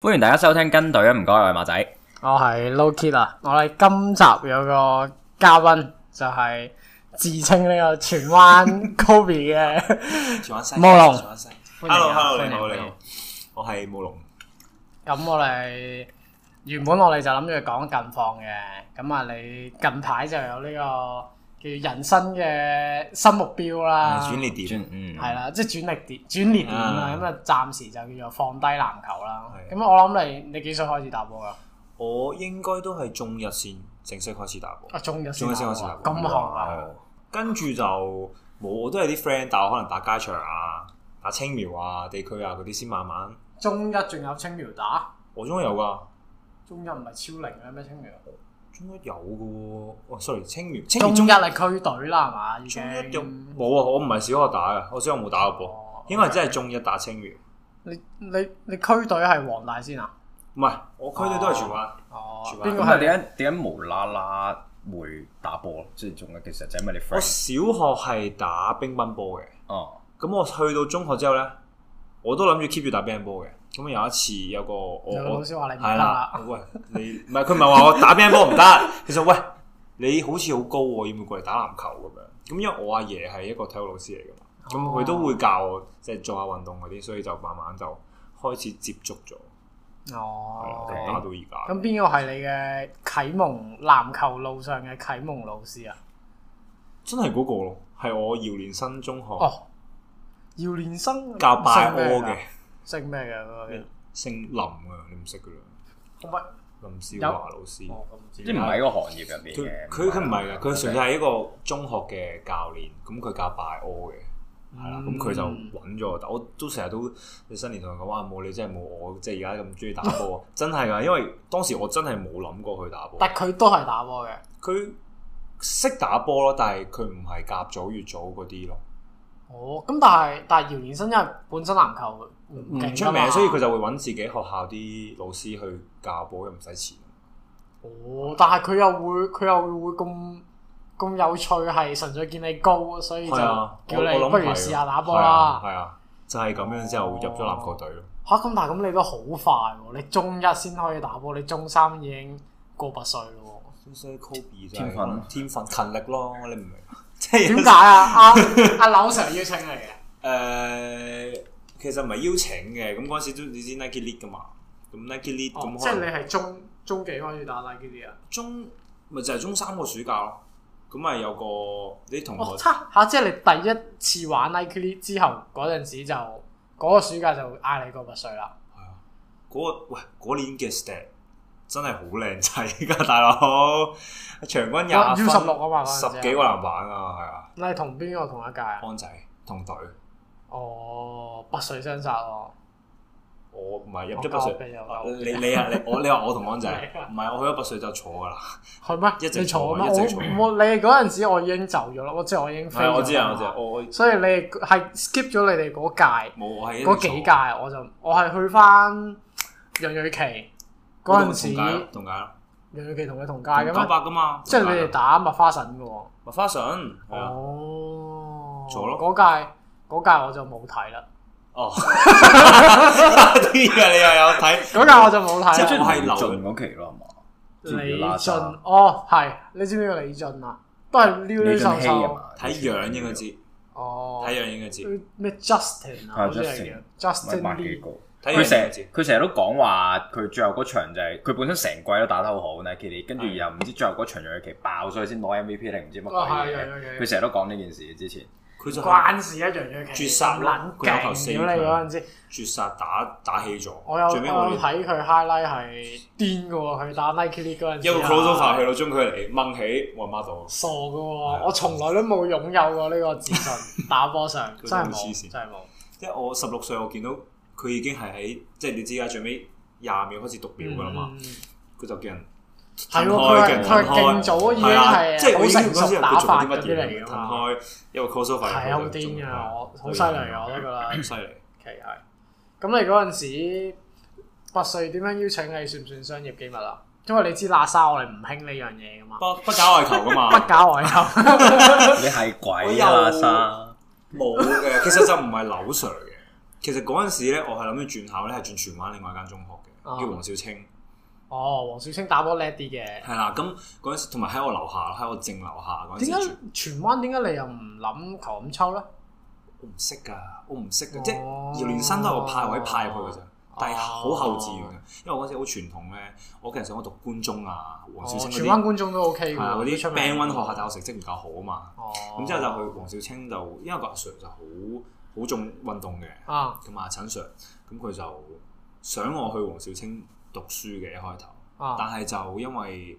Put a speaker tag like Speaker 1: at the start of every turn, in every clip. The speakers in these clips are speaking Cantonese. Speaker 1: 歡迎大家收聽跟隊啊！唔該，我係馬仔。
Speaker 2: 我係 Loki 啊！我哋今集有個嘉賓就係、自稱呢個荃灣 Kobe 嘅，
Speaker 3: 荃灣西，
Speaker 2: 慕容
Speaker 3: 荃灣西。
Speaker 2: 歡迎啊
Speaker 3: Hello，Hello，
Speaker 2: 歡
Speaker 3: 你
Speaker 2: 迎
Speaker 3: 好，你
Speaker 2: 歡迎
Speaker 3: 好，我係慕容。
Speaker 2: 咁我哋原本我哋就諗住講近況嘅，咁啊你近排就有呢、個叫人生嘅新目標啦，
Speaker 3: 轉捩點
Speaker 1: 轉，嗯，
Speaker 2: 係啦，即係轉力點轉捩點啦，
Speaker 3: 啊
Speaker 2: 咁啊暫時就叫做放低籃球啦。
Speaker 3: 係
Speaker 2: 咁我諗你你幾歲開始打波噶？
Speaker 3: 我應該都係中日線正式開始打波
Speaker 2: 啊，，中咗先
Speaker 3: 中
Speaker 2: 打波
Speaker 3: 日線開始打
Speaker 2: 啊，
Speaker 3: 波。
Speaker 2: 咁行啊！
Speaker 3: 哦跟住就冇，我都係啲 friend 打，可能打街場啊、打青苗啊、地區啊嗰啲先慢慢。
Speaker 2: 中一仲有青苗打，
Speaker 3: 我中一有㗎，
Speaker 2: 中一唔係超齡嘅咩？青苗
Speaker 3: 中一有㗎喎。哦，sorry，青苗，青苗
Speaker 2: 中
Speaker 3: 中
Speaker 2: 一啊係區隊啦，係嘛？已
Speaker 3: 中一有
Speaker 2: 經
Speaker 3: 冇啊？我唔係小學打嘅，我小學冇打過波，
Speaker 2: 哦
Speaker 3: 應該係真係中一打青苗。
Speaker 2: 你你你區隊係黃大仙啊？
Speaker 3: 唔係，我區隊都係荃灣。
Speaker 2: 哦，
Speaker 3: 全部
Speaker 2: 邊
Speaker 1: 咁
Speaker 2: 個
Speaker 1: 啊？
Speaker 2: 係你
Speaker 1: 點解點解無啦啦會打波？啊即係仲有其實就係因為你
Speaker 3: 我
Speaker 1: friend
Speaker 3: 小學係打乒乓波嘅。
Speaker 1: 哦，
Speaker 3: 咁我去到中學之後咧，我都諗住 keep 住打乒乓波嘅。咁有一次有個我
Speaker 2: 有個老
Speaker 3: 我
Speaker 2: 師話你唔得啊
Speaker 3: 係
Speaker 2: 啦
Speaker 3: 啦，喂你唔係佢唔係話我打乒乓波唔得，其實喂你好似好高喎，要唔要過嚟打籃球咁樣？咁因為我阿爺係一個體育老師嚟噶嘛，咁
Speaker 2: 哦
Speaker 3: 佢都會教我即係做下運動嗰啲，所以就慢慢就開始接觸咗，係啦
Speaker 2: 哦
Speaker 3: 就。打到而家。
Speaker 2: 咁邊個係你嘅啟蒙籃球路上嘅啟蒙老師啊？
Speaker 3: 真係嗰個咯，係我姚連新中學
Speaker 2: 哦，姚連生
Speaker 3: 教拜柯
Speaker 2: 姓咩㗎，，姓咩
Speaker 3: 嘅
Speaker 2: 嘅嗰個？
Speaker 3: 姓林啊，你唔識噶啦，
Speaker 2: 唔係，
Speaker 3: 林少華老師。
Speaker 2: 我咁唔知。
Speaker 1: 即係唔喺個行業入面
Speaker 3: 佢
Speaker 1: 嘅。
Speaker 3: 佢佢唔係㗎，佢純粹
Speaker 1: OK
Speaker 3: 係一個中學嘅教練，咁佢教拜屙嘅，係啦，咁佢就
Speaker 2: 嗯
Speaker 3: 揾咗我打，我都成日都新年同佢講話冇你真係冇我，即係而家咁中意打 波，真係㗎，因為當時我真係冇諗過去打波，
Speaker 2: 但佢都係打波嘅。
Speaker 3: 佢識打波咯，但係佢唔係甲組、乙組嗰啲咯，
Speaker 2: 哦，咁但係但係姚連生因為本身籃球唔
Speaker 3: 唔
Speaker 2: 勁
Speaker 3: 出
Speaker 2: 㗎嘛
Speaker 3: 名，所以佢就會揾自己學校啲老師去教波，又唔使錢。
Speaker 2: 哦，但係佢又會佢又會咁咁有趣，係純粹見你高，所以就
Speaker 3: 係啊，我
Speaker 2: 叫
Speaker 3: 我
Speaker 2: 你
Speaker 3: 諗
Speaker 2: 不如
Speaker 3: 係啊
Speaker 2: 試下打波
Speaker 3: 係啊
Speaker 2: 啦。
Speaker 3: 係啊，就係咁樣之後入咗籃球隊咯。
Speaker 2: 嚇咁，但係咁你都好快喎！你中一先可以打波，你中三已經過八歲咯
Speaker 3: 所以 Kobe 就
Speaker 1: 天
Speaker 3: 係
Speaker 1: 分
Speaker 3: 可能天分勤力咯，你唔明？即
Speaker 2: 喎。
Speaker 3: 係
Speaker 2: 點解啊？ 阿阿柳 Sir 邀請你啊嘅，
Speaker 3: 誒，呃其實唔係邀請嘅，咁嗰陣時都你知 Nike Lead 噶嘛，咁 Nike Lead
Speaker 2: 哦
Speaker 3: 咁
Speaker 2: 即係
Speaker 3: 可
Speaker 2: 你
Speaker 3: 能
Speaker 2: 係中中幾開始打大 K 啲啊？
Speaker 3: 中咪就係中三個暑假咯，咁咪有個啲同
Speaker 2: 哦，
Speaker 3: 學
Speaker 2: 差嚇！即係你第一次玩 Nike 之後嗰陣時就嗰個暑假就嗌你過八歲啦。
Speaker 3: 嗰個喂嗰年嘅 stat 真係好靚仔㗎，大佬長均
Speaker 2: 哇
Speaker 3: 廿
Speaker 2: U 十六啊嘛，嗰陣時
Speaker 3: 十幾個籃板啊，係啊，
Speaker 2: 你係同邊個同一屆啊？
Speaker 3: 安仔同隊，
Speaker 2: 哦，八歲相殺喎。
Speaker 3: 我唔係入
Speaker 2: 我
Speaker 3: 咗拔
Speaker 2: 交俾你我
Speaker 3: 萃，
Speaker 2: 交
Speaker 3: 你你啊你我你話我 同安仔
Speaker 2: 係啊，
Speaker 3: 唔係我去咗拔萃就坐㗎啦。
Speaker 2: 係咩？
Speaker 3: 一直
Speaker 2: 你坐咩？
Speaker 3: 坐一直坐
Speaker 2: 我我你嗰陣時我已經走咗啦，我即係我已經飛咗
Speaker 3: 係，
Speaker 2: 啦。
Speaker 3: 我知啊，我知啊，我我
Speaker 2: 所以你哋係 skip 咗你哋嗰屆
Speaker 3: 冇，我係
Speaker 2: 嗰幾屆，我就我係去翻楊瑞琪嗰陣時，
Speaker 3: 同解同解啦，
Speaker 2: 楊瑞琪同你同屆
Speaker 3: 同
Speaker 2: 嘅
Speaker 3: 九
Speaker 2: 咩？
Speaker 3: 百噶嘛，
Speaker 2: 即係你哋打麥花臣嘅喎。
Speaker 3: 麥花臣係啊，
Speaker 2: 哦，
Speaker 3: 坐咯
Speaker 2: 嗰屆嗰屆我就冇睇啦，
Speaker 3: 哦， 啲嘢你又有睇，
Speaker 2: 嗰屆我就冇
Speaker 3: 即
Speaker 2: 睇
Speaker 3: 係
Speaker 2: 啦。
Speaker 3: 我係
Speaker 1: 李
Speaker 3: 留
Speaker 1: 俊嗰期咯，係嘛？
Speaker 2: 李
Speaker 1: 拉
Speaker 2: 俊
Speaker 1: 薩
Speaker 2: 哦，係你知唔知個李俊啊？都係溜溜
Speaker 1: 李
Speaker 2: 瘦
Speaker 1: 俊熙啊
Speaker 2: 瘦。
Speaker 1: 嘛，
Speaker 3: 睇樣應該知，
Speaker 2: 哦，
Speaker 3: 睇樣應該知，
Speaker 2: 咩 Justin
Speaker 1: 啊
Speaker 2: 啊，好似係叫
Speaker 1: 唔係
Speaker 2: Justin
Speaker 1: 百幾
Speaker 2: Lee
Speaker 1: 個。
Speaker 3: 睇
Speaker 1: 佢
Speaker 3: 樣應
Speaker 1: 成
Speaker 3: 該知，
Speaker 1: 佢成日都講話，佢最後嗰場就係、佢本身成季都打得好好呢 k i t 跟住
Speaker 3: 係
Speaker 1: 又唔知最後嗰場楊奇爆，所以先攞 MVP 定唔知乜鬼
Speaker 2: 哦係
Speaker 1: 嘢
Speaker 2: 係係係
Speaker 1: 佢成日都講呢件事之 前，
Speaker 3: 佢就係
Speaker 2: 關事啊，楊若琪
Speaker 3: 絕殺咯
Speaker 2: 撚
Speaker 3: 佢有頭四
Speaker 2: 勁，屌你嗰陣時，
Speaker 3: 絕殺打打起咗，
Speaker 2: 我有我
Speaker 3: 最尾我
Speaker 2: 有
Speaker 3: 哋
Speaker 2: 睇佢啊 highlight 係癲嘅喎，佢打 Nike League 嗰陣時
Speaker 3: 一個 crossover 去
Speaker 2: 係
Speaker 3: 到中距離掹起，我媽到，
Speaker 2: 傻嘅
Speaker 3: 係
Speaker 2: 喎，
Speaker 3: 啊
Speaker 2: 我從來都冇擁有過呢個自 信打波上，
Speaker 3: 佢
Speaker 2: 真係
Speaker 3: 都黐
Speaker 2: 冇，
Speaker 3: 線
Speaker 2: 真係冇。
Speaker 3: 即係我十六歲，我見到佢已經係喺即係你知啦，最尾廿秒開始讀秒噶啦嘛，
Speaker 2: 嗯
Speaker 3: 佢就叫人。
Speaker 2: 係喎，
Speaker 3: 開
Speaker 2: 佢係佢
Speaker 3: 嘅
Speaker 2: 係
Speaker 3: 分開
Speaker 2: 勁早已經
Speaker 3: 係啦，即
Speaker 2: 係
Speaker 3: 係我
Speaker 2: 好
Speaker 3: 已經
Speaker 2: 成
Speaker 3: 嗰陣時
Speaker 2: 熟
Speaker 3: 佢
Speaker 2: 打
Speaker 3: 做
Speaker 2: 法
Speaker 3: 啲
Speaker 2: 嗰
Speaker 3: 乜
Speaker 2: 啲
Speaker 3: 嘢
Speaker 2: 嚟
Speaker 3: 嚟
Speaker 2: 㗎
Speaker 3: 嘅，
Speaker 2: 嘛。
Speaker 3: 開一個 crossover，
Speaker 2: 係啊，好癲㗎，我好犀利㗎，我都覺得。
Speaker 3: 犀利。
Speaker 2: 其係。咁你嗰陣時八歲點樣邀請你？算唔算商業機密啊？因為你知喇沙我哋唔興呢樣嘢噶嘛，
Speaker 3: 不不搞外球噶嘛
Speaker 2: 不，搞我有。
Speaker 1: 你係
Speaker 3: 我
Speaker 1: 鬼
Speaker 3: 又
Speaker 1: 啊，沙！
Speaker 3: 冇嘅。其實就唔係柳 Sir 嘅，其實嗰陣時咧，我係諗住轉校咧，係轉荃灣另外一間中學
Speaker 2: 哦
Speaker 3: 嘅，叫黃少清。
Speaker 2: 哦，黃少清打波叻啲嘅，
Speaker 3: 係啦，咁嗰陣時同埋喺我樓下，喺我正樓下嗰陣時
Speaker 2: 點解
Speaker 3: 住，
Speaker 2: 荃灣點解你又唔諗求咁抽咧？
Speaker 3: 我唔識㗎，我唔識㗎，即
Speaker 2: 哦
Speaker 3: 係姚連生都係個派位派入去㗎咋。但係好後志願
Speaker 2: 哦
Speaker 3: 嘅，因為我嗰陣時好傳統咧，我其實想我讀官中啊、黃少清
Speaker 2: 哦荃
Speaker 3: 嗰
Speaker 2: 灣
Speaker 3: 啲，
Speaker 2: 觀眾都 OK 嘅
Speaker 3: 係啊
Speaker 2: 喎，
Speaker 3: 嗰啲
Speaker 2: 出
Speaker 3: band
Speaker 2: 名
Speaker 3: 温學校，但我成績唔夠好啊嘛。
Speaker 2: 哦，
Speaker 3: 咁之後就去黃少清就，因為個阿 Sir 就好好重運動嘅，
Speaker 2: 啊
Speaker 3: 咁啊陳 Sir，咁佢就想我去黃少清讀書嘅一開頭，但
Speaker 2: 啊
Speaker 3: 係就因為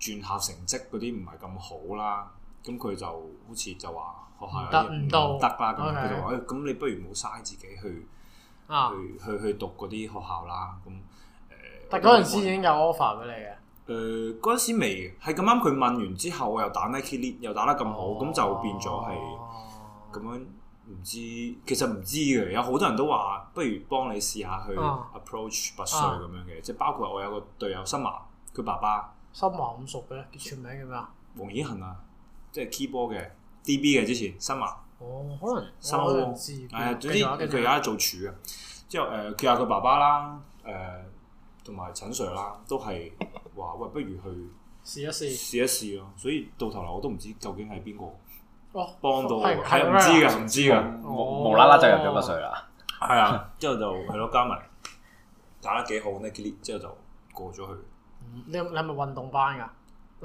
Speaker 3: 轉校成績嗰啲唔係咁好啦，咁佢就好似就話學校有啲
Speaker 2: 唔得唔到
Speaker 3: 得啦，咁
Speaker 2: OK
Speaker 3: 佢就話誒，咁你不如唔好嘥自己去
Speaker 2: 啊！
Speaker 3: 去去去讀嗰啲學校啦，咁誒。
Speaker 2: 但嗰陣時已經有 offer 俾你嘅，
Speaker 3: 誒呃嗰陣時未嘅，係咁啱佢問完之後，我又打 Nike Lead，又打得咁
Speaker 2: 哦
Speaker 3: 好，咁、就變咗係咁樣唔知，其實唔知嘅，有好多人都話不如幫你試下去
Speaker 2: 啊
Speaker 3: approach 拔萃
Speaker 2: 哦
Speaker 3: 咁樣嘅，即係包括我有個隊友森華，佢爸爸
Speaker 2: 心華咁熟嘅咧，佢全名叫咩啊？
Speaker 3: 黃以恒啊，即係 keyboard 嘅 DB 嘅之前森華，
Speaker 2: 哦，可能
Speaker 3: 森華
Speaker 2: 我可
Speaker 3: 王
Speaker 2: 能知。
Speaker 3: 係啊，總之
Speaker 2: 繼續啊繼
Speaker 3: 佢
Speaker 2: 續
Speaker 3: 而
Speaker 2: 啊
Speaker 3: 家做柱嘅，之後誒佢有佢爸爸啦，誒同埋陳 Sir 啦，都係話喂不如去。
Speaker 2: 試一試。
Speaker 3: 試一試咯。所以到頭嚟我都唔知究竟係邊個
Speaker 2: 哦，
Speaker 3: 幫到我，
Speaker 2: 係
Speaker 3: 係
Speaker 2: 係
Speaker 3: 唔
Speaker 2: 咩啊
Speaker 3: 知嘅，唔知嘅。
Speaker 1: 無無啦啦就入咗個水啦。
Speaker 3: 係啊，之後就係咯，加埋打得幾好 n i k l 之後就過咗去。
Speaker 2: 嗯你你係咪運動班㗎？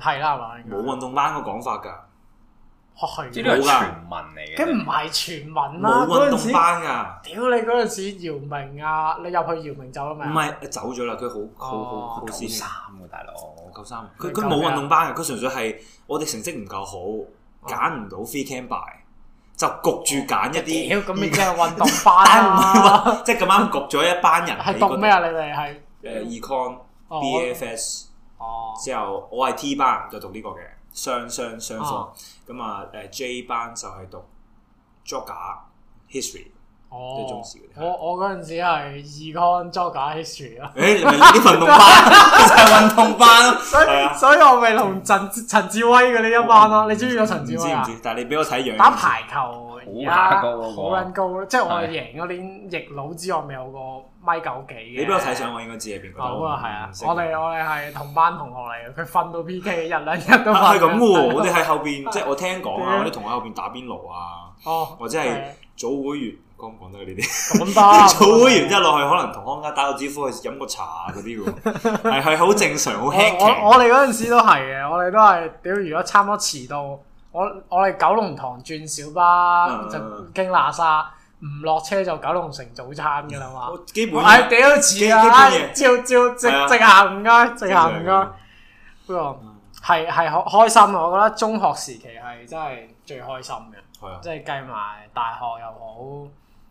Speaker 2: 係啦，係嘛？應該
Speaker 3: 冇運動班個講法㗎，
Speaker 2: 哦係
Speaker 1: 即係
Speaker 2: 喎
Speaker 1: 呢個係傳
Speaker 3: 冇㗎
Speaker 1: 聞嚟
Speaker 2: 梗唔
Speaker 1: 嘅。
Speaker 2: 係全民啦，
Speaker 3: 冇
Speaker 2: 嗰
Speaker 3: 運
Speaker 2: 陣時
Speaker 3: 動，班㗎。
Speaker 2: 屌你嗰陣時姚明啊，你入去姚明走啦未啊？
Speaker 3: 唔係走咗啦，佢好好
Speaker 2: 哦
Speaker 3: 好好
Speaker 1: 九
Speaker 3: 師
Speaker 1: 三
Speaker 3: 兄，
Speaker 1: 嘅大佬，
Speaker 3: 九三，
Speaker 2: 佢
Speaker 3: 佢佢
Speaker 2: 夠
Speaker 3: 冇
Speaker 2: 咩啊
Speaker 3: 運動班嘅，佢純粹係我哋成績唔夠好，
Speaker 2: 哦
Speaker 3: 揀唔到 free camp by，就焗住揀一啲。
Speaker 2: 屌咁你真係運動班
Speaker 3: 但唔係
Speaker 2: 啦，
Speaker 3: 話，即係咁啱焗咗一班人喺
Speaker 2: 係
Speaker 3: 嗰度
Speaker 2: 讀咩啊？你哋係
Speaker 3: 誒 econ、
Speaker 2: 哦
Speaker 3: BFS。
Speaker 2: 哦
Speaker 3: 之後我係 T 班就讀呢個嘅雙雙雙
Speaker 2: 哦
Speaker 3: 科，咁啊誒 J 班就係讀 Geog、History，
Speaker 2: 哦
Speaker 3: 中史嗰啲係
Speaker 2: 我我嗰陣時係 Econ Geog History 啊啦，
Speaker 3: 誒你咪呢啲運 動班就係運動班咯，
Speaker 2: 所
Speaker 3: 係啊
Speaker 2: 以所以我咪同陳陳志威嗰啲一班咯。你中唔中意咗
Speaker 3: 唔
Speaker 2: 陳
Speaker 3: 知
Speaker 2: 志
Speaker 3: 唔
Speaker 2: 威啊？
Speaker 3: 知，但係你俾我睇樣
Speaker 2: 打排球而
Speaker 1: 好乸
Speaker 2: 家好
Speaker 1: 高嗰個
Speaker 2: 撚高咯，即係我
Speaker 1: 係
Speaker 2: 贏嗰年逆佬之外，咪有個米九幾嘅。
Speaker 3: 你俾我睇相，我應該知係邊個。
Speaker 2: 好啊，係啊
Speaker 3: 唔，識
Speaker 2: 我哋我哋係同班同學嚟嘅，佢瞓到 P.K. 日兩日都
Speaker 3: 啊
Speaker 2: 瞓。
Speaker 3: 係 咁喎，我哋喺後邊，即係我聽講啊，
Speaker 2: 屌
Speaker 3: 我啲同學喺後邊打邊爐啊，
Speaker 2: 哦，
Speaker 3: 或者係組會員，講唔講得呢 啲？
Speaker 2: 咁 多
Speaker 3: 組會員之後落去，可能同康家打個招呼，去飲個茶嗰啲喎，係係好正常，好
Speaker 2: 我
Speaker 3: h a
Speaker 2: 我我哋嗰陣時都係嘅，我哋都係屌，如果差唔多遲到，我我哋九龍塘轉小巴
Speaker 3: 嗯
Speaker 2: 就經喇沙，唔落車就九龍城早餐㗎啦嘛。
Speaker 3: 基本
Speaker 2: 唉，屌似啊！
Speaker 3: 基基本嘢
Speaker 2: 照照直
Speaker 3: 係啊
Speaker 2: 直行唔該，直行唔該。
Speaker 3: 正
Speaker 2: 不過係係開開心啊！我覺得中學時期係真係最開心嘅。
Speaker 3: 係啊。
Speaker 2: 即係計埋大學又好，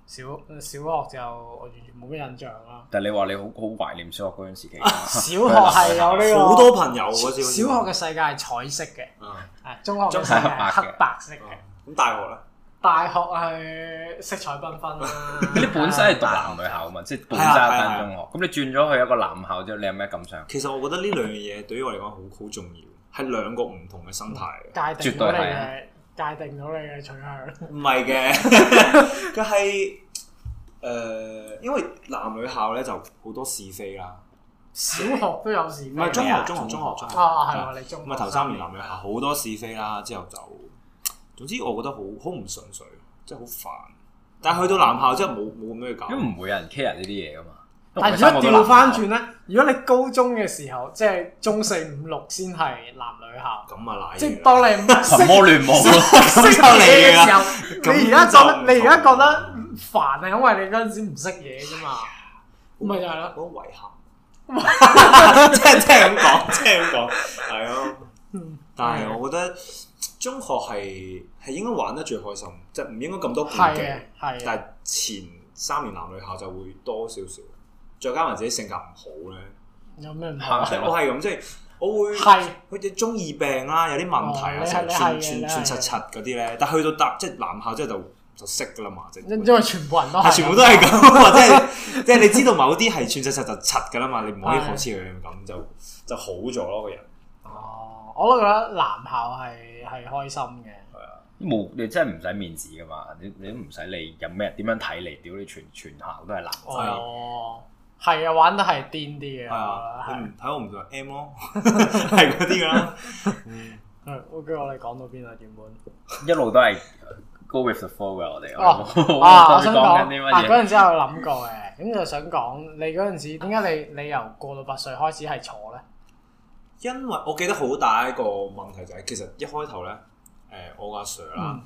Speaker 2: 小小學就我完全冇咩印象
Speaker 1: 。
Speaker 2: 啦
Speaker 1: 但係你話你好好懷念小學嗰陣時期，
Speaker 2: 小學係有呢、個
Speaker 3: 好多朋友嗰
Speaker 2: 小
Speaker 3: 時
Speaker 2: 小學嘅世界係彩色嘅，
Speaker 3: 啊
Speaker 2: 啊中學嘅世界係黑白色嘅，
Speaker 3: 嗯咁大學咧，
Speaker 2: 大學係色彩繽紛啦。
Speaker 1: 你本身係讀男女校啊嘛，即係本身係間中學。咁你轉咗去一個男校之後，你有咩感想？
Speaker 3: 其實我覺得呢兩樣嘢對於我嚟講好好重要，係兩個唔同嘅生態嘅。
Speaker 2: 界定到
Speaker 1: 絕
Speaker 2: 你
Speaker 1: 對係
Speaker 2: 嘅界定到你嘅取向。
Speaker 3: 唔係嘅， 佢係誒，因為男女校咧就好多是非啦。
Speaker 2: 小學都有時
Speaker 3: 唔係中
Speaker 1: 係
Speaker 3: 學，
Speaker 1: 啊
Speaker 3: 中學，中學，中學。
Speaker 2: 啊，係喎，你中
Speaker 3: 咁啊，頭三年男女校好多是非啦，之後就總之我覺得好好唔順水，即係好煩。但係去到男校之後冇冇咁樣去搞。
Speaker 1: 因為唔會有人 care 呢啲嘢噶嘛。
Speaker 2: 但如果調翻轉咧，如果你高中嘅時候，即係中四五六先係男女校。
Speaker 3: 咁啊，賴
Speaker 2: 即
Speaker 3: 嘢
Speaker 2: 係
Speaker 3: 啦。
Speaker 2: 當你唔識
Speaker 1: 群魔亂舞咯，
Speaker 2: 識嘢嘅時候，
Speaker 3: 咁
Speaker 2: 你而
Speaker 3: 就
Speaker 2: 家覺得你而家覺得
Speaker 3: 唔
Speaker 2: 煩係因為你嗰陣時唔識嘢啫嘛。咪就係咯
Speaker 3: 好遺憾， 即係即係咁講， 即係咁講，係咯。但係我覺得中學係係應該玩得最開心，即係唔應該咁多顧
Speaker 2: 係
Speaker 3: 忌
Speaker 2: 嘅。，係嘅。
Speaker 3: 但係前三年男女校就會多少少，再加埋自己性格唔好咧，
Speaker 2: 有咩唔
Speaker 1: 係
Speaker 2: 好？
Speaker 3: 即係我係咁，即係我會
Speaker 2: 係
Speaker 3: 佢哋中二病啦，有啲問題
Speaker 2: 哦
Speaker 3: 啊，
Speaker 2: 你係
Speaker 3: 成日
Speaker 2: 你
Speaker 3: 串
Speaker 2: 係
Speaker 3: 串
Speaker 2: 你係
Speaker 3: 串柒柒嗰啲咧。但去到大即係男校之後就就識㗎啦嘛，即係
Speaker 2: 因因為全部人都
Speaker 3: 係
Speaker 2: 係，
Speaker 3: 全部都係啊 咁，或者係即係你知道某啲係串柒柒就柒噶啦嘛，你唔可以好似佢咁就就好咗咯個人。
Speaker 2: 哦，我都覺得男校係係開心嘅。
Speaker 1: 冇你真係唔使面子噶嘛，你你都唔使理有咩人點樣睇你，屌你全全校都係男仔，
Speaker 2: 哦，係啊，玩得係癲啲嘅。
Speaker 3: 係啊，
Speaker 2: 我覺得
Speaker 3: 你
Speaker 2: 係
Speaker 3: 唔睇我唔做 M 咯， 係嗰啲㗎啦。
Speaker 2: 係，OK，我哋講到邊啊？原本
Speaker 1: 一路都係 go with the flow 嘅我哋。
Speaker 2: 哦
Speaker 1: 我
Speaker 2: 啊，我
Speaker 1: 哋
Speaker 2: 想
Speaker 1: 講緊
Speaker 2: 講
Speaker 1: 啲
Speaker 2: 啊，
Speaker 1: 乜
Speaker 2: 嗰
Speaker 1: 嘢？
Speaker 2: 陣時我有諗過嘅，咁就想講你嗰陣時點解你你由過到八歲開始係坐咧？
Speaker 3: 因為我記得好大一個問題就係、其實一開頭咧，誒、我阿 Sir 啦，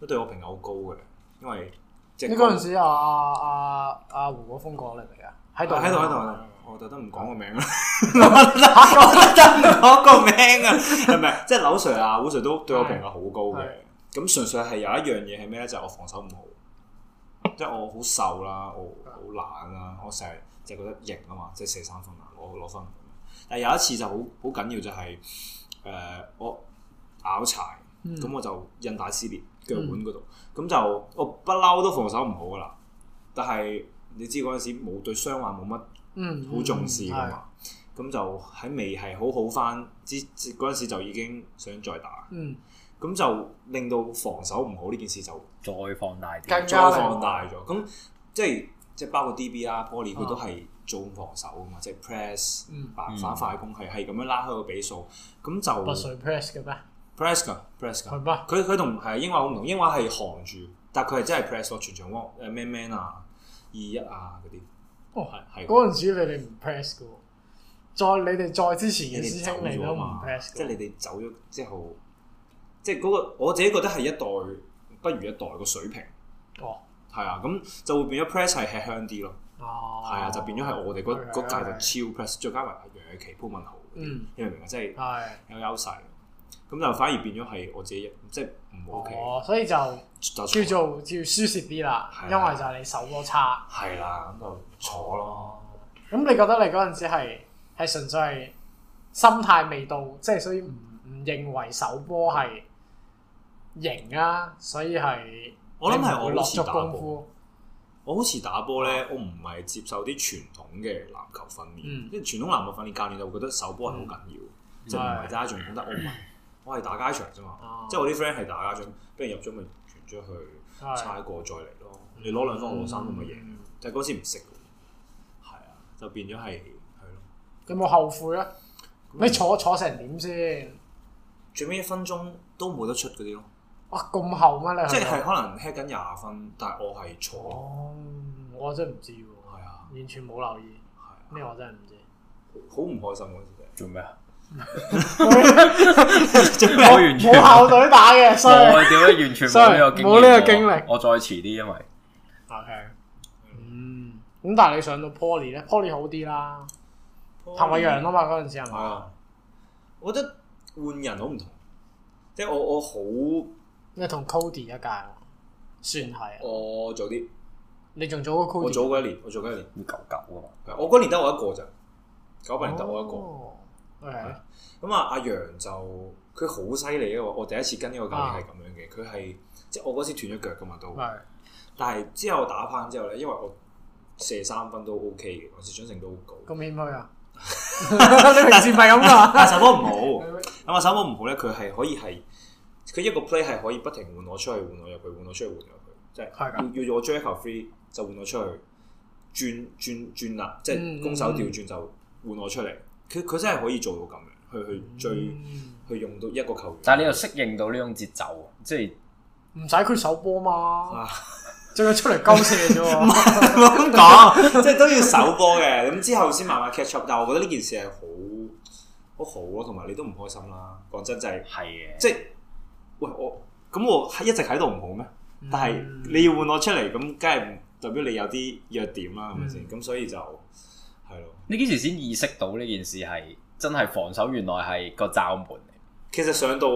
Speaker 3: 都對我評價好高嘅，因為即
Speaker 2: 嗯你嗰陣時啊啊啊胡國峰過嚟未啊？喺
Speaker 3: 喺
Speaker 2: 度
Speaker 3: 度喺度喺度，
Speaker 2: 啊
Speaker 3: 我特登唔講個名啦，我特登唔講個名 啊，係咪？即係柳 Sir 啊、胡 Sir 都對我評價好高嘅
Speaker 2: 係。
Speaker 3: 咁純粹係有一樣嘢係咩咧？就係、我防守唔好，即係我好瘦啦，我我好懶啦，我成日就係覺得型啊嘛，即係射三分啊，我攞分。但係有一次就好好緊要就係、誒、我拗柴，
Speaker 2: 嗯
Speaker 3: 咁、我就韌帶撕裂腳腕嗰度，咁、就我不嬲都防守唔好噶啦。但係你知嗰陣時冇對傷患冇乜
Speaker 2: 嗯，
Speaker 3: 好重視噶嘛，咁就喺未係好好翻之之嗰陣時就已經想再打，
Speaker 2: 嗯，
Speaker 3: 咁就令到防守唔好呢件事就
Speaker 1: 再放大啲，
Speaker 2: 更
Speaker 3: 再
Speaker 2: 加啊
Speaker 3: 放大咗。咁即係即係包括 DB 啦、Poly 佢都係做防守噶嘛，即係 press
Speaker 2: 嗯
Speaker 3: 反
Speaker 1: 嗯
Speaker 3: 反快攻係係咁樣拉開個比數，咁就
Speaker 2: 八歲 press 嘅咩？
Speaker 3: press 㗎 press 㗎
Speaker 2: 係。咩？
Speaker 3: 佢佢同係英華好唔同，英華係行住，但係佢係真係 press 咯，全場 walk 誒 man man 啊、二一啊嗰啲，
Speaker 2: 哦
Speaker 3: 係係
Speaker 2: 嗰陣時你哋唔 press 嘅喎，再你哋再之前嘅師兄你都
Speaker 3: 啊
Speaker 2: 唔
Speaker 3: 嘛
Speaker 2: press 嘅喎，
Speaker 3: 即係你哋走咗之後，即係嗰、個我自己覺得係一代不如一代個水平，
Speaker 2: 哦，
Speaker 3: 係啊，咁就會變咗 press 係吃香啲咯，
Speaker 2: 哦，
Speaker 3: 係啊，就變咗係我哋嗰
Speaker 2: Okay，
Speaker 3: 嗰屆
Speaker 2: okay
Speaker 3: 就超 press，再加埋楊雨琪、潘文豪，
Speaker 2: 嗯
Speaker 3: 你明唔明啊？即係
Speaker 2: 係
Speaker 3: 有優勢，咁就反而變咗係我自己即係唔 OK，
Speaker 2: 哦，所以就叫
Speaker 3: 就
Speaker 2: 做
Speaker 3: 坐
Speaker 2: 叫舒適啲啦，
Speaker 3: 係啊
Speaker 2: 因為就係你手波差。
Speaker 3: 係啦，咁就坐咯。
Speaker 2: 咁你覺得你嗰陣時係係純粹係心態未到，即係所以唔
Speaker 3: 嗯
Speaker 2: 唔認為手波係型啊，所以係
Speaker 3: 我諗係
Speaker 2: 你唔會
Speaker 3: 我
Speaker 2: 落
Speaker 3: 好似
Speaker 2: 足
Speaker 3: 打
Speaker 2: 功
Speaker 3: 波，
Speaker 2: 夫。
Speaker 3: 我好似打波咧，我唔係接受啲傳統嘅籃球訓練
Speaker 2: 嗯，
Speaker 3: 因為傳統籃球訓練教練就會覺得手波係好緊要，即係唔係打一場得我唔係，我係打街場啫嘛
Speaker 2: 哦。
Speaker 3: 即係我啲 friend 係打街場，俾人入咗咪傳咗去，
Speaker 2: 係
Speaker 3: 差過再嚟咯。你攞兩分我攞三分咪贏
Speaker 2: 嗯，
Speaker 3: 但係嗰時唔識喎。係啊，就變咗係係咯。
Speaker 2: 有冇後悔啊？你坐坐成點先？
Speaker 3: 最尾一分鐘都冇得出嗰啲咯，
Speaker 2: 哇！咁後咩？你
Speaker 3: 即
Speaker 2: 去到
Speaker 3: 係可能 hit 緊廿分，但係我係錯咯。
Speaker 2: 哦，我真係唔知喎，
Speaker 3: 係啊，
Speaker 2: 完全冇留意，
Speaker 3: 係啊，
Speaker 2: 呢個我真係 唔知。
Speaker 3: 好唔開心嗰時真係。
Speaker 1: 做咩啊？我完
Speaker 2: 我
Speaker 1: 全
Speaker 2: 冇校隊打嘅，
Speaker 1: 我
Speaker 2: 所以
Speaker 1: 啊，屌你完全冇呢個經驗啊
Speaker 2: 冇呢個經歷
Speaker 1: 我再遲啲，因為
Speaker 2: OK，嗯，咁但係你上到 Poly 咧，Poly 好啲啦，譚偉陽啊嘛嗰陣時係
Speaker 3: 係
Speaker 2: 嘛？
Speaker 3: 啊，我覺得換人好唔同，即係我我好
Speaker 2: 你同 Cody 一屆喎，算係啊，
Speaker 3: 我早啲，
Speaker 2: 你仲早過
Speaker 3: 我
Speaker 2: Cody，
Speaker 3: 早嗰一年，我早嗰一年，
Speaker 1: 要九九啊嘛。
Speaker 3: 我嗰年得我一個咋，九八年得我
Speaker 2: 哦
Speaker 3: 一個。
Speaker 2: 個。OK，
Speaker 3: 咁啊，阿楊就佢好犀利啊！我我第一次跟呢個教練係咁樣嘅，佢係即係我嗰時斷咗腳噶嘛都，
Speaker 2: 係
Speaker 3: 但係之後打翻之後咧，因為我射三分都 OK 嘅，我射準成都好高，
Speaker 2: 咁謙虛啊！ 你平時唔係咁噶，
Speaker 3: 但係手波唔好。咁啊，手波唔好咧，佢係可以係佢一個 play 係可以不停換我出去，換我入去，換我出去，換我入去，即
Speaker 2: 係㗎
Speaker 3: 係要要我追求 free 就換我出去，轉轉轉啦，即
Speaker 2: 嗯
Speaker 3: 係攻守調轉就換我出嚟。佢佢真係可以做到咁樣，去去追
Speaker 2: 嗯
Speaker 3: 去用到一個球員。
Speaker 1: 但係你又適應到呢種節奏，啊即係
Speaker 2: 唔使佢手波嘛，
Speaker 3: 啊，
Speaker 2: 最佢出嚟鳩射啫喎。
Speaker 3: 咁 講，即係都要手波嘅。咁之後先慢慢 catch up。但係我覺得呢件事係好好好咯，同埋你都唔開心啦。講真就係、
Speaker 1: 係嘅。
Speaker 3: 即係喂我咁我一直喺度唔好咩？
Speaker 2: 嗯
Speaker 3: 但係你要換我出嚟，咁梗係唔代表你有啲弱點啦，係咪先？咁所以就係咯。
Speaker 1: 你幾時先意識到呢件事係真係防守原來係個罩門嚟？
Speaker 3: 其實上到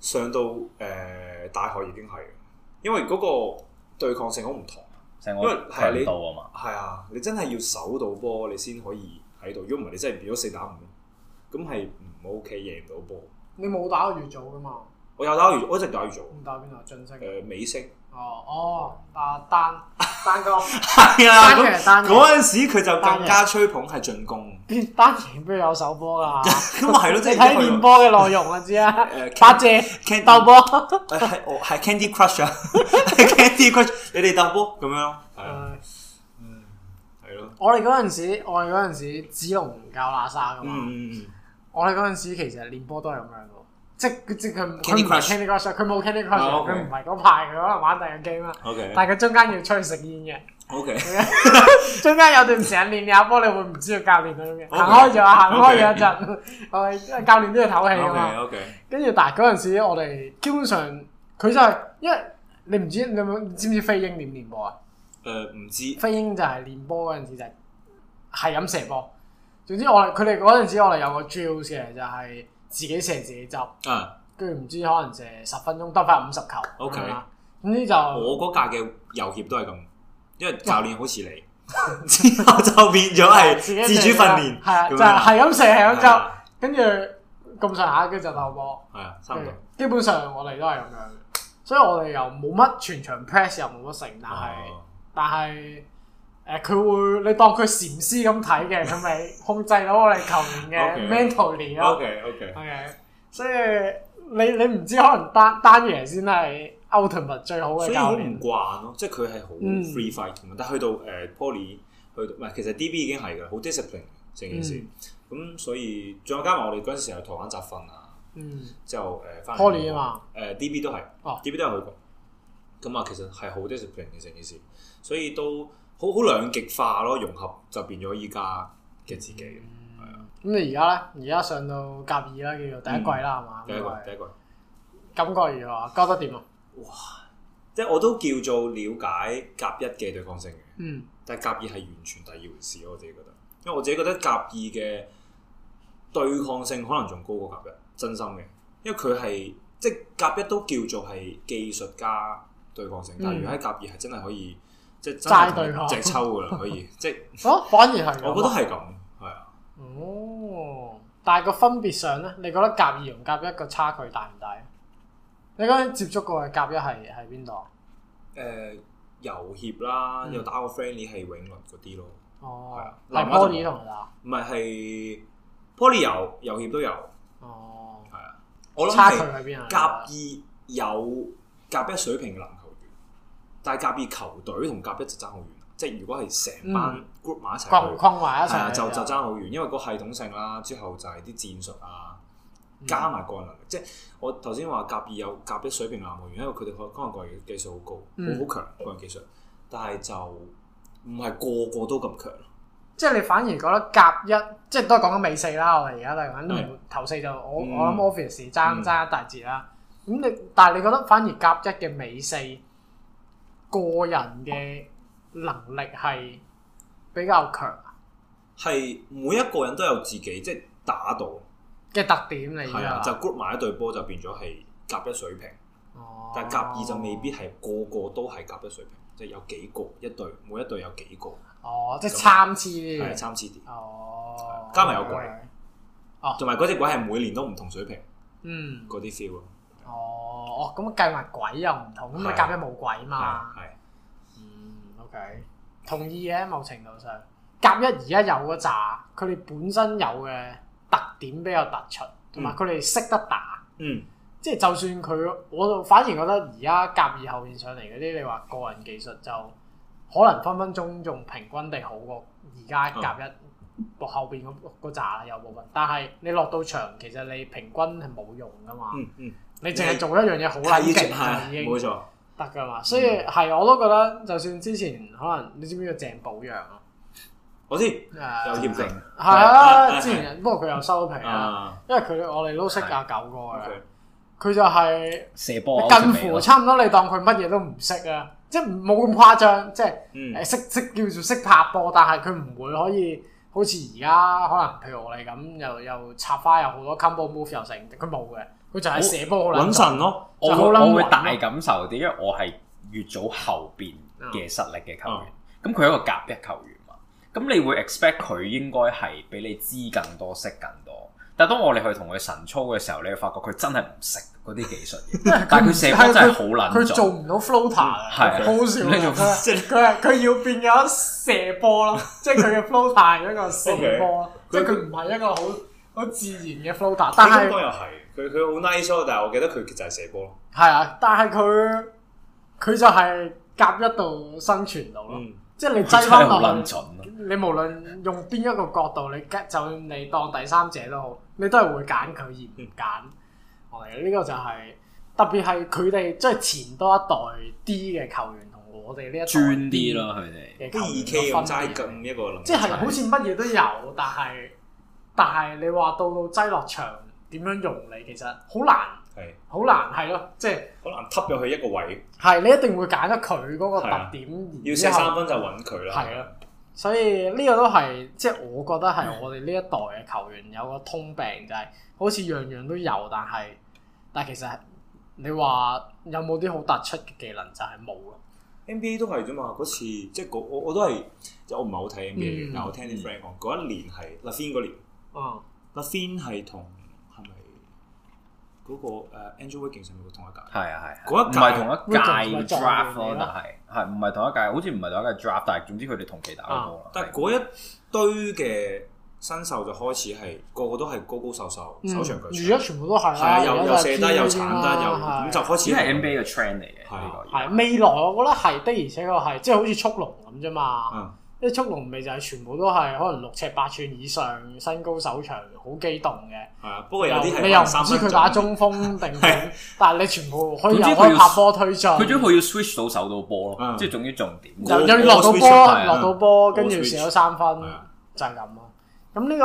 Speaker 3: 上到誒、呃大學已經係，因為嗰個對抗性好唔同。
Speaker 1: 成
Speaker 3: 因為
Speaker 1: 個
Speaker 3: 係你
Speaker 1: 強度啊嘛。
Speaker 3: 係啊，你真係要守到波，你先可以喺度。如果唔係，你真係變咗四打五，咁係唔 OK 贏唔到波。
Speaker 2: 你冇打過越早噶嘛？
Speaker 3: 我有打羽，我一直打羽做，
Speaker 2: 咁打邊度？晉升。啊
Speaker 3: 誒美式。
Speaker 2: 哦哦，啊單單哥
Speaker 3: 係 啊，
Speaker 2: 單
Speaker 3: 咁
Speaker 2: 贏單贏
Speaker 3: 嗰陣時佢就更加吹捧係進 攻，
Speaker 2: 邊單贏邊有手波㗎？
Speaker 3: 咁咪係 咯，即
Speaker 2: 你
Speaker 3: 係
Speaker 2: 睇練波嘅內容我知啊
Speaker 3: 誒，
Speaker 2: 八隻
Speaker 3: Candy-
Speaker 2: 鬥波。
Speaker 3: 誒係我哦係 Candy Crush 啊 係，Candy Crush，你哋鬥波咁樣咯，係啊，係咯，
Speaker 2: 我哋嗰陣時，我哋嗰陣時子龍唔教喇沙噶嘛。
Speaker 3: 嗯嗯嗯。
Speaker 2: 我哋嗰陣時其實練波都係咁樣嘅喎，即係即係佢唔佢
Speaker 3: Candy
Speaker 2: 唔係
Speaker 3: Crush
Speaker 2: Candy Crush，佢冇 Candy
Speaker 3: 啊
Speaker 2: Crush，
Speaker 3: ，OK
Speaker 2: 佢唔係嗰派，佢可能玩第二個 game 啦。
Speaker 3: OK
Speaker 2: 但係佢中間要出去食煙
Speaker 3: OK，
Speaker 2: 嘅，中間有段時間練練下波，你會唔知道教練嗰種嘅，
Speaker 3: OK
Speaker 2: 行開咗，啊行開咗一陣， 我哋因為教練都要唞氣噶
Speaker 3: OK
Speaker 2: 嘛。
Speaker 3: OK，
Speaker 2: 跟住但係嗰陣時，我哋基本上佢就係因為你唔知你有冇你知唔知飛鷹點練波啊？
Speaker 3: 誒唔知
Speaker 2: 飛鷹就係練波嗰陣時就係係咁射波。總之我哋佢哋嗰陣時，我哋有個 drills 嘅就係自己射自己執，
Speaker 3: 啊，
Speaker 2: 跟住唔知可能射十分鐘得翻五十球
Speaker 3: OK
Speaker 2: 咁樣啦總之就我
Speaker 3: 我嗰屆嘅遊協都係咁，因為教練好似你，之後就變咗係自主訓練，
Speaker 2: 係啊，
Speaker 3: 咁
Speaker 2: 就
Speaker 3: 樣啊
Speaker 2: 係係咁射係咁
Speaker 3: 係
Speaker 2: 執，
Speaker 3: 啊
Speaker 2: 跟住咁上下跟住就鬥波。
Speaker 3: 係啊，差唔多。
Speaker 2: 基本上我哋都係咁樣嘅，所以我哋又冇乜全場 press 又冇乜成，但係。
Speaker 3: 哦
Speaker 2: 但係誒佢會你當佢禪師咁睇嘅，佢咪控制到我哋球員
Speaker 3: OK
Speaker 2: 嘅 mentally 咯。
Speaker 3: OK OK，
Speaker 2: OK，所以你你唔知可能單單爺先係 ultimate 最好
Speaker 3: 所
Speaker 2: 嘅
Speaker 3: 以好
Speaker 2: 教
Speaker 3: 唔
Speaker 2: 練。
Speaker 3: 慣咯，即係佢係好
Speaker 2: 嗯
Speaker 3: free fight 咁樣，但係去到誒 poly 去到唔係，其實 DB 已經係㗎啦，好 discipline 成件
Speaker 2: 嗯
Speaker 3: 事。咁所以仲有加埋我哋嗰陣時有台灣集訓啊，
Speaker 2: 嗯，
Speaker 3: 之後呃誒翻
Speaker 2: Poly 啊嘛，
Speaker 3: 誒 DB 呃都係
Speaker 2: 哦
Speaker 3: ，DB 都有去過。咁啊，其實係好 discipline 嘅成件事，所以都好好兩極化咯，融合就變咗依家嘅自己。
Speaker 2: 嗯咁你而家咧？而家上到甲二啦，叫做第一季啦，係嘛？
Speaker 3: 第一個第
Speaker 2: 咁
Speaker 3: 一個。
Speaker 2: 感覺如何啊？覺得點啊？
Speaker 3: 即係我都叫做了解甲一嘅對抗性嘅，
Speaker 2: 嗯，
Speaker 3: 但係甲二係完全第二回事咯。我自己覺得，因為我自己覺得甲二嘅對抗性可能仲高過甲一，真心嘅，因為佢係即係甲一都叫做係技術加對抗性，但係如果喺甲二係真係可以即係真係
Speaker 2: 嗯齋對抗
Speaker 3: 直抽㗎啦，可以 即係
Speaker 2: 啊，反而係咁啊
Speaker 3: 我覺得係咁，係啊。
Speaker 2: 哦，但係個分別上咧，你覺得甲二同甲一個差距大唔大？你嗰陣接觸過嘅甲一係係邊度啊？
Speaker 3: 誒遊協啦，
Speaker 2: 嗯
Speaker 3: 又打個 friendly 係永倫嗰啲咯，係
Speaker 2: 哦
Speaker 3: 啊，
Speaker 2: 係
Speaker 3: 南丫島
Speaker 2: Poly 同佢打。
Speaker 3: 唔係係 poly 有遊協都有，係
Speaker 2: 哦，
Speaker 3: 啊。我諗
Speaker 2: 差
Speaker 3: 係
Speaker 2: 距。喺邊啊？
Speaker 3: 甲二有甲一水平嘅籃球員，但係甲二球隊同甲一就爭好遠，即係如果係成班 group 埋一齊
Speaker 2: 困
Speaker 3: 去，
Speaker 2: 困埋一
Speaker 3: 係啊
Speaker 2: 齊
Speaker 3: 就就爭好遠，因為個系統性啦，之後就係啲戰術啊，加埋個人能力，即係我頭先話甲二有甲一水平嘅籃球員，因為佢哋可可能個人技術好高，
Speaker 2: 嗯
Speaker 3: 好好強個人技術，但係就唔係個個都咁強。
Speaker 2: 即係你反而覺得甲一，即係都係講緊尾四啦。我哋而家都係講緊
Speaker 3: 嗯
Speaker 2: 頭四就我
Speaker 3: 嗯
Speaker 2: 我諗 office 爭
Speaker 3: 嗯
Speaker 2: 爭一大截啦。咁你但係你覺得反而甲一嘅尾四個人嘅能力係比較強
Speaker 3: 係每一個人都有自己即係打到，
Speaker 2: 嘅特點嚟
Speaker 3: 係啊，就 group 埋一隊波就變咗係甲一水平。
Speaker 2: 哦
Speaker 3: 但係甲二就未必係個個都係甲一水平，即係有幾個一隊，每一隊有幾個
Speaker 2: 哦，即係參差啲
Speaker 3: 係
Speaker 2: 嘅。
Speaker 3: 參差啲，
Speaker 2: 哦，
Speaker 3: 加埋有鬼
Speaker 2: 哦，
Speaker 3: 同埋嗰只鬼係每年都唔同水平
Speaker 2: 嗯，
Speaker 3: 嗰啲 feel 咯，
Speaker 2: 哦，哦，咁計埋鬼又唔同，咁
Speaker 3: 係
Speaker 2: 你夾一冇鬼嘛？
Speaker 3: 係
Speaker 2: 嗯，OK，同意嘅，某程度上，甲一而家有嗰扎，佢哋本身有嘅特點比較突出，同埋佢哋識得打。
Speaker 3: 嗯
Speaker 2: 即係就算佢，我就反而覺得而家甲二後面上嚟嗰啲，你話個人技術就可能分分鐘仲平均地好過而家
Speaker 3: 啊
Speaker 2: 甲一落後邊嗰嗰扎啦有部分，但係你落到場其實你平均係冇用噶嘛，
Speaker 3: 嗯嗯，
Speaker 2: 你淨係做一樣嘢好
Speaker 3: 太
Speaker 2: 撚
Speaker 3: 熱情
Speaker 2: 勁就已
Speaker 3: 係冇
Speaker 2: 經
Speaker 3: 錯，嗯
Speaker 2: 得噶嘛，所以係我都覺得就算之前可能你知唔知個鄭寶陽啊？
Speaker 3: 我知
Speaker 2: 誒
Speaker 3: 有協定
Speaker 2: 係啊，之前不過佢又收皮啦，
Speaker 3: 啊
Speaker 2: 因為佢我哋都識架九哥嘅，
Speaker 3: ，OK
Speaker 2: 佢就係。
Speaker 1: 射啊波
Speaker 2: 近乎差唔多，你當佢乜嘢都唔識啊！即係冇咁誇張，即係
Speaker 3: 嗯
Speaker 2: 誒識識叫做識拍波，但係佢唔會可以好似而家可能譬如我哋咁，又又插花又好多 combo move 又成，佢冇嘅，佢就係射波好撚
Speaker 3: 穩神咯，
Speaker 1: 我
Speaker 2: 就
Speaker 1: 會
Speaker 2: 好撚
Speaker 1: 我會
Speaker 2: 穩
Speaker 1: 大
Speaker 2: 咯
Speaker 1: 感受啲，因為我係越早後邊嘅實力嘅球
Speaker 2: 啊
Speaker 1: 員，咁佢係一個甲一球員嘛，咁你會 expect 佢應該係比你知更多、識更多，但係當我哋去同佢神操嘅時候，你會發覺佢真係唔識，嗰啲技術 嘅，但係佢射波真係好撚
Speaker 2: 佢做
Speaker 1: 準。
Speaker 2: 唔到 floater，啊
Speaker 1: 係啊
Speaker 2: 好笑
Speaker 1: 你做
Speaker 2: 啊！ 即係佢係佢要變咗射波咯， 即係佢嘅 floater 係一個射波咯，即係佢唔係一個好好自然嘅 floater，但
Speaker 3: 佢中
Speaker 2: 係
Speaker 3: 國又係，佢佢好 nice 咯，但係我記得佢就係射波咯。
Speaker 2: 係啊，但係佢佢就係甲一度生存到咯，
Speaker 3: 嗯，
Speaker 2: 即係你
Speaker 1: 佢真
Speaker 2: 擠
Speaker 1: 係
Speaker 2: 翻
Speaker 1: 好
Speaker 2: 落
Speaker 1: 撚
Speaker 2: 去。
Speaker 1: 準啊
Speaker 2: 你無論用邊一個角度，你揀就算你當第三者都好，你都係會揀佢而唔揀我哋。呢、個就係、特別係佢哋即係前多一代 D 嘅球員同我哋呢一代
Speaker 1: 專啲咯，佢哋
Speaker 2: 嘅球
Speaker 3: 跟
Speaker 2: 員嘅
Speaker 3: 二 K 咁
Speaker 2: 分
Speaker 3: 齋
Speaker 2: 別
Speaker 3: 咁一個諗法，
Speaker 2: 即係好似乜嘢都有，但係但係你話到到擠落場點樣用你，其實好難
Speaker 3: 係
Speaker 2: 好難係咯，即係
Speaker 3: 好難吸入去一個位，
Speaker 2: 係你一定會揀咗佢嗰個
Speaker 3: 係啊
Speaker 2: 特點，然
Speaker 3: 要
Speaker 2: 之
Speaker 3: 射
Speaker 2: 後
Speaker 3: 三分就揾佢啦。
Speaker 2: 係啊，所以呢個都係即係我覺得係我哋呢一代嘅球員有個通病，就係、好似樣樣都有，但係但係其實你話有冇啲好突出嘅技能就係冇咯。
Speaker 3: NBA 都係啫嘛，嗰次即係嗰我我都係，即係我唔係好睇 NBA，
Speaker 2: 嗯
Speaker 3: 嘅但我聽啲 friend 講嗰一年係 l a f i n 嗰年
Speaker 2: 嗯，
Speaker 3: l a f i n 係同係咪嗰個誒 Andrew Wiggins 係咪同一屆？
Speaker 1: 係啊係啊，
Speaker 3: 嗰
Speaker 1: 唔
Speaker 3: 一屆
Speaker 1: 係同一
Speaker 2: 會
Speaker 1: 屆
Speaker 2: 仲
Speaker 1: draft
Speaker 2: 仲
Speaker 1: 咯
Speaker 2: 係，
Speaker 1: 但係係唔係同一屆，好似唔係同一屆 draft，但係總之佢哋同期打嘅波啦。
Speaker 3: 啊但係
Speaker 1: 係
Speaker 3: 嗰一堆嘅新秀就開始係個個都係高高瘦瘦，手長腳
Speaker 2: 而家
Speaker 3: 長，
Speaker 2: 嗯全部都係
Speaker 3: 係
Speaker 2: 啦，
Speaker 3: 啊，又
Speaker 2: 而
Speaker 3: 又
Speaker 2: 家就
Speaker 3: 射
Speaker 2: 係
Speaker 3: 低又
Speaker 2: P.E.
Speaker 3: 鏟
Speaker 2: 啦
Speaker 3: 低又咁就
Speaker 2: 係
Speaker 3: 開始
Speaker 1: 只係 NBA 嘅 trend 嚟嘅
Speaker 3: 係啊
Speaker 1: 呢個而
Speaker 2: 係
Speaker 1: 家。
Speaker 2: 未來，我覺得係的，而且確係即係好似速龍咁啫嘛。
Speaker 3: 嗯
Speaker 2: 即係速龍咪就係全部都係可能六尺八寸以上，身高手長，好機動嘅。
Speaker 3: 係啊，不過有啲係
Speaker 2: 你又唔
Speaker 3: 三
Speaker 2: 知佢
Speaker 3: 分準
Speaker 2: 打中鋒定 點，但係你全部可以
Speaker 1: 總之
Speaker 2: 又
Speaker 1: 佢
Speaker 2: 可以
Speaker 1: 要
Speaker 2: 拍波推進，
Speaker 1: 佢主要佢要 switch 到手到波咯，
Speaker 3: 嗯
Speaker 1: 即係總之重點。
Speaker 3: 就
Speaker 2: 又
Speaker 3: 我
Speaker 2: 又要落到
Speaker 3: 我
Speaker 2: 波，
Speaker 3: switch 啊咗係
Speaker 2: 落到波，跟住射咗三分
Speaker 3: 嗯係啊，
Speaker 2: 就係咁咯。咁呢個，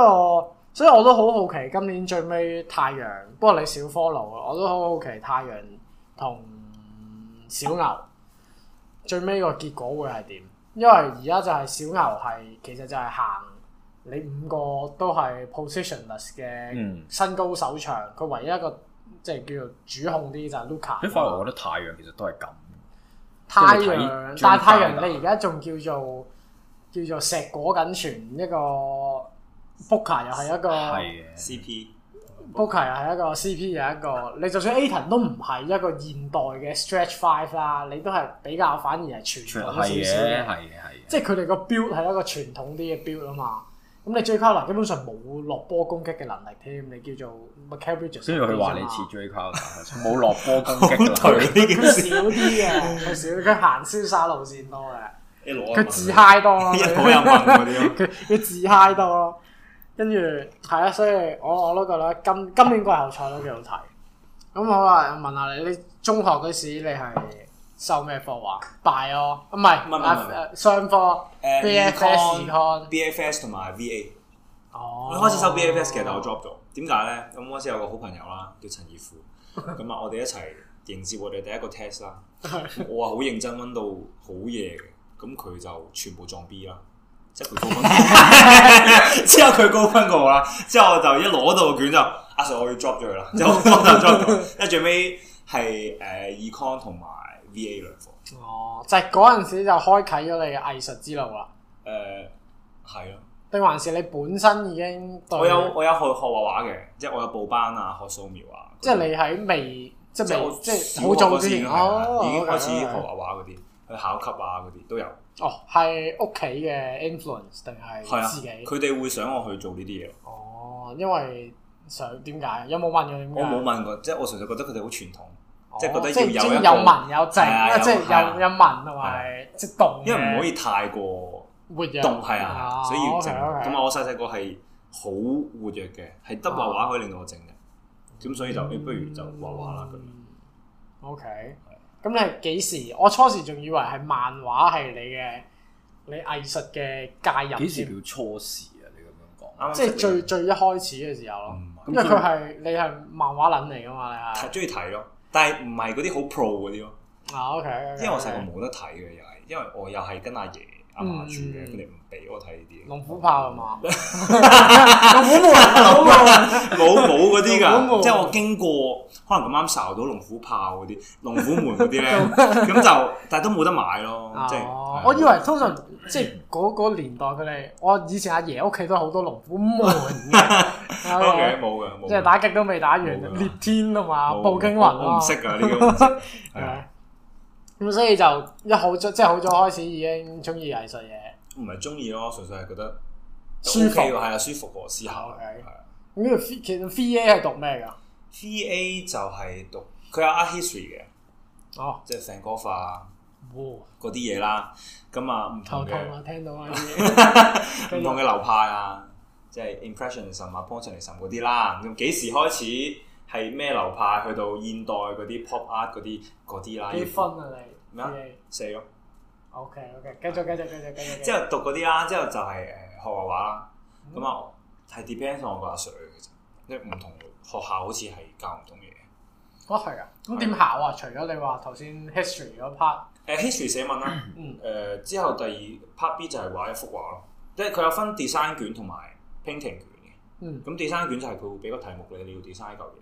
Speaker 2: 所以我都好好奇今年最尾太陽，不過你少 follow 啊，我都好好奇太陽同小牛最尾個結果會係點？因為而家就係小牛係其實就係行你五個都係 positionless 嘅。
Speaker 1: 嗯，
Speaker 2: 身高手長，佢唯一一個即係叫做主控啲就係
Speaker 1: 所
Speaker 2: Luca。
Speaker 1: 以反而我覺得太陽其實都係咁。
Speaker 2: 太
Speaker 1: 即係你
Speaker 2: 陽
Speaker 1: 睇，
Speaker 2: 但係太
Speaker 1: 張
Speaker 2: 陽
Speaker 1: 大
Speaker 2: 你而家仲叫做叫做石果緊全一個 Booker 又係一個
Speaker 3: 啊
Speaker 1: 係嘅，
Speaker 3: CP
Speaker 2: Booker 又係一個 CP 又係一個，你就算 Aton 都唔係一個現代嘅 Stretch Five 啦，你都係比較反而係傳
Speaker 1: 全
Speaker 2: 統
Speaker 3: 啊
Speaker 1: 係
Speaker 2: 少少
Speaker 1: 嘅，係嘅，
Speaker 2: 嘅。
Speaker 1: 係嘅。
Speaker 2: 即係佢哋個 build 係一個傳統啲嘅 build 啊嘛。咁你 J. c o l l 基本上冇落波攻擊嘅能力添，你叫做 m i c a e l Bridges
Speaker 1: 所以佢話你
Speaker 2: 啲啫嘛
Speaker 1: 似 J. Crowder，冇落波攻擊㗎
Speaker 3: 好頹
Speaker 1: 啦。
Speaker 3: 呢
Speaker 2: 佢
Speaker 3: 件
Speaker 2: 少
Speaker 3: 事，
Speaker 2: 啲嘅，佢少，佢行瀟灑路線多嘅，
Speaker 3: 一攞
Speaker 2: 佢自嗨多 咯，
Speaker 3: 一攞又問嗰啲咯。
Speaker 2: 佢佢自嗨多咯。跟住係啊，所以我我都覺得今今年季後賽都幾好睇。咁好啦，問下你，你中學嗰時你係修咩科話？拜咯，唔係
Speaker 3: 唔係唔係
Speaker 2: 啊
Speaker 3: 唔係
Speaker 2: 誒商科
Speaker 3: 誒
Speaker 2: BFS Econ
Speaker 3: BFS 同埋 VA，
Speaker 2: 哦
Speaker 3: 我開始收 BFS 嘅，但我 drop 咗。點解咧？咁嗰時有個好朋友啦，叫陳 義富，咁啊，我哋一齊迎接我哋第一個 test 啦。我啊好認真温到好夜嘅，咁佢就全部撞 B 啦，即係佢高 分。 之後佢高分過我啦，之後我就一攞到個卷就阿 Sir 我要 drop 咗 佢啦，之後我就 drop 咗，因為最尾係誒 econ 同埋 VA 兩科。
Speaker 2: 哦，就係嗰陣時就開啟咗你嘅藝術之路啦。
Speaker 3: 誒係咯。
Speaker 2: 定還是你本身已經對
Speaker 3: 我有我有學學畫畫嘅，即係我有報班啊，學素描啊。
Speaker 2: 即係你喺未，即係
Speaker 3: 係我
Speaker 2: 未，即係好早之前，哦，
Speaker 3: 已經開始學
Speaker 2: OK，OK
Speaker 3: 畫畫嗰啲，去考級啊嗰啲都有。
Speaker 2: 哦，係屋企嘅 influence 定
Speaker 3: 係
Speaker 2: 係
Speaker 3: 啊
Speaker 2: 自己，？
Speaker 3: 佢哋會想我去做呢啲嘢咯。
Speaker 2: 哦，因為想點解？有冇問佢點解？
Speaker 3: 我冇問過，即係我純粹覺得佢哋好傳統，
Speaker 2: 哦，
Speaker 3: 即係覺得
Speaker 2: 即係
Speaker 3: 要有
Speaker 2: 即係
Speaker 3: 一個
Speaker 2: 有文有靜
Speaker 3: 係啊
Speaker 2: 啊，
Speaker 3: 有
Speaker 2: 即係
Speaker 3: 係
Speaker 2: 有
Speaker 3: 啊
Speaker 2: 有文同埋即係啊哦動嘅，
Speaker 3: 因為唔可以太過
Speaker 2: 活躍
Speaker 3: 動係啊，所以要靜。
Speaker 2: OK，OK
Speaker 3: 咁啊，我細細個係好活躍嘅，係得畫
Speaker 2: 哦
Speaker 3: 畫可以令到我靜嘅。咁所以就誒，不如就畫畫啦咁樣。
Speaker 2: 嗯 OK，咁你係幾時？我初時仲以為係漫畫係你嘅你藝術嘅介入
Speaker 1: 幾時
Speaker 2: 添，
Speaker 1: 叫初時啊？你咁樣講。
Speaker 3: 啱啱
Speaker 2: 即係
Speaker 3: 識
Speaker 2: 最最一開始嘅時候咯。
Speaker 3: 嗯
Speaker 2: 因為佢係你係漫畫撚嚟噶嘛，你係
Speaker 3: 睇中意睇咯，但係唔係嗰啲好 pro 嗰啲咯。
Speaker 2: 啊 Ờ, OK，
Speaker 3: 因為我細個冇得睇嘅又係，因為我又係跟阿爺阿嫲住嘅，
Speaker 2: 嗯
Speaker 3: 佢哋唔俾我睇呢啲。
Speaker 2: 龍虎豹係嘛？龍虎門，龍虎門，
Speaker 3: 冇啊冇嗰啲
Speaker 2: 龍虎
Speaker 3: 㗎，
Speaker 2: 門
Speaker 3: 即係我經過，可能咁啱睄到龍虎豹嗰啲、龍虎門嗰啲 咧，咁就但係都冇得買咯，即係
Speaker 2: 哦
Speaker 3: 係。
Speaker 2: 我以為通常即係嗰嗰年代佢哋，我以前阿爺屋企都好多龍虎門嘅，
Speaker 3: 啊 OK
Speaker 2: 係
Speaker 3: 冇嘅，冇
Speaker 2: 咪
Speaker 3: 嘅
Speaker 2: 即係打極都未打完，
Speaker 3: 冇㗎
Speaker 2: 裂天同埋
Speaker 3: 冇
Speaker 2: 步驚雲
Speaker 3: 我我
Speaker 2: 啊
Speaker 3: 唔識㗎呢個我唔識， 係
Speaker 2: 嘛
Speaker 3: 啊，
Speaker 2: 咁所以就一好早即係好早開始已經中意藝術嘢。
Speaker 3: 唔係中意咯，純粹係覺得
Speaker 2: 舒服哦
Speaker 3: OK 喎係啊，舒服喎，思考
Speaker 2: Ờ, OK
Speaker 3: 係啊。
Speaker 2: 咁呢個 phi- 其實 VA 係讀咩㗎？
Speaker 3: VA 就係讀佢有 art history 嘅，
Speaker 2: 哦，
Speaker 3: 即係 Van Gogh 啊
Speaker 2: 哇，
Speaker 3: 嗰啲嘢啦，咁啊唔
Speaker 2: 頭
Speaker 3: 同嘅
Speaker 2: 痛啊！聽到啊，
Speaker 3: 唔同嘅流派啊，即係 impressionism 啊、pointillism 嗰啲啦。咁幾時開始係咩流派？去到現代嗰啲 pop art 嗰啲嗰啲啦，
Speaker 2: 幾分啊你？
Speaker 3: 咩啊四咯。
Speaker 2: ？OK OK，繼續繼續繼續繼續。
Speaker 3: 之後讀嗰啲啦，之後就係誒呃學畫畫啦。咁啊，係 depends on 我個阿 Sir 嘅啫，因為唔同學校好似係教唔同嘢。
Speaker 2: 哦係啊，咁點考啊？除咗你話頭先 history 嗰 part，
Speaker 3: 誒呃 history 寫文啦，
Speaker 2: 嗯
Speaker 3: 誒、之後第二 part B 就係畫一幅畫咯，即係佢有分 design 卷同埋 painting 卷嘅。
Speaker 2: 嗯，
Speaker 3: 咁 design 卷就係佢會俾個題目你，你要 design 一嚿嘢，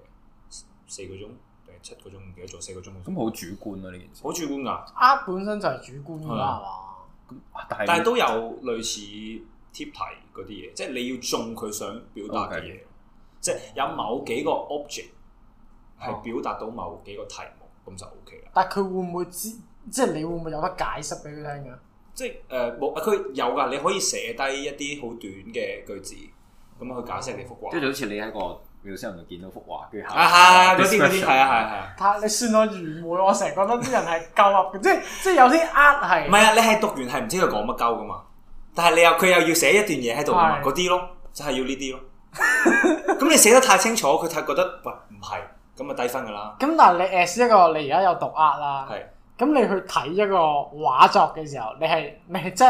Speaker 3: 四個鐘定係七個鐘唔記得咗，四個鐘好似
Speaker 1: 咁好主觀咯呢件事。
Speaker 3: 好主觀㗎，
Speaker 2: art 本身就係主觀㗎
Speaker 3: 啊
Speaker 2: 啦，
Speaker 1: 咁但係
Speaker 3: 但係都有類似貼題嗰啲嘢，即係你要中佢想表達嘅嘢，即係有某幾個 object
Speaker 1: 哦
Speaker 3: 係表達到某幾個題目，咁就 OK 啦
Speaker 2: 係嘛？。但係佢會唔會知？即係你會唔會有得解釋俾佢聽㗎？
Speaker 3: 即係誒冇，啊佢有㗎，你可以寫低一啲好短嘅句子，咁去解釋你幅
Speaker 1: 即係
Speaker 3: 畫。
Speaker 1: 就好似你喺個秒先度見到幅畫，跟住下
Speaker 3: 啊係，嗰啲嗰啲係啊
Speaker 2: 但係你算我愚昧，我成日覺得啲人係鳩噏嘅，即係即係有啲 art
Speaker 3: 係係，
Speaker 2: 係
Speaker 3: 唔係啊？你係讀完係唔知佢講乜鳩㗎嘛？但係你又佢又要寫一段嘢喺度㗎嘛？
Speaker 2: 係
Speaker 3: 嗰啲咯，就係要呢啲咯。 咁你寫得太清楚，佢太覺得喂唔係，咁啊低分㗎啦。
Speaker 2: 咁，但係你 as 一個你而家有讀 art 啦，
Speaker 3: 係
Speaker 2: 咁你去睇一個畫作嘅時候，你係你係真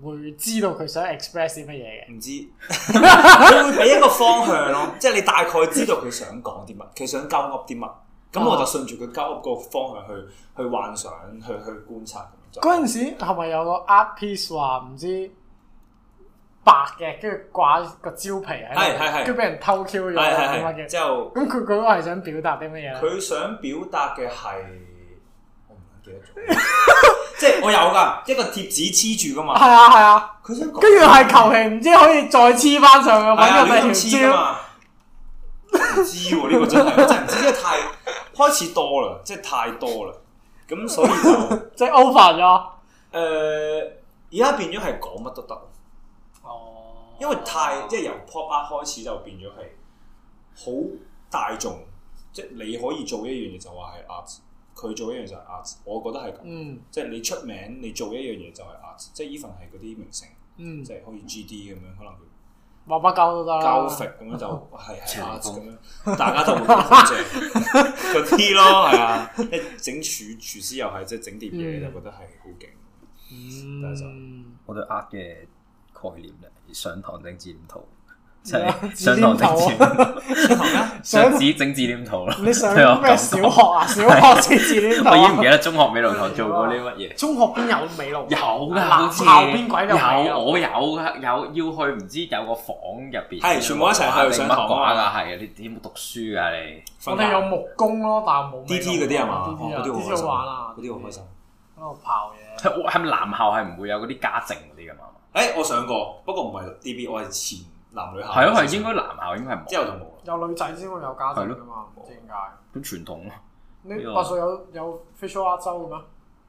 Speaker 2: 係會知道佢想 express 啲乜嘢嘅。
Speaker 3: 唔知，佢會俾一個方向咯， 即係你大概知道佢想講啲乜，佢想鳩噏啲乜，
Speaker 2: 啊
Speaker 3: 咁我就順住佢鳩噏個方向去去幻想，去去觀察咁就。
Speaker 2: 嗰陣時係咪有個 art piece 話唔知白嘅，跟住掛個蕉皮喺
Speaker 3: 係係
Speaker 2: 度，跟
Speaker 3: 係
Speaker 2: 住俾人偷 Q 咗
Speaker 3: 係
Speaker 2: 咁
Speaker 3: 係
Speaker 2: 乜
Speaker 3: 係，
Speaker 2: 嘅？
Speaker 3: 之後
Speaker 2: 咁佢嗰個係想表達啲乜嘢咧？
Speaker 3: 佢想表達嘅係，我唔記得 咗，即係我有㗎一個貼紙黐住㗎嘛，
Speaker 2: 係啊係啊，
Speaker 3: 佢想
Speaker 2: 跟住係求其唔知可以再黐翻上去，
Speaker 3: 係啊
Speaker 2: 揾個
Speaker 3: 亂
Speaker 2: 第
Speaker 3: 咁黐㗎
Speaker 2: 條蕉。
Speaker 3: 嘛，唔知喎呢個真係我真係唔知，因為太開始多啦，即係太多啦，咁所以就。
Speaker 2: 即係 over 咗。
Speaker 3: 誒，而家、變咗係講乜都得，
Speaker 2: 哦
Speaker 3: 因為太即係由 pop up 開始就變咗係好大眾，即係你可以做一樣嘢就話係 art，佢做一樣就係 art，我覺得係咁，
Speaker 2: 嗯
Speaker 3: 即係你出名你做一樣嘢就係 art，即係 even 係嗰啲明星，
Speaker 2: 嗯
Speaker 3: 即，係好似 GD 咁樣，可能佢
Speaker 2: 話不鳩都得啦。
Speaker 3: 交肥咁樣就 係係
Speaker 1: 邪
Speaker 3: art
Speaker 1: 風
Speaker 3: 咁樣，大家都會覺得好正嗰啲咯，係 啊，一整廚廚師又係即係整碟嘢就覺得係好勁，但係就
Speaker 2: 嗯。
Speaker 1: 我對呃嘅概念咧，上堂整字典圖，即
Speaker 2: 嗯
Speaker 1: 係 上堂整字典圖，
Speaker 2: 上
Speaker 3: 啊
Speaker 1: 上紙整字典圖咯。
Speaker 2: 你上
Speaker 1: 對我
Speaker 2: 咩
Speaker 1: 講
Speaker 2: 小學啊？小學先至呢度
Speaker 1: 我已經唔記
Speaker 2: 啊？
Speaker 1: 得中學美勞堂做過啲乜嘢。
Speaker 2: 中學邊有美勞？
Speaker 1: 有㗎，
Speaker 2: 男
Speaker 1: 好似
Speaker 2: 校邊鬼有美啊勞
Speaker 1: 有我有㗎，有要去唔知有個房入邊，
Speaker 3: 係全部一齊去上堂啊
Speaker 1: 㗎，係啊！你點讀書㗎你？
Speaker 2: 我哋有木工咯，但係冇
Speaker 3: D T 嗰啲係嘛？
Speaker 2: D
Speaker 3: 哦
Speaker 2: T 啊
Speaker 3: 嗰啲
Speaker 2: ，D T
Speaker 3: 好開心，
Speaker 2: 好玩啊，
Speaker 3: 嗰啲好開心。。
Speaker 2: 喺度刨嘢，
Speaker 1: 係咪男校係唔會有嗰啲家政嗰啲㗎嘛？
Speaker 3: 誒，我上過，不過唔係 D B，我係前男女校。
Speaker 1: 係啊
Speaker 2: 啊
Speaker 1: 咯，係應該男校應該係
Speaker 3: 之後就冇啦。
Speaker 2: 有女仔先會有家
Speaker 1: 係
Speaker 2: 庭
Speaker 1: 咯
Speaker 2: 㗎嘛？唔知點解？
Speaker 1: 冇，咁傳統啊咯。呢
Speaker 2: 你
Speaker 1: 個
Speaker 2: 八歲有有 facial art 修嘅咩？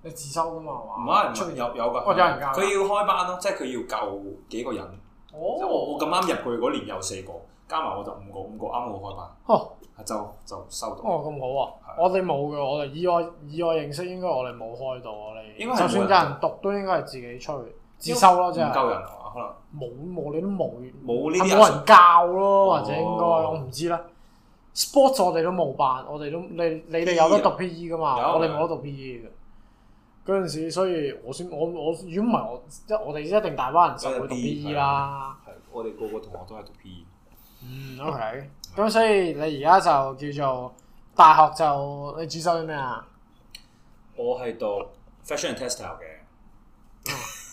Speaker 2: 你自修㗎嘛？
Speaker 3: 唔
Speaker 2: 係嘛
Speaker 3: 係唔係有有㗎，
Speaker 2: 哦有人教㗎
Speaker 3: 佢要開班咯，即係佢要救幾個人。即係我
Speaker 2: 哦
Speaker 3: 我咁啱入去嗰年有四個，加埋我就五個，五個啱好開班，
Speaker 2: 哦
Speaker 3: 就就收到。
Speaker 2: 哦咁好啊！我哋冇嘅，我哋以我以我認識應該我哋冇開到，我哋
Speaker 3: 應該係
Speaker 2: 就算有人讀都應該係自己吹自修咯，
Speaker 3: 唔
Speaker 2: 即係
Speaker 3: 夠人啊，可能
Speaker 2: 冇冇你都冇
Speaker 3: 冇呢
Speaker 2: 係
Speaker 3: 啲
Speaker 2: 冇人教咯，
Speaker 3: 哦
Speaker 2: 或者應該我唔知啦。sports 我哋都冇辦，我哋都你你哋有得讀 P.E. 噶嘛？
Speaker 3: 有啊
Speaker 2: 我哋冇得讀 P.E. 嘅。嗰陣時，所以我先我我如果唔係我即係我哋一定大班人實會讀 P.E. 啦。
Speaker 3: 係啊我哋個個同學都係讀 P E。
Speaker 2: 嗯，OK。咁所以你而家就叫做大學就你主修啲咩啊？
Speaker 3: 我係讀 fashion and textile 嘅，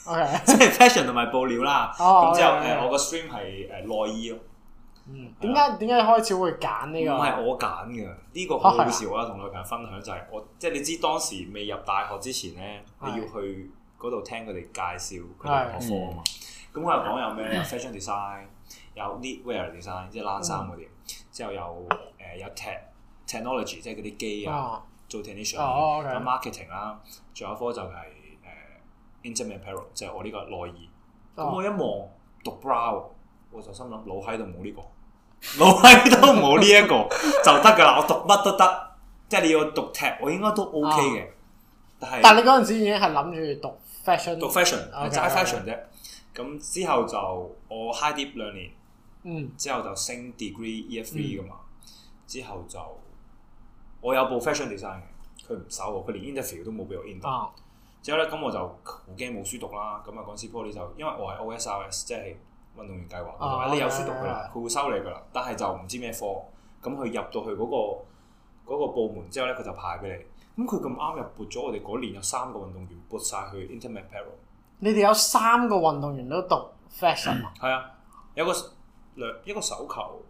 Speaker 2: OK，
Speaker 3: 即係 fashion 同埋布料啦。
Speaker 2: 哦
Speaker 3: 咁之後
Speaker 2: 明白
Speaker 3: 誒，我個 stream 係誒內衣咯，
Speaker 2: 嗯，點解點解開始會揀呢
Speaker 3: 啊唔
Speaker 2: 個？啊哦
Speaker 3: 係我揀嘅。呢個好好笑，我有同女朋友分享就係我，即係你知當時未入大學之前咧，你
Speaker 2: 係
Speaker 3: 要去嗰度聽佢哋介紹佢哋學科啊嘛。咁佢又講有
Speaker 2: 嗯
Speaker 3: 咩 fashion design，有 knitwear design，即係冷衫嗰啲，之後有誒有 tech technology，即係嗰啲機啊。
Speaker 2: 哦
Speaker 3: 做 technician，
Speaker 2: 哦，OK
Speaker 3: 咁 marketing 啦，仲有一科就係誒 intimate apparel，即係我呢個內衣。咁我
Speaker 2: 哦
Speaker 3: 一望讀 brow，我就心諗腦喺度冇呢個， 腦喺度冇呢一個 就得㗎啦。我讀乜都得，即係你要讀 tech，我應該都 OK 嘅。但
Speaker 2: 哦但
Speaker 3: 係
Speaker 2: 你嗰陣時已經係諗住讀 fashion，
Speaker 3: 讀 fashion 係
Speaker 2: OK，
Speaker 3: 齋
Speaker 2: OK
Speaker 3: fashion 啫。咁之後就我 high dip 兩年，
Speaker 2: 嗯
Speaker 3: 之後就升 degree year three 㗎嘛。之後就我有部 fashion design 嘅，佢唔收我，佢連 interview 都冇俾我 interview。
Speaker 2: 啊
Speaker 3: 之後咧，咁我就好驚冇書讀啦。咁啊，嗰陣時 Poly 就因為我係 OSRS，即係運動員計劃，
Speaker 2: 哦
Speaker 3: 你有書讀㗎啦，佢會收你㗎啦。但係就唔知咩科。咁佢入到去嗰、個嗰個部門之後咧，佢就派俾你。咁佢咁啱又撥咗我哋嗰年有三個運動員撥晒去 Intimate Apparel。
Speaker 2: 你哋有三個運動員都讀 fashion 啊
Speaker 3: 係啊，有個兩一個手球，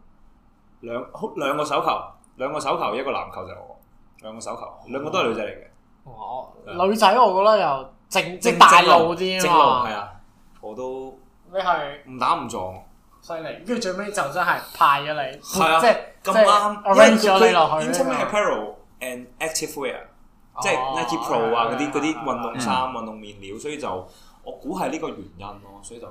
Speaker 3: 兩好兩個手球，兩個手球一個籃球就係我，兩個手球，兩個都係女仔嚟嘅。
Speaker 2: 我
Speaker 3: 係
Speaker 2: 女仔我覺得又正即大路
Speaker 3: 嗯正
Speaker 2: 啲
Speaker 3: 路
Speaker 2: 啊
Speaker 3: 係
Speaker 2: 嘛，
Speaker 3: 啊，我都
Speaker 2: 你係
Speaker 3: 唔打唔撞。
Speaker 2: 犀利，跟住最尾就真係派咗你，即
Speaker 3: 係啊
Speaker 2: 係
Speaker 3: 咁啱，因為
Speaker 2: arrange 咗你落去啊
Speaker 3: Intimate
Speaker 2: 呢哦
Speaker 3: Apparel and Active Wear，
Speaker 2: 個，
Speaker 3: 即係 Nike Pro 啊
Speaker 2: 哦
Speaker 3: 嗰啲嗰啲運動衫、
Speaker 1: 嗯
Speaker 3: 運動面料，所以就我估係呢個原因咯，所以就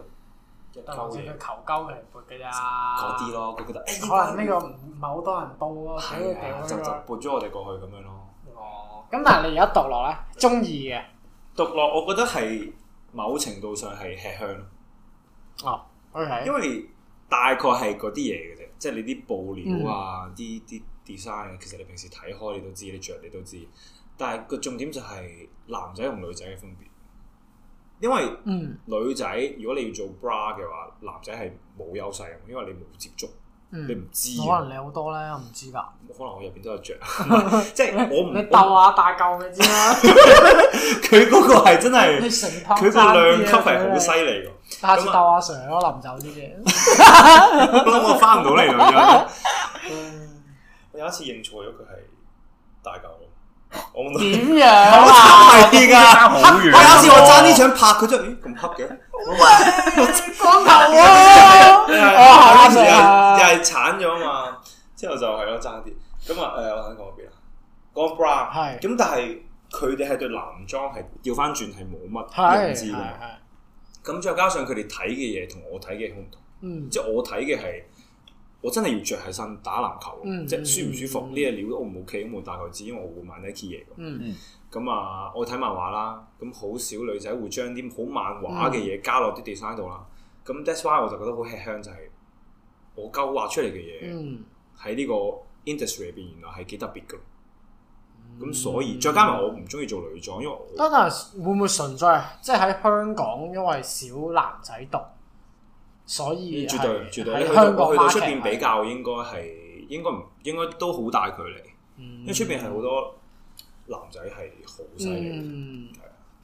Speaker 3: 一
Speaker 2: 但
Speaker 3: 鳩
Speaker 2: 係
Speaker 3: 嘢
Speaker 2: 佢求鳩人撥嘅咋，
Speaker 3: 嗰啲，咯，佢覺得誒，
Speaker 2: 可能呢個唔唔係好多人報咯，屌
Speaker 3: 係啊，
Speaker 2: 屌
Speaker 3: 就
Speaker 2: 呢
Speaker 3: 就
Speaker 2: 個
Speaker 3: 撥咗我哋過去咁樣咯。
Speaker 2: 哦，咁但係你而家讀落咧，中意嘅，
Speaker 3: 讀落我覺得係某程度上係吃香咯，
Speaker 2: 哦，OK，
Speaker 3: 因為大概係嗰啲嘢嘅啫，即係你啲布料
Speaker 2: 嗯
Speaker 3: 啊、啲啲 design 啊，其實你平時睇開你都知，你着你都知，但係個重點就係男仔同女仔嘅分別，因為
Speaker 2: 嗯
Speaker 3: 女仔如果你要做 bra 嘅話，男仔係冇優勢嘅，因為你冇接觸，
Speaker 2: 嗯
Speaker 3: 你，唔知啊嘅。
Speaker 2: 可能你好多咧，我唔知㗎。
Speaker 3: 可能我入邊都有 着， 即係我唔
Speaker 2: 你鬥下大嚿嘅知啦，
Speaker 3: 佢嗰個係真
Speaker 2: 你
Speaker 3: 係
Speaker 2: 成套啊
Speaker 3: 佢個量級係好犀利㗎。
Speaker 2: 下次鬥阿 Sir 咯，臨走啲嘢。
Speaker 3: 我諗我翻唔到嚟 啦。有一次認錯咗佢係大嚿咯，我冇
Speaker 2: 點樣 啊？
Speaker 3: 係㗎。
Speaker 1: 好遠。啊
Speaker 3: 我有一次我爭啲想拍佢啫，咦咁黑嘅？
Speaker 2: 光頭 啊！哦，阿
Speaker 3: 嗰陣時
Speaker 2: Sir 啊，
Speaker 3: 又係鏟咗啊嘛，之後就係咯爭啲。咁啊誒，我喺講邊啊？講 bra
Speaker 2: 係
Speaker 3: 咁，但係佢哋係對男裝係調翻轉係冇乜
Speaker 2: 係
Speaker 3: 認知
Speaker 2: 係
Speaker 3: 㗎嘛。
Speaker 2: 係，
Speaker 3: 咁再加上佢哋睇嘅嘢同我睇嘅好唔同，
Speaker 2: 嗯
Speaker 3: 即係我睇嘅係我真係要着起身打籃球，
Speaker 2: 嗯
Speaker 3: 即係舒唔舒服
Speaker 2: 嗯
Speaker 3: 呢個料 O 唔 OK 咁我大概知，因為我會買 Nike 嘢咁。
Speaker 2: 嗯
Speaker 3: 咁啊，我睇漫畫啦，咁好少女仔會將啲好漫畫嘅嘢加落啲 design 度啦。咁 that's why 我就覺得好吃香就係、我勾畫出嚟嘅嘢。
Speaker 2: 嗯，
Speaker 3: 喺呢個 industry 入邊，原來係幾特別嘅。
Speaker 2: 嗯
Speaker 3: 咁所以再加埋我唔中意做女裝，因為我
Speaker 2: 但係會唔會純粹係即係喺香港，因為少男仔讀，所以
Speaker 3: 嗯絕對
Speaker 2: 係
Speaker 3: 絕對，你
Speaker 2: 喺
Speaker 3: 去到
Speaker 2: 香港啊
Speaker 3: 我去到出
Speaker 2: market
Speaker 3: 邊比較，應該係應該唔應該都好大距離，
Speaker 2: 嗯
Speaker 3: 因為出邊係好多男仔係好犀利，
Speaker 2: 嗯，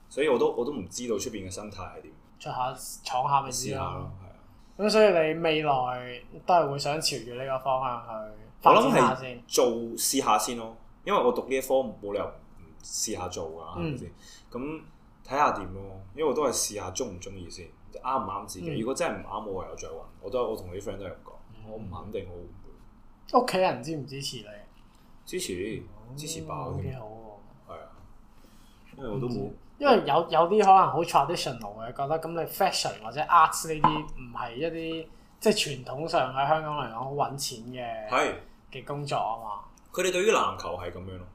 Speaker 3: 所以我都我都唔知道出邊嘅生態係點，
Speaker 2: 出下闖下咪
Speaker 3: 試
Speaker 2: 知
Speaker 3: 下
Speaker 2: 咯
Speaker 3: 咯。，係啊。
Speaker 2: 咁所以你未來都係會想朝住呢個方向去
Speaker 3: 我
Speaker 2: 發
Speaker 3: 諗
Speaker 2: 展下
Speaker 3: 係
Speaker 2: 先。
Speaker 3: 做試下先咯，因為我讀呢一科冇理由唔試下做啊㗎，係
Speaker 2: 嗯
Speaker 3: 咪先？咁睇下點咯，因為我都係試下中唔中意先，啱唔啱自己。
Speaker 2: 嗯
Speaker 3: 如果真係唔啱，我唯有再揾。我都我同啲 friend 都係咁講，我唔
Speaker 2: 嗯
Speaker 3: 肯定我會唔會
Speaker 2: 屋企人支唔支持你？
Speaker 3: 支持支持爆
Speaker 2: 哦幾
Speaker 3: 添，
Speaker 2: 好喎！
Speaker 3: 係啊，因為我都冇
Speaker 2: 因為有有啲可能好 traditional 嘅，覺得咁你 fashion 或者 arts 呢啲唔係一啲即係傳統上喺香港嚟講好揾錢嘅
Speaker 3: 係
Speaker 2: 嘅工作啊嘛。
Speaker 3: 佢哋對於籃球係咁樣咯，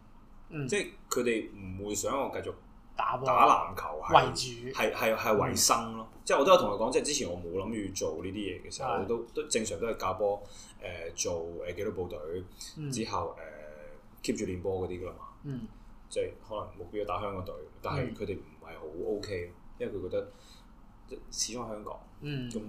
Speaker 2: 嗯，
Speaker 3: 即係佢哋唔會想我繼續
Speaker 2: 打波
Speaker 3: 打籃球
Speaker 2: 為
Speaker 3: 係。
Speaker 2: 主。
Speaker 3: 係係係
Speaker 2: 嗯
Speaker 3: 為生咯，即係我都有同佢講，即係之前我冇諗住做呢啲嘢嘅時候，
Speaker 2: 係
Speaker 3: 我都都正常都係教波誒、做誒紀律部隊
Speaker 2: 嗯
Speaker 3: 之後誒 keep 住練波嗰啲噶啦嘛，
Speaker 2: 嗯
Speaker 3: 即係可能目標打香港隊，但係
Speaker 2: 嗯
Speaker 3: 佢哋唔係好 OK，因為佢覺得即係始終喺香港
Speaker 2: 嗯，
Speaker 3: 咁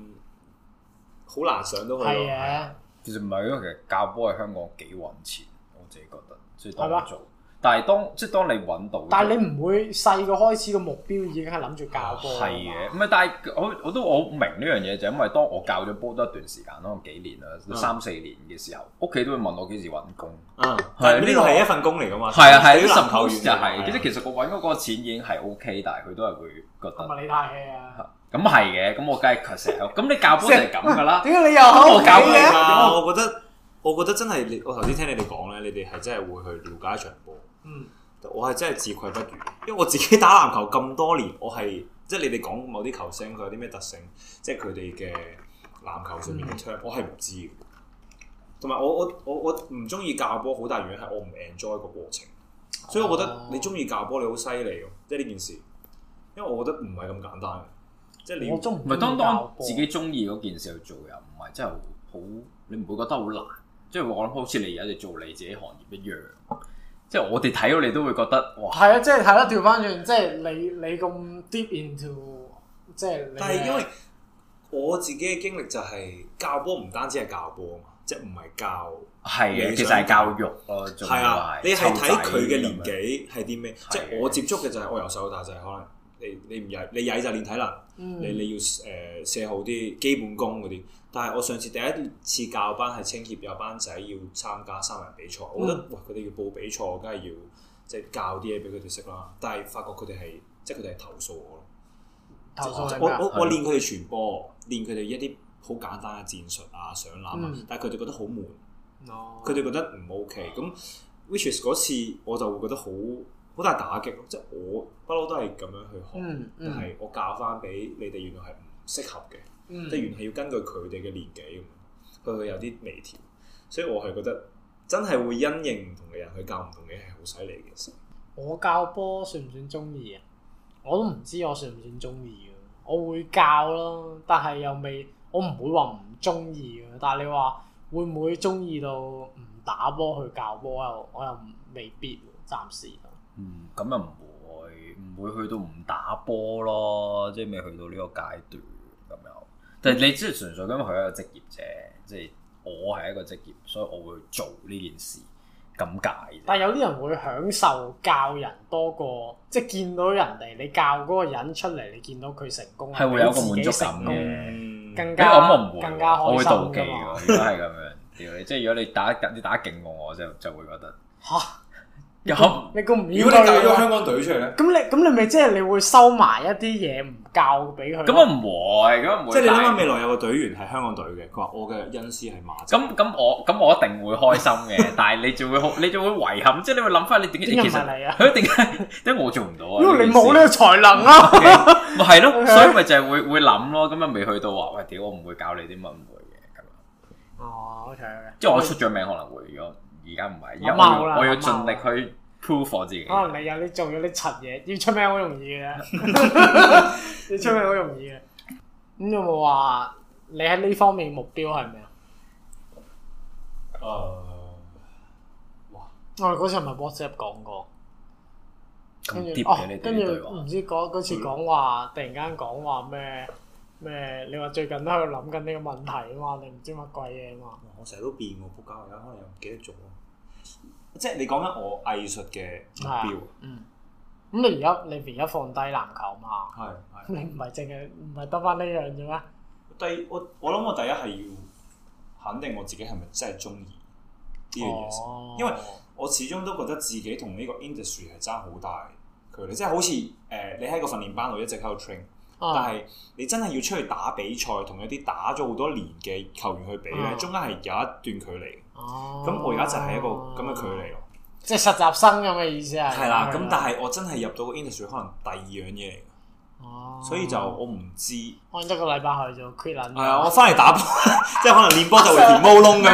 Speaker 3: 好難上到去咯。
Speaker 2: 係嘅
Speaker 3: 係啊
Speaker 1: 其實唔係，因為其實教波喺香港幾揾錢，我自己覺得，所以當
Speaker 2: 係
Speaker 1: 我
Speaker 2: 嗎
Speaker 1: 做。但係當即係當你揾到，
Speaker 2: 但係你唔會細個開始個目標已經係諗住教波啊㗎嘛
Speaker 1: 係
Speaker 3: 啊
Speaker 1: 嘅，唔係但係我我都我明呢樣嘢就因為當我教咗波多一段時間，可能幾年啦，
Speaker 3: 嗯
Speaker 1: 三四年嘅時候，屋企都會問我幾時揾工。
Speaker 3: 嗯，但係呢個係一份工嚟噶嘛，
Speaker 1: 啊係啊係啊，
Speaker 3: 對於
Speaker 1: 啲
Speaker 3: 籃
Speaker 1: s
Speaker 3: 球
Speaker 1: u
Speaker 3: 員
Speaker 1: 就係，啊即
Speaker 3: 嚟啊
Speaker 1: 係其實我揾嗰個錢已經係 O K，但係佢都係會覺
Speaker 2: 係咪
Speaker 1: 得
Speaker 2: 你太 hea 啊？
Speaker 1: 咁係嘅，咁我梗係成日咁你教波就係咁㗎 啦。
Speaker 2: 點解你又喺屋企
Speaker 1: 教你
Speaker 3: 係
Speaker 2: 嘅？
Speaker 3: 啊我覺得我覺得真係你，我頭先聽你哋講咧，你哋係真係會去了解一場波。
Speaker 2: 嗯，
Speaker 3: 我係真係自愧不如，因為我自己打籃球咁多年，我係即係你哋講某啲球星佢有啲咩特性，即係佢哋嘅籃球上面嘅 term，、我係唔知嘅。同埋我我我我唔中意教波，好大原因係我唔 enjoy 個過程，所以我覺得你中意教波你好犀利咯，即係呢件事，因為我覺得唔係咁簡單嘅，即係你
Speaker 2: 我中唔
Speaker 1: 唔係當
Speaker 2: 中意教
Speaker 1: 當
Speaker 2: 波
Speaker 1: 自己中意嗰件事去做又唔係真係好，你唔會覺得好難。即係我諗好似你而家就做你自己行業一樣，即係我哋睇到你都會覺得哇，
Speaker 2: 係啊，即係係啦，調翻轉，即係你你咁 deep into，即係你嘅
Speaker 3: 但係因為我自己嘅經歷就係教波唔單止係教波啊嘛，即係唔係教。
Speaker 1: 係嘅，
Speaker 3: 你想
Speaker 1: 其實係教育咯，仲
Speaker 3: 係啊，你係睇佢嘅年
Speaker 1: 紀，
Speaker 3: 紀係啲咩？即係
Speaker 1: 係
Speaker 3: 我接觸嘅就係我由細到大就係可能你你唔曳，你曳就練體能，
Speaker 2: 嗯
Speaker 3: 你你要誒寫好啲基本功嗰啲。但係我上次第一次教班係青協有班仔要參加三人比賽，我覺得
Speaker 2: 嗯
Speaker 3: 哇佢哋要報比賽，我梗係要即係教啲嘢俾佢哋識啦。但係發覺佢哋係即係佢哋係投訴我咯。
Speaker 2: 投訴你
Speaker 3: 我
Speaker 2: 咩啊
Speaker 3: 我
Speaker 1: 係
Speaker 3: 我練佢哋傳波，練佢哋一啲好簡單嘅戰術啊、上籃啊
Speaker 2: 嗯，
Speaker 3: 但係佢哋覺得好悶。
Speaker 2: 哦
Speaker 3: 佢哋覺得唔 OK，咁 which is 嗰次我就會覺得好好大打擊咯，即係我不嬲都係咁樣去學，
Speaker 2: 嗯
Speaker 3: 但
Speaker 2: 嗯
Speaker 3: 係我教翻俾你哋原來係唔適合嘅，
Speaker 2: 嗯
Speaker 3: 即係原來要根據佢哋嘅年紀咁樣，佢去有啲微調，所以我係覺得真係會因應唔同嘅人去教唔同嘅嘢係好犀利嘅事。
Speaker 2: 我教波算唔算中意啊？我都唔知我算唔算中意嘅。我會教咯，但係又未，我唔會話唔中意嘅。但係你話會唔會中意到唔打波去教波啊？我又未必喎，暫時。
Speaker 1: 嗯，咁又唔會唔會去到唔打波咯，即係未去到呢個階段咁樣。但
Speaker 3: 嗯
Speaker 1: 係你即係純粹因為佢係一個職業啫，即係我係一個職業，所以我會做呢件事咁解啫。
Speaker 2: 但係有啲人會享受教人多過，即係見到人哋你教嗰個人出嚟，你見到佢成功，
Speaker 1: 係會有一個
Speaker 2: 你自己
Speaker 1: 滿足感
Speaker 2: 成功
Speaker 1: 嘅
Speaker 3: 嗯
Speaker 1: 俾
Speaker 2: 更加
Speaker 1: 我咁我唔會，
Speaker 2: 更加開
Speaker 1: 我會
Speaker 2: 心
Speaker 1: 妒忌
Speaker 2: 㗎嘛
Speaker 1: 喎。如果係咁樣，屌你！即係如果你打你打勁過我，就就會覺得
Speaker 2: 嚇，
Speaker 1: 有
Speaker 3: 嗯
Speaker 2: 你咁唔
Speaker 3: 如果
Speaker 2: 要
Speaker 3: 你教
Speaker 2: 佢
Speaker 3: 咗
Speaker 2: 啊
Speaker 3: 香港隊出嚟咧，
Speaker 2: 咁你咁你咪即係你會收埋一啲嘢唔教俾佢咯。
Speaker 1: 咁我唔會，咁我唔會。
Speaker 3: 即係你諗下
Speaker 1: 但係
Speaker 3: 未來有個隊員係香港隊嘅，佢話我嘅恩師係馬仔，
Speaker 1: 咁咁我咁我一定會開心 嘅，但係你就會好，你就會遺憾，即係你會諗翻你點解
Speaker 2: 點解
Speaker 1: 其
Speaker 2: 唔係你
Speaker 1: 實
Speaker 2: 啊
Speaker 1: 佢點解點解我做唔到啊？
Speaker 2: 因為你
Speaker 1: 件事
Speaker 2: 冇呢個啊才能啊。
Speaker 1: 咪係咯，
Speaker 2: Okay
Speaker 1: 所以咪就係會會諗咯，咁啊未去到話喂屌我唔會教你啲乜唔會嘅咁樣，
Speaker 2: 哦，OK OK。
Speaker 1: 即係我出咗名可能會，如果而家唔係，而家
Speaker 2: 諗下
Speaker 1: 我
Speaker 2: 好啦
Speaker 1: 要我要
Speaker 2: 諗下好
Speaker 1: 盡
Speaker 2: 啦
Speaker 1: 力去 prove 我自己。
Speaker 2: 可能你有啲做咗啲柒嘢，要出名好容易 嘅，要出名好容易嘅。咁有冇話你喺呢方面目標係咩啊？
Speaker 3: 誒呃哇，
Speaker 2: 我哋嗰次係咪 WhatsApp 講過？
Speaker 1: 咁
Speaker 2: 跟
Speaker 1: deep 嘅你
Speaker 2: 住哦，
Speaker 1: 哋
Speaker 2: 跟
Speaker 1: 啲對話
Speaker 2: 住唔知嗰嗰次講話，突然間講話咩咩？你話最近都喺度諗緊呢個問題啊嘛，你唔知乜鬼嘢啊嘛。
Speaker 3: 我成日都變喎，仆街！我而家可能又唔記得咗。即係你講緊我藝術嘅目標，
Speaker 2: 嗯。咁你而家你而家放低籃球嘛？
Speaker 3: 係
Speaker 2: 你唔係淨係唔係得翻呢樣啫咩？
Speaker 3: 係第我我諗我第一係要肯定我自己係咪真係中意呢樣嘢先，
Speaker 2: 哦
Speaker 3: 因為我始終都覺得自己同呢個 industry 係爭好大距離，即係好似誒、呃你喺個訓練班度一直喺度 train，但
Speaker 2: 啊
Speaker 3: 係你真係要出去打比賽，同一啲打咗好多年嘅球員去比咧，
Speaker 2: 嗯
Speaker 3: 中間係有一段距離。
Speaker 2: 哦
Speaker 3: 咁我而家就係一個咁嘅距離咯。
Speaker 2: 即係實習生咁嘅意思係。
Speaker 3: 係啦，咁但係我真係入到個 industry 可能第二樣嘢嚟嘅，
Speaker 2: 哦嗯
Speaker 3: 所以就我唔知。
Speaker 2: 我一個禮拜去就 quit 撚咗。
Speaker 3: 係啊，我翻嚟打波， 即係可能練波就會填毛窿咁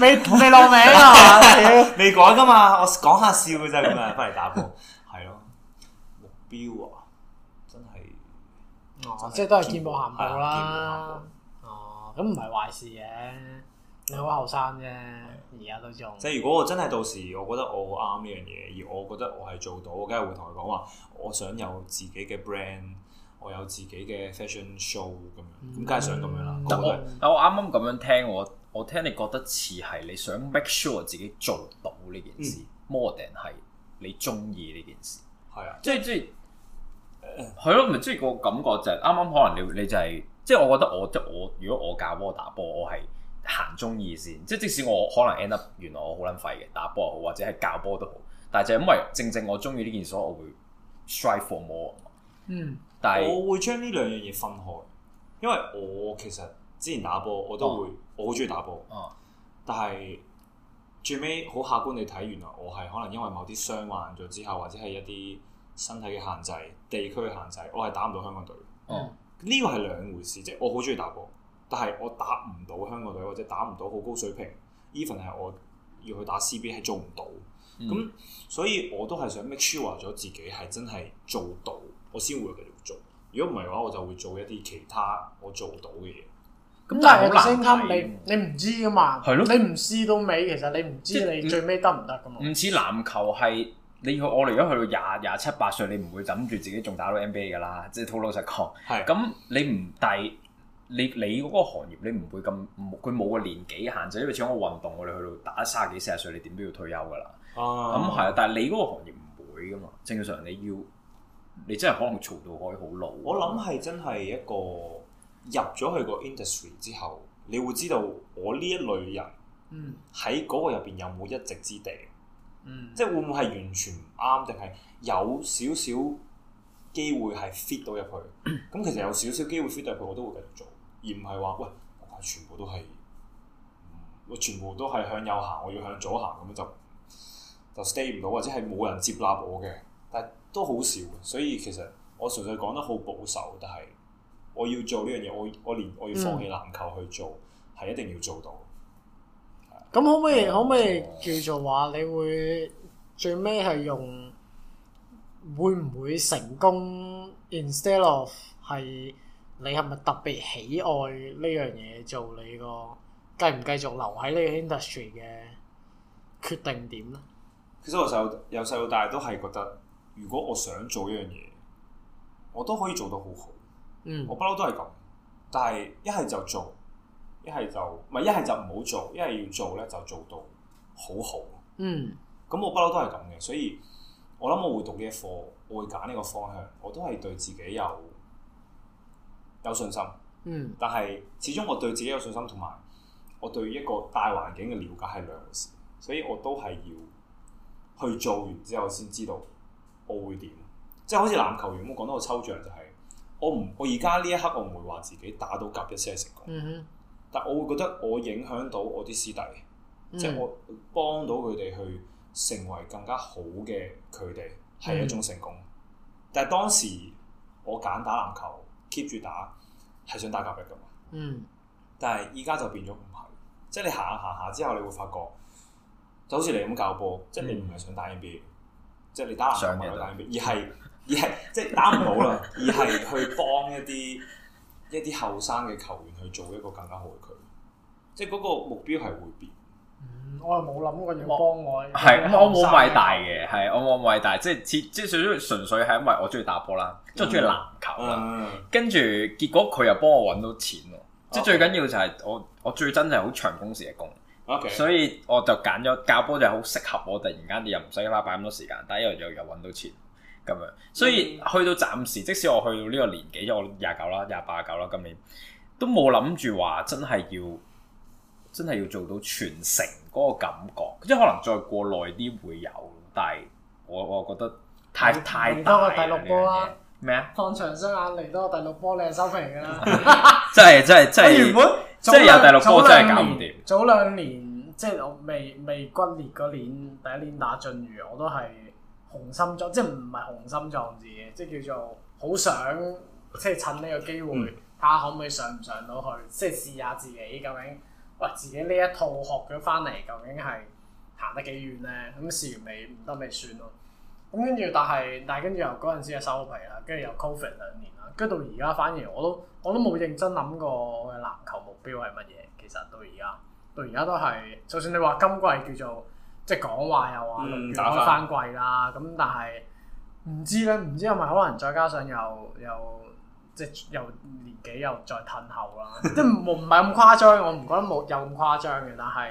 Speaker 2: 未未落名 啊！屌
Speaker 3: 未改噶嘛，我講下笑嘅啫咁啊，翻嚟打波係咯。目標啊，真係
Speaker 2: 哦，即係都係見步行步
Speaker 3: 係啊見步
Speaker 2: 啦
Speaker 3: 行。
Speaker 2: 哦，咁唔係壞事嘅，你好後生啫，而家都仲。
Speaker 3: 即係如果我真係到時，我覺得我好啱呢樣嘢，而我覺得我係做到，我梗係會同佢講話，我想有自己嘅 brand，我有自己嘅 fashion show 咁樣，咁梗係想咁樣啦。
Speaker 2: 嗯
Speaker 3: 個
Speaker 1: 但
Speaker 3: 個都
Speaker 1: 我
Speaker 3: 係
Speaker 1: 但我啱啱咁樣聽，我我
Speaker 2: 嗯
Speaker 1: 聽你覺得似係你想 make sure 自己做到呢件事，more than 係你中意呢件事。
Speaker 3: 係啊，
Speaker 1: 即係即係係咯，咪即係個感覺就係啱啱可能你你就係、即係我覺得我即係我如果我教波打波，我係行中意先，即係即使我可能 end up 原來我好撚廢嘅打波又好，或者係教波都好，但係就係因為正正我中意呢件事，所以我會 strive for more。
Speaker 2: 嗯，
Speaker 1: 但係
Speaker 3: 我會將呢兩樣嘢分開，因為我其實之前打波我都會，我好中意打波，
Speaker 1: 啊
Speaker 3: 但係最尾好客觀地睇，原來我係可能因為某啲傷患咗之後，或者係一啲身體嘅限制、地區嘅限制，我係打唔到香港隊。
Speaker 1: 哦
Speaker 2: 嗯
Speaker 3: 呢個係兩回事啫。我好中意打波，但係我打唔到香港隊，或者打唔到好高水平，even 係我要去打 CBA 係做唔到。咁、
Speaker 1: 咁
Speaker 3: 所以我都係想 make sure 咗自己係真係做到，我先會繼續做。如果唔係嘅話，我就會做一啲其他我做到嘅嘢。
Speaker 2: 咁
Speaker 1: 咁
Speaker 2: 但
Speaker 1: 但
Speaker 2: 係
Speaker 1: 係
Speaker 2: 你
Speaker 1: 好
Speaker 2: 聲
Speaker 1: 難睇
Speaker 2: 音，你你唔知噶嘛，
Speaker 1: 係咯
Speaker 2: 你唔試到尾，其實你唔
Speaker 1: 即
Speaker 2: 知
Speaker 1: 係嗯
Speaker 2: 你最尾得唔得噶嘛。
Speaker 1: 唔似籃球係你要我哋而家去到廿廿七八歲，你唔會諗住自己仲打到 NBA 㗎啦，即係好老實講。
Speaker 3: 係
Speaker 1: 咁你唔但係你你嗰個行業你唔會咁唔佢冇個年紀限制，因為始終個運動我哋去到打卅幾四十歲，你點都要退休㗎啦。咁係
Speaker 3: 啊，
Speaker 1: 啊，但係你嗰個行業唔會㗎嘛，正常你要你真係可能嘈到可以好老。
Speaker 3: 我諗係真係一個入咗去個 industry 之後，你會知道我呢一類人
Speaker 2: 嗯
Speaker 3: 喺嗰個入邊有冇一席之地。
Speaker 2: 嗯，
Speaker 3: 即係會唔會係完全唔啱，定係有少少機會係 fit 到入去？咁其實有少少機會 fit 到入去，我都會繼續做，而唔係話喂，我全部都係，嗯我全部都係向右行，我要向左行，咁就就 stay 唔到，或者係冇人接納我嘅，但係都好少嘅。所以其實我純粹講得好保守，但係我要做呢樣嘢，我我連我要放棄籃球去做，係、一定要做到。
Speaker 2: 咁可唔可以可唔可以叫做話你會最尾係用會唔會成功 instead of 係你係咪特別喜愛呢樣嘢做你個繼唔繼續留喺呢個 industry 嘅決定點咧？
Speaker 3: 其實我細到由細到大都係覺得，如果我想做一樣嘢，我都可以做到好好。
Speaker 2: 嗯
Speaker 3: 我不嬲都係咁，但係一係就做，一係就唔係一係就唔好做，一係要做咧就做到好好。
Speaker 2: 嗯
Speaker 3: 咁我不嬲都係咁嘅，所以我諗我會讀呢一科，我會揀呢個方向，我都係對自己有有信心。
Speaker 2: 嗯
Speaker 3: 但係始終我對自己有信心，同埋我對一個大環境嘅了解係兩回事，所以我都係要去做完之後先知道我會點。即係好似籃球員，我講得好抽象，就係、我唔我而家呢一刻我唔會話自己打到甲一先係成功，
Speaker 2: 嗯
Speaker 3: 但我會覺得我影響到我啲師弟，
Speaker 2: 哼，
Speaker 3: 即係
Speaker 2: 嗯
Speaker 3: 我幫到佢哋去成為更加好嘅佢哋，係一種成功。但係當時我揀打籃球，keep 住打係想打甲一㗎嘛。
Speaker 2: 嗯
Speaker 3: 但係依家就變咗唔係，即係你行下行下之後，你會發覺就好似你咁教波，即係你唔係想打 NBA，即係
Speaker 2: 嗯
Speaker 3: 你打籃球唔係想打 NBA，而係而係即係打唔到啦， 而係去幫一啲一啲後生嘅球員去做一個更加好嘅佢，即係嗰個目標係會變。
Speaker 2: 嗯，我又冇諗過要幫我，
Speaker 1: 係咁，我冇偉大嘅，係我冇偉大，即係似即係純粹純粹係因為我中意打波啦，即係中意籃球啦。
Speaker 3: 嗯，
Speaker 1: 跟住結果佢又幫我揾到錢喎，即
Speaker 3: 哦
Speaker 1: 係最緊要就係我我最憎就係好長工時嘅工，
Speaker 3: OK，
Speaker 1: 所以我就揀咗教波就係好適合我，突然間你又唔使花擺咁多時間，但係又又又揾到錢咁樣，所以
Speaker 3: 嗯
Speaker 1: 去到暫時，即使我去到呢個年紀，因為我廿九啦、廿八九啦，今年都冇諗住話真係要真係要做到全城嗰個感覺，即係可能再過耐啲會有，但係我我覺得太
Speaker 2: 你
Speaker 1: 太
Speaker 2: 你
Speaker 1: 大
Speaker 2: 當我
Speaker 1: 啦
Speaker 2: 第六
Speaker 1: 呢樣
Speaker 2: 波啦
Speaker 1: 嘢咩啊？
Speaker 2: 放長雙眼嚟到我第六波，你係收皮㗎啦。
Speaker 1: 真係真係真
Speaker 2: 我
Speaker 1: 係
Speaker 2: 原本
Speaker 1: 即係有第六波真係搞唔掂
Speaker 2: 早兩年即係我未未骨裂嗰年，第一年打進魚，我都係雄心壯，即係唔係雄心壯志嘅，即係叫做好想即係趁呢個機會，
Speaker 3: 嗯
Speaker 2: 睇下可唔可以上唔上到去，即係試下自己究竟，喂自己呢一套學咗翻嚟，究竟係行得幾遠咧？咁試完未唔得咪算咯。咁跟住，但係但係跟住由嗰陣時就收皮啦，跟住又 Covid 兩年啦，跟住到而家反而我都我都冇認真諗過我嘅籃球目標係乜嘢。其實到而家到而家都係，就算你話今季叫做即係講話又話
Speaker 3: 嗯
Speaker 2: 六月
Speaker 3: 打
Speaker 2: 開
Speaker 3: 返
Speaker 2: 翻季啦，咁但係唔知咧，唔知係咪可能再加上又又即係又年紀又再褪後 啦，即係唔唔係咁誇張，我唔覺得冇有咁誇張嘅，但係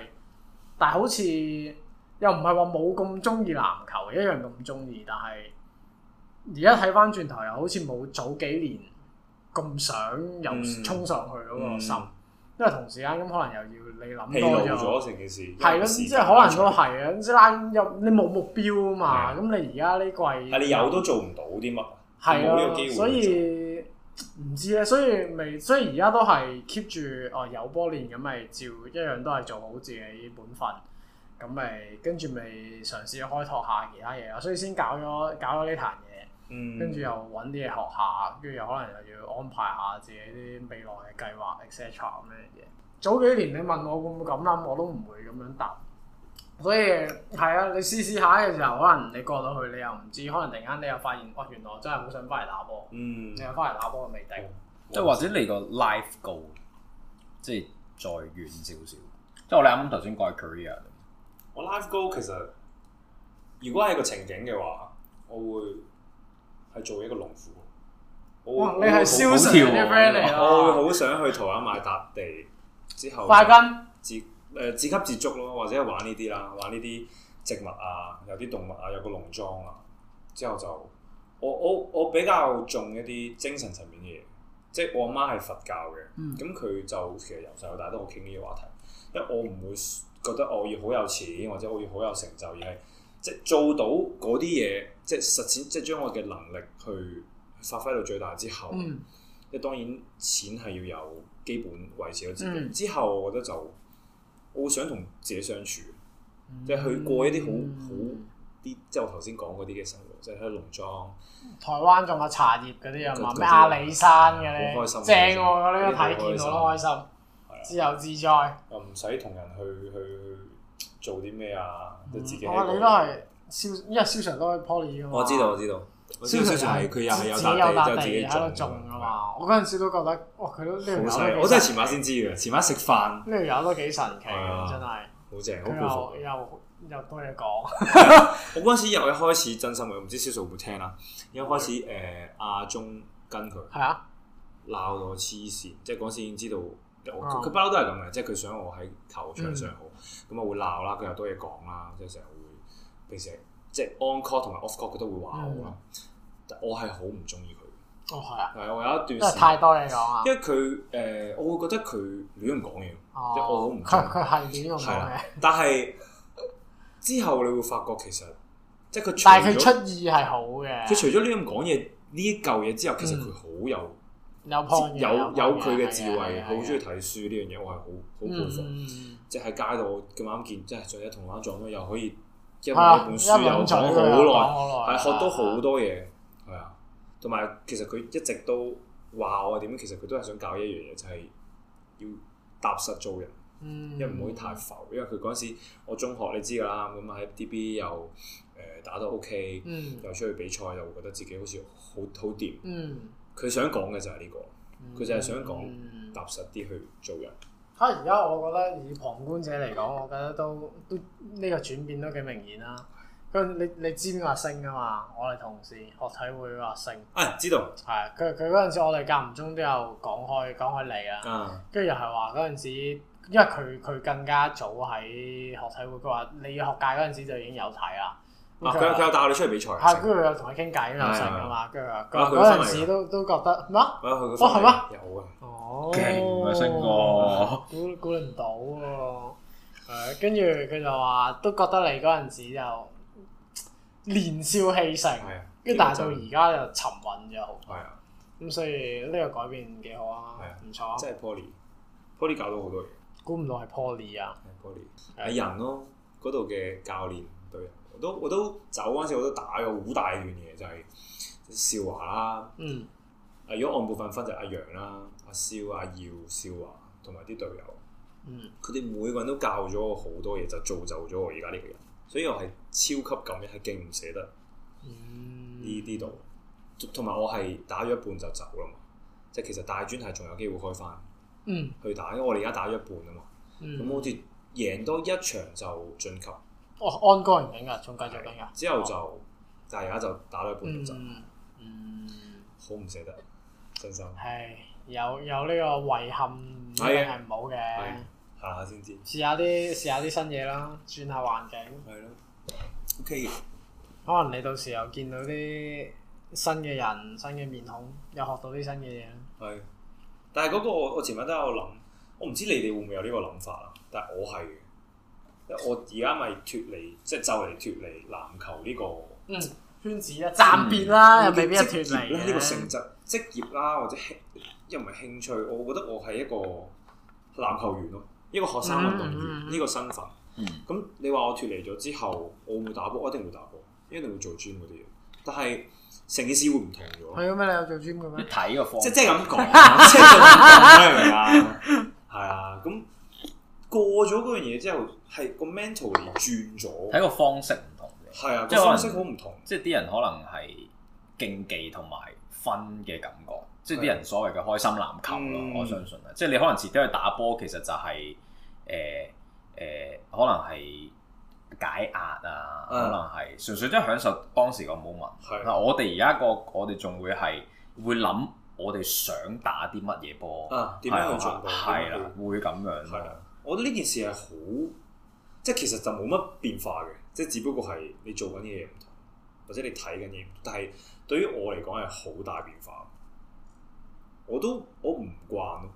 Speaker 2: 但係好似。又唔係話冇咁中意籃球，一樣咁中意，但係而家睇翻轉頭又好似冇早幾年咁想又
Speaker 3: 嗯
Speaker 2: 衝上去嗰個心，
Speaker 3: 嗯
Speaker 2: 因為同時間咁可能又要你
Speaker 3: 疲
Speaker 2: 諗多
Speaker 3: 勞咗
Speaker 2: 咗。
Speaker 3: 成件事，
Speaker 2: 係咯，
Speaker 3: 有時
Speaker 2: 即
Speaker 3: 間
Speaker 2: 係可能都係啊！即係拉又你冇目標啊嘛，
Speaker 3: 係
Speaker 2: 咁你而家呢季
Speaker 3: 係你有都做唔到啲乜，
Speaker 2: 係
Speaker 3: 冇呢個機
Speaker 2: 啊，
Speaker 3: 會去
Speaker 2: 所以唔知咧，所以咪所以而家都係 keep 住哦有波練咁咪照一樣都係做好自己本分，咁咪跟住咪嘗試開拓下其他嘢啊，所以先搞咗搞咗呢壇嘢，
Speaker 3: 嗯，
Speaker 2: 跟住又揾啲嘢學下，跟住又可能又要安排下自己啲未來嘅計劃 etc 咁樣嘢。早幾年你問我會唔會咁諗，我都唔會咁樣答。所以係啊，你試試下嘅時候，可能你過到去，你又唔知，可能突然間你又發現，哇、原來我真係好想翻嚟打波，
Speaker 3: 嗯
Speaker 2: 你，又翻嚟打波都未定。
Speaker 1: 即係或者你個 life goal，即係再遠少少。即係我哋啱啱頭先講嘅 career，
Speaker 3: 嗯我 life goal 其實如果係個情景嘅話，我會係做一個農夫。我
Speaker 2: 哇！
Speaker 3: 會
Speaker 2: 你係
Speaker 3: 我
Speaker 2: 消
Speaker 3: 會好
Speaker 2: 神嘅 friend 嚟
Speaker 3: 我會
Speaker 2: 啊！
Speaker 3: 好想去台灣買笪地，之後
Speaker 2: 快跟
Speaker 3: 自誒、自給自足咯，或者玩呢啲啦，玩呢啲植物啊，有啲動物啊，有個農莊啊，之後就我我我比較重一啲精神層面嘅嘢，即係我阿媽係佛教嘅，
Speaker 2: 嗯
Speaker 3: 咁佢、就其實由細到大都好傾呢啲話題，因為我唔會覺得我要好有錢或者我要好有成就，而係即係做到嗰啲嘢，即係實踐，即係將我嘅能力去發揮到最大之後。
Speaker 2: 嗯
Speaker 3: 即係當然錢係要有基本維持到自己。
Speaker 2: 嗯
Speaker 3: 之後我覺得就我會想同自己相處，
Speaker 2: 嗯
Speaker 3: 即係去過一啲好好啲即係我頭先講嗰啲嘅生活，即係喺農莊，
Speaker 2: 嗯台灣仲有茶葉嗰啲啊嘛，
Speaker 3: 嗰啲
Speaker 2: 咩阿里山嘅咧，
Speaker 3: 嗯好開心
Speaker 2: 正喎！我呢個睇
Speaker 3: 嗰
Speaker 2: 見
Speaker 3: 啲好
Speaker 2: 我都開
Speaker 3: 開心
Speaker 2: 心，
Speaker 3: 係啊，
Speaker 2: 自由自在。
Speaker 3: 又啊唔使同人去去做啲咩啊，即係自己一個。
Speaker 2: 嗯哦哇！你都係燒，因為燒常都係 poly 噶嘛。
Speaker 3: 我知道我知道，我知道
Speaker 2: 常
Speaker 3: 小常係佢又係有
Speaker 2: 自己
Speaker 3: 笪地，就
Speaker 2: 笪
Speaker 3: 自己
Speaker 2: 地喺度
Speaker 3: 種
Speaker 2: 種
Speaker 3: 㗎
Speaker 2: 噶。嘛。我嗰陣時都覺得，哇！佢都呢條
Speaker 3: 好犀
Speaker 2: 友
Speaker 3: 利！
Speaker 2: 都
Speaker 3: 我真係
Speaker 2: 幾
Speaker 3: 前晚先知嘅，前晚食飯好
Speaker 2: 呢條友都幾神奇
Speaker 3: 係啊
Speaker 2: 嘅，真係。
Speaker 3: 正，好
Speaker 2: 佢
Speaker 3: 佩服
Speaker 2: 又
Speaker 3: 佢。
Speaker 2: 又又多嘢講，
Speaker 3: 我嗰陣時由一開始真心嘅，我唔知小數會唔會聽啦。一開始誒阿忠跟佢。
Speaker 2: 係啊，
Speaker 3: 鬧到我黐線，即係嗰時已經知道我
Speaker 2: 啊嗯
Speaker 3: 佢不嬲都係咁嘅，即係佢想我喺球場上好，咁啊我會鬧啦，佢又多嘢講啦，即係成日會平時即係 on court 同埋 off court 佢都會話我啦，
Speaker 2: 嗯
Speaker 3: 但我係好唔中意佢，
Speaker 2: 哦係啊，
Speaker 3: 係我有一段時
Speaker 2: 因為太
Speaker 3: 間，
Speaker 2: 多嘢講啊。
Speaker 3: 因為佢誒、呃我會覺得佢亂咁講嘢，即係我好
Speaker 2: 哦
Speaker 3: 唔，中
Speaker 2: 佢
Speaker 3: 意
Speaker 2: 佢係點咁
Speaker 3: 係啊
Speaker 2: 講嘅
Speaker 3: 啦？，但係之後你會發覺其實即係佢，
Speaker 2: 但係
Speaker 3: 除
Speaker 2: 佢
Speaker 3: 咗
Speaker 2: 出意係好嘅，
Speaker 3: 佢除咗亂咁講嘢呢一嚿嘢之後，其實
Speaker 2: 嗯
Speaker 3: 佢好有。
Speaker 2: 有 point 嘅
Speaker 3: 有
Speaker 2: 嗯
Speaker 3: 有佢
Speaker 2: 啊
Speaker 3: 嘅智慧，好中意
Speaker 2: 意
Speaker 3: 睇書呢樣嘢，我係好好佩服。
Speaker 2: 嗯，
Speaker 3: 即係喺街度咁啱見，即係仲有同灣撞到又可以一
Speaker 2: 啊一
Speaker 3: 本一本書又
Speaker 2: 啊
Speaker 3: 講好耐，
Speaker 2: 耐
Speaker 3: 係學到好
Speaker 2: 多。
Speaker 3: 多嘢，係啊。同埋其實佢一直都話我點樣，其實佢都係想教一樣嘢，就係要踏實做人，
Speaker 2: 嗯，
Speaker 3: 因為唔可以太浮。因為佢嗰陣時我中學你知㗎啦，咁啊喺 DB 又誒打得 OK，
Speaker 2: 嗯
Speaker 3: 又出去比賽又會覺得自己好似好好掂。
Speaker 2: 嗯，
Speaker 3: 佢想講嘅就係呢個。佢就係想講
Speaker 2: 嗯
Speaker 3: 踏實啲去做人。
Speaker 2: 啊！而家我覺得以旁觀者嚟講，我覺得都都呢、個轉變都幾明顯啦。佢你你知邊個阿星啊嘛？我哋同事學體會嗰個阿星，
Speaker 3: 啊，知道
Speaker 2: 係啊佢佢嗰陣時，我哋間唔中都有講開講開你啊。
Speaker 3: 啊，
Speaker 2: 跟住又係話嗰陣時，因為佢佢更加早喺學體會，佢話你學界嗰陣時就已經有睇啦。咁
Speaker 3: 啊，佢
Speaker 2: 話
Speaker 3: 有佢有帶我哋出去比賽啊，
Speaker 2: 係跟住又同佢傾偈又成噶嘛。跟住話佢話
Speaker 3: 啊佢有
Speaker 2: 嗰
Speaker 3: 分嚟㗎
Speaker 2: 陣時都都覺得咩啊？
Speaker 3: 啊，佢個
Speaker 2: 哦係咩
Speaker 3: 有啊，
Speaker 2: 哦，
Speaker 1: 勁啊星
Speaker 3: 哦
Speaker 1: 哥
Speaker 2: 估估你唔到喎。係跟住佢就話都覺得你嗰陣時就年少氣盛，
Speaker 3: 係啊，
Speaker 2: 跟住但係到而家就沉穩咗好，
Speaker 3: 係啊，
Speaker 2: 咁所以呢個改變幾好啊
Speaker 3: 係啊，
Speaker 2: 唔錯啊。
Speaker 3: 即係 Poly，Poly 教到好多嘢
Speaker 2: 估唔到係 Poly 啊，
Speaker 3: ，Poly
Speaker 2: 係
Speaker 3: 係人咯，嗰度嘅教練對人，我都我都走嗰陣時我都打咗好大段嘢，就係少華啦，
Speaker 2: 嗯
Speaker 3: 啊，如果按部分分就阿楊啦、阿蕭、阿耀、少華同埋啲隊友。
Speaker 2: 嗯，
Speaker 3: 佢哋每個人都教咗我好多嘢，就造就咗我而家呢個人，所以我係超級感恩，係勁唔捨得
Speaker 2: 嗯
Speaker 3: 呢啲度，同埋我係打咗一半就走啦嘛，即係其實大專係仲有機會開翻
Speaker 2: 嗯
Speaker 3: 去打，因為我哋而家打咗一半啊嘛，咁、
Speaker 2: 嗯，
Speaker 3: 好似贏多一場就晉級，
Speaker 2: 哦安哥唔緊㗎，仲繼續緊㗎，
Speaker 3: 之後就、但係而家就打咗一半就走，
Speaker 2: 嗯嗯。
Speaker 3: 好唔、捨得，真心
Speaker 2: 係有有呢個遺憾，一定
Speaker 3: 係啊
Speaker 2: 係唔好嘅。
Speaker 3: 係行下先知。
Speaker 2: 試下啲試下啲新嘢啦，轉下環境。
Speaker 3: 係咯，OK 嘅。
Speaker 2: 可能你到時候見到啲新嘅人、新嘅面孔，又學到啲新嘅嘢啦。
Speaker 3: 係，但係嗰個我我前晚都有諗，我唔知你哋會唔會有呢個諗法啦。但係我係嘅，因為我而家咪脱離，即係就嚟脱離籃球呢、個
Speaker 2: 嗯，圈子啊，暫別啦，又
Speaker 3: 呢個
Speaker 2: 未必一脱
Speaker 3: 職業
Speaker 2: 離
Speaker 3: 咧
Speaker 2: 嘅
Speaker 3: 呢個性質職業啦，或者興又唔係興趣，我覺得我係一個籃球員咯，一個學生運動
Speaker 2: 嗯嗯嗯
Speaker 3: 員呢個身份。
Speaker 1: 嗯
Speaker 3: 咁你話我脱離咗之後，我會唔會打波？我一定會打波，一定會做 gym 嗰啲嘢。但係成件事會唔同咗。
Speaker 2: 係嘅啊咩？你有做 gym 嘅
Speaker 1: 你
Speaker 2: 咩？
Speaker 1: 睇個方
Speaker 3: 即即係咁講，啊 即係咁講，明唔明啊？係啊，咁過咗嗰樣嘢之後，係個 mental 嚟轉
Speaker 1: 睇
Speaker 3: 咗，
Speaker 1: 個方式唔同嘅，
Speaker 3: 係啊，
Speaker 1: 即
Speaker 3: 個
Speaker 1: 係可能
Speaker 3: 方式好唔同，
Speaker 1: 即係啲人可能係競技同埋分嘅感覺，即係啲人所謂嘅開心籃球咯。
Speaker 3: 嗯
Speaker 1: 我相信啊，即係你可能遲啲去打波，其實就係誒誒，可能係解壓啊，可
Speaker 3: 嗯
Speaker 1: 能係純粹都係享受當時個 moment。
Speaker 3: 係啊
Speaker 1: 嗱，我哋而家個我哋仲會係會諗我哋想打啲乜嘢波，
Speaker 3: 啊，點樣去進步？
Speaker 1: 係啊
Speaker 3: 點樣
Speaker 1: 啦
Speaker 3: 去，
Speaker 1: 會咁樣
Speaker 3: 係
Speaker 1: 咯。
Speaker 3: 啊，我覺得呢件事係好，即係其實就冇乜變化嘅，即係只不過係你做緊嘅嘢唔同，或者你睇緊嘢唔同，但係對於我嚟講係好大變化。我都我唔慣咯，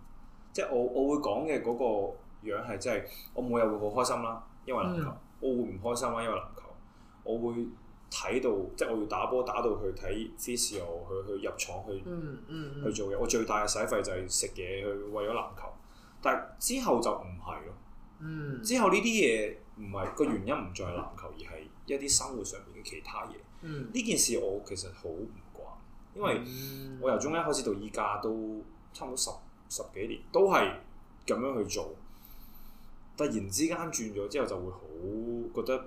Speaker 3: 即係我我會講嘅嗰個樣係即係我每日會好開心啦，因為籃球；我會唔開心啦，因為籃球。我會睇到即係我要打波打到去睇 physio，去去入廠去。
Speaker 2: 嗯嗯
Speaker 3: 去
Speaker 2: 嗯，
Speaker 3: 做嘅。我最大嘅使費就係食嘢去為咗籃球，但係之後就唔係咯。
Speaker 2: 嗯
Speaker 3: 之後呢啲嘢唔係個原因唔再係籃球，而係一啲生活上面嘅其他嘢。
Speaker 2: 嗯，
Speaker 3: 呢件事我其實好唔慣，因為
Speaker 2: 嗯
Speaker 3: 我由中一開始到依家都差唔多十十幾年，都係咁樣去做。突然之間轉咗之後，就會好覺得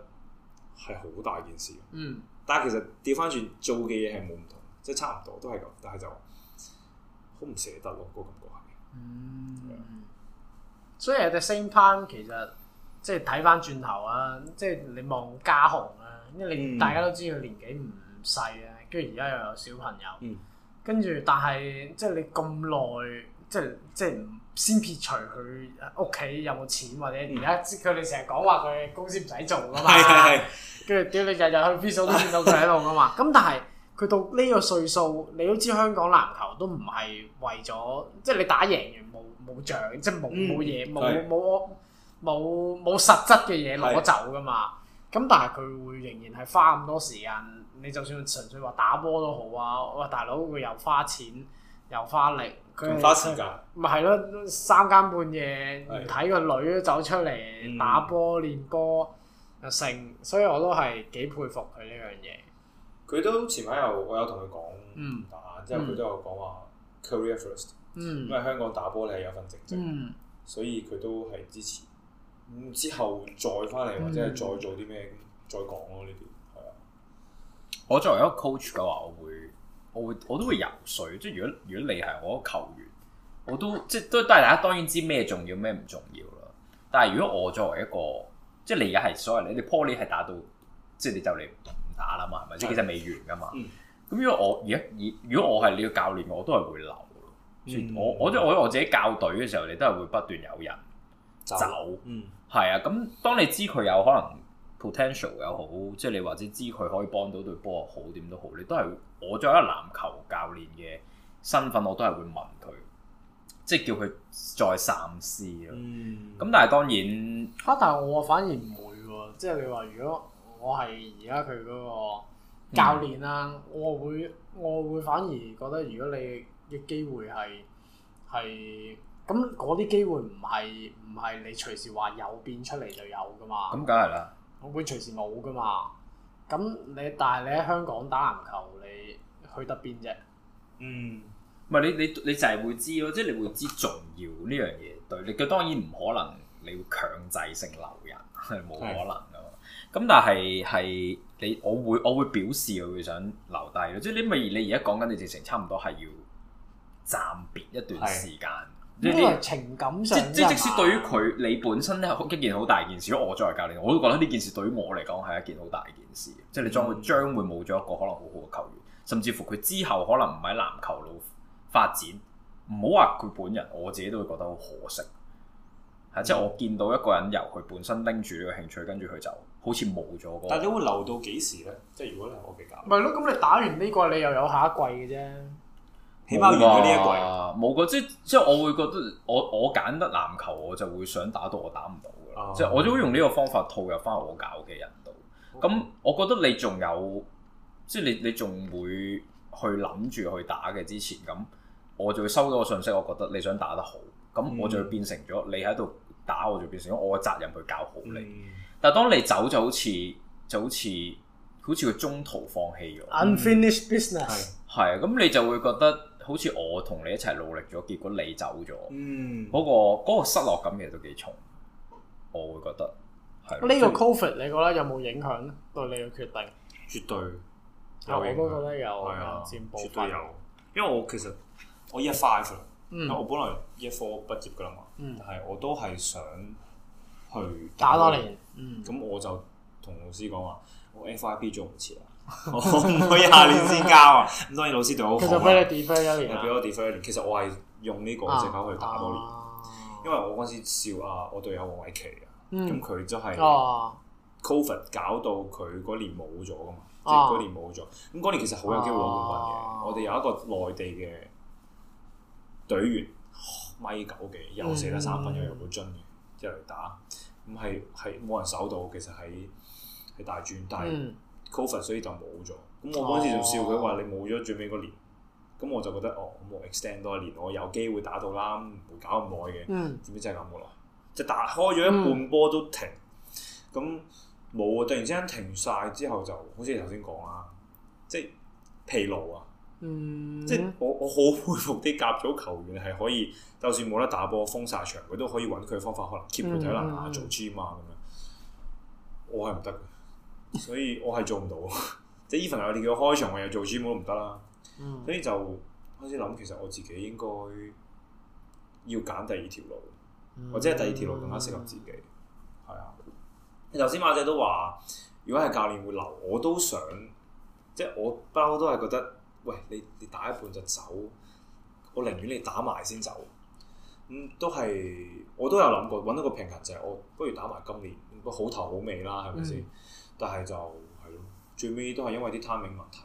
Speaker 3: 係好大件事。
Speaker 2: 嗯
Speaker 3: 但係其實調翻轉做嘅嘢係冇唔同，即係差唔多都係咁，但係就好唔捨得咯，個感覺係。
Speaker 2: 嗯，所以 at the same time 其實即係睇翻轉頭啊，即係你望家雄啊，因為你
Speaker 3: 嗯
Speaker 2: 大家都知佢年紀唔細啊，跟住而家又有小朋友。
Speaker 3: 嗯，
Speaker 2: 跟住但係即係你咁耐，即係即係唔先撇除佢屋企有冇錢或者而家即佢哋成日講話佢公司唔使做噶嘛，
Speaker 3: 嗯 係係係，
Speaker 2: 跟住屌你日日去 Visa 都見到佢喺度噶嘛， 咁但係。佢到呢個歲數，你都知香港籃球都唔係為咗，即係你打贏完冇冇獎，即係冇
Speaker 3: 嗯
Speaker 2: 冇嘢，冇
Speaker 3: 係
Speaker 2: 冇冇冇實質嘅嘢攞
Speaker 3: 係
Speaker 2: 走噶嘛。咁但係佢會仍然係花咁多時間，你就算純粹話打波都好啊，哇大佬佢又花錢又花力，佢
Speaker 3: 咁
Speaker 2: 係
Speaker 3: 花時間。
Speaker 2: 咪係咯，三更半夜唔
Speaker 3: 係
Speaker 2: 睇個女都走出嚟
Speaker 3: 嗯
Speaker 2: 打波練波又成，所以我都係幾佩服佢呢樣嘢。
Speaker 3: 佢都前排有我有同佢
Speaker 2: 嗯
Speaker 3: 講打，之後佢都有講話 career first，
Speaker 2: 嗯
Speaker 3: 因為香港打波你係有份正職，
Speaker 2: 嗯
Speaker 3: 所以佢都係支持。咁之後再翻嚟或者係再做啲咩，再講咯呢啲。係啊，
Speaker 1: 我作為一個 coach 嘅話，我會我會我都會游水。即係如果如果你係我一個球員，我都即係都都係大家當然知咩重要咩唔重要啦。但係如果我作為一個即係你而家係所謂你哋 poly 係打到即係你就嚟唔打啦嘛，係咪？即係其實未完噶嘛。
Speaker 3: 嗯
Speaker 1: 咁如果我而家而如果我係你嘅教練，我都係會留咯。所以
Speaker 3: 嗯
Speaker 1: 我我即係我我自己教隊嘅時候，你都係會不斷有人
Speaker 3: 走
Speaker 1: 走。
Speaker 3: 嗯
Speaker 1: 係啊，咁當你知佢有可能 potential 又好，即係你或者知佢可以幫到隊波又好，點都好，你都係我作為一個籃球教練嘅身份，我都係會問佢，即係叫佢再三思咯。
Speaker 3: 嗯，
Speaker 1: 咁、但係當然，
Speaker 2: 啊！但係我反而唔會喎，即係你話如果我係而家佢嗰個教練啦、我會我會反而覺得如果你嘅機會係係咁嗰啲機會唔係唔係你隨時話有變出嚟就有噶嘛，
Speaker 1: 咁梗係啦，
Speaker 2: 我會隨時冇噶嘛。咁你但係你喺香港打籃球，你去得邊啫？
Speaker 3: 嗯
Speaker 1: 唔係你你你就係會知咯，即係你會知重要呢樣嘢對你。佢當然唔可能你會強制性留人，係冇可能噶嘛。咁但係係你我會我會表示我會想留低咯，即係你咪你而家講緊你直情差唔多係要暫別一段時間，即
Speaker 2: 因
Speaker 1: 係
Speaker 2: 為
Speaker 1: 你。
Speaker 2: 情感
Speaker 1: 即
Speaker 2: 上
Speaker 1: 即
Speaker 2: 啫
Speaker 1: 即使
Speaker 2: 嘛
Speaker 1: 對於佢你本身咧一件好大件事，如果我作為教練，我都覺得呢件事對於我嚟講係一件好大件事，即係你將會
Speaker 3: 嗯
Speaker 1: 將會冇咗一個可能好好嘅球員，甚至乎佢之後可能唔喺籃球路發展，唔好話佢本人，我自己都會覺得好可惜。係係即係我見到一個人由佢本身拎住呢個興趣，跟住佢就好似冇咗嗰個。
Speaker 3: 但係你會留到幾時咧？即係如果你係我嘅教，
Speaker 2: 咪咯，咁你打完呢個，你又有下一季嘅啫。
Speaker 3: 起碼完咗呢一季。
Speaker 1: 季，冇個即即係我會覺得我我揀得籃球，我就會想打到我打唔到㗎啦
Speaker 3: 哦
Speaker 1: 即係我都會用呢個方法套入翻我教嘅人度。咁我覺得你仲有，即係你你仲會去諗住去打嘅之前，咁我就會收到個信息，我覺得你想打得好，咁我就會變成咗你喺度打，我就變成咗我嘅責任去教好你。
Speaker 3: 嗯
Speaker 1: 但係當你走就好似就好似好似佢中途放棄咗，
Speaker 2: 啊 Unfinished business，
Speaker 3: 係
Speaker 1: 係啊，咁你就會覺得好似我同你一齊努力咗，結果你走咗，嗰、
Speaker 3: 嗯，
Speaker 1: 個嗰個失落感其實都幾重，我會覺得係咯
Speaker 2: 呢個啊 Covid 你覺得有冇影響對你嘅決定？
Speaker 3: 絕對
Speaker 2: 我
Speaker 3: 影
Speaker 2: 都
Speaker 3: 響
Speaker 2: 覺得有
Speaker 3: 係啊
Speaker 2: 有哦佔部分
Speaker 3: 絕對。有。因為我其實我 year five 啦，因為我
Speaker 2: 嗯
Speaker 3: 本來 year four 畢業㗎啦嘛，
Speaker 2: 嗯，
Speaker 3: 但係我都係想去
Speaker 2: 打多年，嗯，
Speaker 3: 咁我就同老師講話，我 FIP 做唔切 啊，我唔可以下年先交啊。咁當然老師對我好
Speaker 2: 佢
Speaker 3: 好
Speaker 2: 就
Speaker 3: 啊，
Speaker 2: 俾你 defer 一年
Speaker 3: 係
Speaker 2: 啦
Speaker 3: 俾我 defer 一年。其實我係用呢個藉口去打多
Speaker 2: 啊
Speaker 3: 年，
Speaker 2: 年
Speaker 3: 因為我嗰時笑啊，我隊友黃偉琪啊，咁
Speaker 2: 嗯
Speaker 3: 佢真係
Speaker 2: 哦，
Speaker 3: Covid 搞到佢嗰年冇咗噶嘛，即係
Speaker 2: 啊
Speaker 3: 嗰年冇咗。咁嗰年其實好有機會攞冠軍
Speaker 2: 啊
Speaker 3: 嘅。我哋有一個內地嘅隊員，米九幾，又射得三分，又入到樽嘅，一嚟打。咁係係冇人守到，其實喺喺大專，但係。
Speaker 2: 嗯
Speaker 3: cover 所以就冇咗。咁我嗰陣時仲笑佢話你冇咗最尾嗰年，咁我就覺得哦，咁我 extend 多一年，我有機會打到啦，唔會搞咁耐嘅。
Speaker 2: 嗯
Speaker 3: 點知真係咁嘅咯，即係打開咗一半波都停，咁冇啊！突然之間停晒之後就，好似你頭先講啦，即係疲勞啊！
Speaker 2: 嗯，
Speaker 3: 即係我我好 佩服啲甲組球員係可以，就算冇得打波封晒場，佢都可以揾佢方法，可能 keep 佢體能啊，
Speaker 2: 嗯嗯嗯
Speaker 3: 做 gym 啊咁樣。我係唔得嘅，所以我係做唔到。 即係 even 我哋叫我開場，我又做 gym 我都唔得啦。
Speaker 2: 嗯
Speaker 3: 所以就開始諗，其實我自己應該要揀第二條路，
Speaker 2: 嗯
Speaker 3: 或者係第二條路更加適合自己。係啊，你頭先馬仔都話，如果係教練會留，我都想，即係我不嬲都係覺得，喂，你你打一半就走，我寧願你打埋先走。咁、都係，我都有諗過揾到個平衡，就係、我不如打埋今年，都好頭好尾啦，係咪先？
Speaker 2: 嗯
Speaker 3: 但係就係咯，最尾都係因為啲 timing 問題。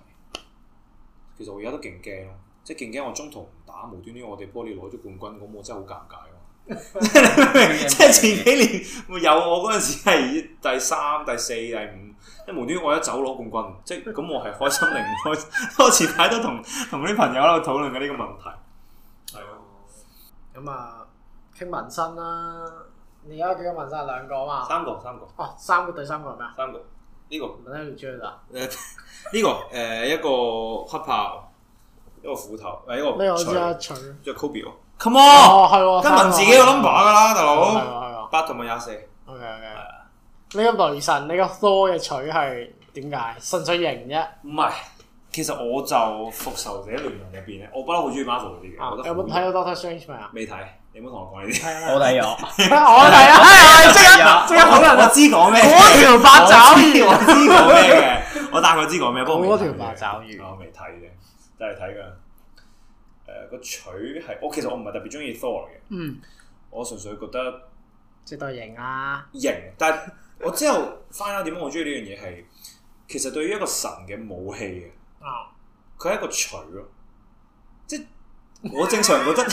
Speaker 3: 其實我而家都勁驚咯，即係勁驚我中途唔打，無端端我哋波你攞咗冠軍，咁我真係好尷尬咯。即係前幾年會有我嗰陣時係第三、第四、第五，即係無端端我一走攞冠軍，即係咁我係開心定唔開心？ 我前排都同同啲朋友喺度討論緊呢個問題。係
Speaker 2: 咁啊，傾紋身啦。你而家幾個紋身啊？兩個啊嘛。
Speaker 3: 三個，三個，
Speaker 2: 哦，三個第三個係咩啊？
Speaker 3: 三個。呢、個誒
Speaker 2: 唔係你追啦。
Speaker 3: 呢、個誒、一個黑豹，一個斧頭，誒一
Speaker 2: 呢個
Speaker 3: 個
Speaker 2: 我知啊，
Speaker 3: 哦錘，
Speaker 2: 取。
Speaker 3: 一個 Kobe 咯。Come on！
Speaker 2: 哦，係喎。
Speaker 3: 跟文自己個 number
Speaker 2: 啊，
Speaker 3: 噶啦，大
Speaker 2: 係喎係
Speaker 3: 佬。
Speaker 2: 喎係喎。
Speaker 3: 八同埋廿四，
Speaker 2: OK OK。呢個雷神，呢個 Thor 嘅取係點解？純粹型啫。
Speaker 3: 唔係，其實我就復仇者聯盟入邊咧，我不嬲好中意 Marvel 嗰啲嘅，
Speaker 2: 啊
Speaker 3: 我覺得
Speaker 2: 有
Speaker 3: 好
Speaker 2: 冇睇過 Doctor Strange 未啊？
Speaker 3: 未睇，你唔好同我講呢 啲。
Speaker 1: 我睇咗，
Speaker 2: 我睇啊！哎呀即刻即刻
Speaker 3: 我
Speaker 2: 好多人
Speaker 3: 我知講咩，
Speaker 2: 嗰條八爪 魚
Speaker 3: 我知我知講咩嘅，我大概知講咩，不過
Speaker 2: 嗰
Speaker 3: 未睇
Speaker 2: 條
Speaker 3: 嘅
Speaker 2: 八爪魚
Speaker 3: 我未睇嘅，但係睇㗎。誒個取係，我其實我唔係特別中意 Thor 嘅，
Speaker 2: 嗯，我
Speaker 3: 我純粹覺得
Speaker 2: 絕對型啊啦。
Speaker 3: 型，但係我之後翻咗點解我中意呢樣嘢係，其實對於一個神嘅武器嘅。
Speaker 2: 啊，
Speaker 3: 佢係一個錘咯，即係我正常 覺得